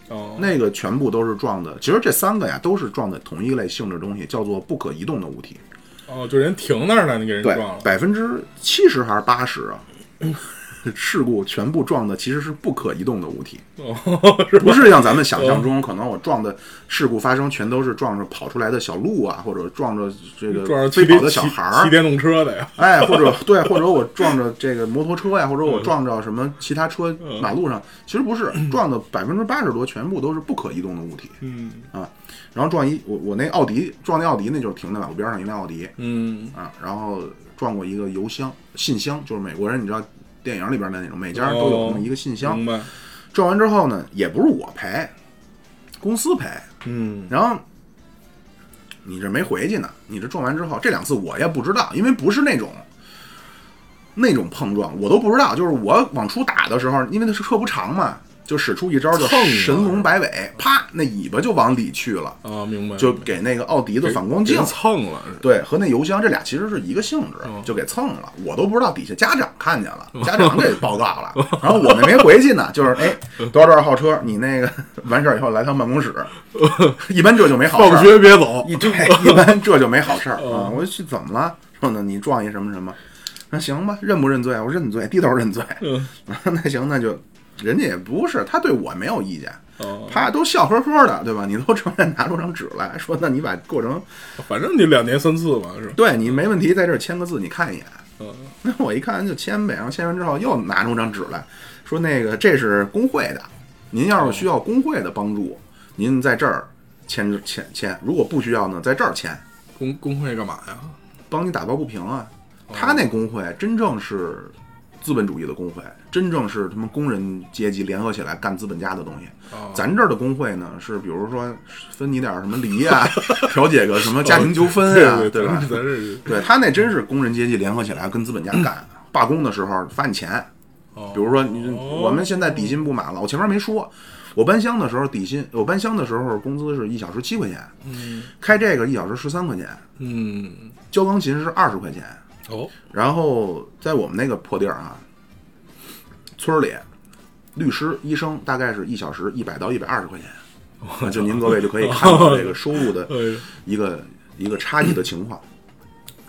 S4: 哦，
S1: 那个全部都是撞的。其实这三个呀，都是撞的同一类性质的东西，叫做不可移动的物体。
S4: 哦，就人停那儿呢，你给人
S1: 对
S4: 撞，了，
S1: 百分之七十还是八十啊？ *laughs* 事故全部撞的其实是不可移动的物体，
S4: 哦， *laughs* 是吧
S1: 不是像咱们想象中，可能我撞的事故发生全都是撞着跑出来的小鹿啊，或者撞着这个
S4: 撞上
S1: 飞
S4: 骑
S1: 跑
S4: 电
S1: 的小
S4: 骑
S1: 孩儿啊
S4: 骑，电动车的呀，
S1: 哎，或者 *laughs* 对，或者我撞着这个摩托车呀，或者
S4: 嗯
S1: 我撞着什么其他车马路上，其实不
S4: *clears throat*
S1: 是撞的百分之八十多，全部都是不可移动的物体
S4: 嗯
S1: 啊。然后撞一我我那奥迪撞那奥迪，那就是停在马路边上一辆奥迪
S4: 嗯，
S1: 啊，然后撞过一个邮箱信箱，就是美国人你知道电影里边的那种，每家都有那么一个信箱
S4: 哦明。白，
S1: 撞完之后呢，也不是我赔，公司赔。
S4: 嗯
S1: 然后你这没回去呢，你这撞完之后，这两次我也不知道，因为不是那种那种碰撞，我都不知道。就是我往出打的时候，因为那是车不长嘛，就使出一招叫
S4: 蹭啊了
S1: 神龙摆尾，啪，那尾巴就往里去了，
S4: 啊，明白，
S1: 就
S4: 明白
S1: 给那个奥迪的
S4: 给
S1: 反光
S4: 给
S1: 镜
S4: 人。蹭了，是
S1: 对，和那油箱这俩其实是一个性质，
S4: 嗯
S1: 就给蹭了。我都不知道底下家长看见了，家长给报告了，
S4: 嗯
S1: 然后我们没回去呢，就是哎，多少多少号车，你那个完事儿以后来趟办公室，一般这就没好事儿。
S4: 嗯放学别走，嗯
S1: 一对，一般这就没好事儿啊！我就去怎么了？说呢你撞一什么什么，那行吧，认不认罪？啊我认罪，低头认罪。
S4: 嗯，
S1: 那行，那就人家也不是，他对我没有意见，
S4: 哦，
S1: 他都笑呵呵的，对吧？你都承认拿出张纸来说，那你把过程
S4: 反正你两年三次嘛，是吧？
S1: 对你没问题，在这儿签个字，你看一眼。
S4: 嗯，
S1: 那我一看就签呗，然后签完之后又拿出张纸来说，那个这是工会的，您要是需要工会的帮助，您在这儿签签签，如果不需要呢，在这儿签，
S4: 工工会干嘛呀？
S1: 帮你打抱不平啊。他那工会真正是资本主义的工会，真正是他们工人阶级联合起来干资本家的东西。
S4: 哦
S1: 咱这儿的工会呢，是比如说分你点儿什么离呀、调解个什么家庭纠纷啊，
S4: 对
S1: 吧？
S4: 咱是
S1: 对他那真是工人阶级联合起来跟资本家干，罢工的时候罚你钱。
S4: 哦
S1: 比如说你
S4: 哦
S1: 我们现在底薪不满了，我前面没说，我搬箱的时候底薪，我搬箱的时候工资是一小时七块钱，
S4: 嗯
S1: 开这个一小时十三块钱，
S4: 嗯
S1: 教钢琴是二十块钱。
S4: 哦
S1: 然后在我们那个破地儿啊，村儿里，律师、医生大概是一小时一百到一百二十块钱，啊就您各位就可以看到这个收入的
S4: *laughs* 哎呦
S1: 一个一个差异的情况。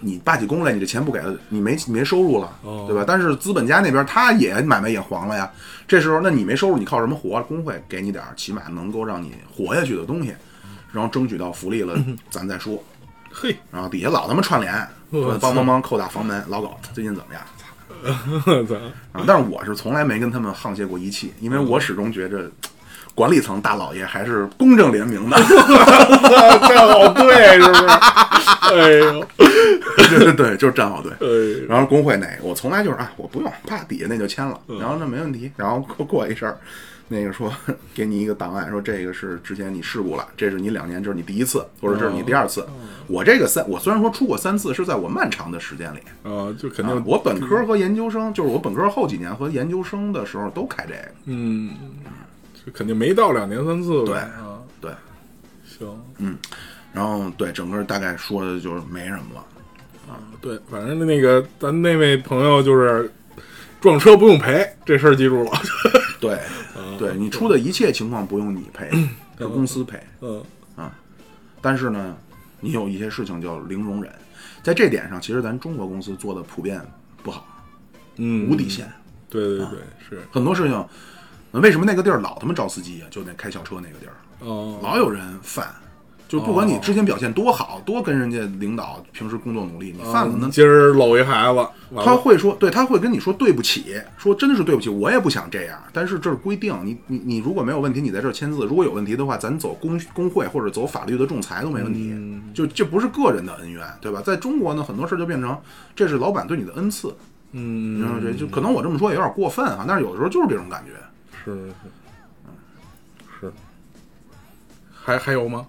S1: 你罢起工来，你这钱不给了，你没你没收入了
S4: 哦，
S1: 对吧？但是资本家那边他也买卖也黄了呀。这时候，那你没收入，你靠什么活？工会给你点儿起码能够让你活下去的东西，然后争取到福
S4: *laughs*
S1: 利了，咱再说。
S4: 嘿，
S1: *laughs* 然后底下老他妈串联，
S4: 我
S1: 说
S4: 操
S1: 帮帮帮扣打房门，老狗最近怎么样？
S4: 咱
S1: 啊，但是我是从来没跟他们沆瀣过一气，
S4: 嗯
S1: 因为我始终觉着管理层大老爷还是公正廉明的， *laughs*
S4: 站好队哦是不是？哎呦
S1: 对对对，就是站好队。
S4: 哎呦，
S1: 然后工会那个，我从来就是啊，我不用，啪底下那就签了，
S4: 嗯
S1: 然后那没问题。然后过过一阵儿，那个说 *laughs* 给你一个档案，说这个是之前你事故了，这是你两年，这是你第一次，或者这是
S4: 哦
S1: 你第二次。我这个三，我虽然说出过三次，是在我漫长的时间里。
S4: 啊，就肯
S1: 啊
S4: 定
S1: 我本科和研究生，就是我本科后几年和研究生的时候都开这个，
S4: 嗯，就肯定没到两年三次呗。
S1: 对
S4: 啊，
S1: 对。
S4: 行，啊
S1: 然后对整个大概说的就是没什么了。
S4: 对，反正那个咱那位朋友就是撞车不用赔，这事儿记住了。
S1: 对，对你出的一切情况不用你赔，是公司赔。
S4: 嗯，
S1: 但是呢，你有一些事情叫零容忍，在这点上，其实咱中国公司做的普遍不好，
S4: *laughs* 嗯，
S1: 无啊底线。
S4: 对对对，是
S1: 很多事情，呃为什么那个地儿老他妈招司机啊？就那开小车那个地儿，
S4: 哦，
S1: 老有人犯。就不管你之前表现多好，多跟人家领导平时工作努力，你犯了呢，
S4: 今儿搂一孩子，完
S1: 他
S4: 了，
S1: 会说，对，他会跟你说对不起，说真的是对不起，我也不想这样，但是这是规定，你你你如果没有问题，你在这儿签字，如果有问题的话，咱走工工会或者走法律的仲裁都没问题，就这不是个人的恩怨，对吧？在中国呢，很多事就变成这是老板对你的恩赐，你知道吗？
S4: 嗯，
S1: 这就可能我这么说也有点过分啊，但是有时候就是这种感觉。
S4: 是是
S1: 嗯
S4: 是，是，还还有吗？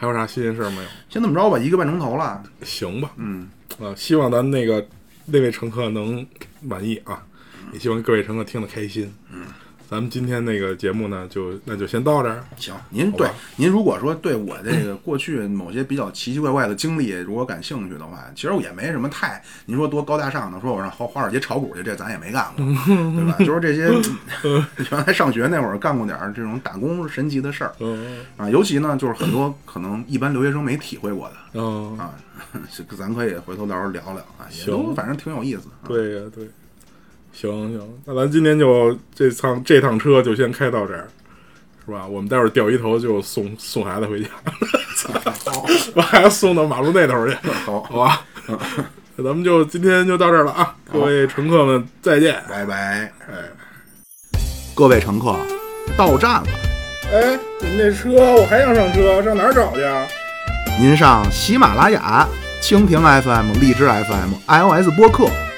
S4: 还有啥新鲜事儿没有？
S1: 先这么着吧，一个半钟头了，
S4: 行吧，
S1: 嗯，
S4: 啊，希望咱那个那位乘客能满意啊，也希望各位乘客听得开心。嗯，咱们今天那个节目呢，就那就先到这儿。
S1: 行，您对
S4: 好吧
S1: 您如果说对我这个过去某些比较奇奇怪怪的经历如果感兴趣的话，其实我也没什么太您说多高大上的，说我上华华尔街炒股去，这咱也没干过，
S4: 嗯
S1: 对吧？就是这些原来上学那会儿干过点儿这种打工神奇的事儿
S4: 嗯
S1: 啊，尤其呢就是很多可能一般留学生没体会过的
S4: 嗯，
S1: 啊，这个咱可以回头到时候聊聊啊，也都
S4: 行
S1: 反正挺有意思。啊、
S4: 对呀、对，行行，那咱今天就这趟这趟车就先开到这儿，是吧？我们待会儿掉一头就送送孩子回 *laughs* 家，把孩子送到马路那头去，
S1: 好，好，
S4: 好 *laughs* 吧？那咱们就今天就到这儿了啊，各位乘客们再见。
S1: 拜拜，
S4: 哎
S1: 各位乘客，到站了，
S4: 哎，你们那车我还想上车，上哪儿找去啊？
S1: 您上喜马拉雅、蜻蜓 FM、荔枝 FM、iOS 播客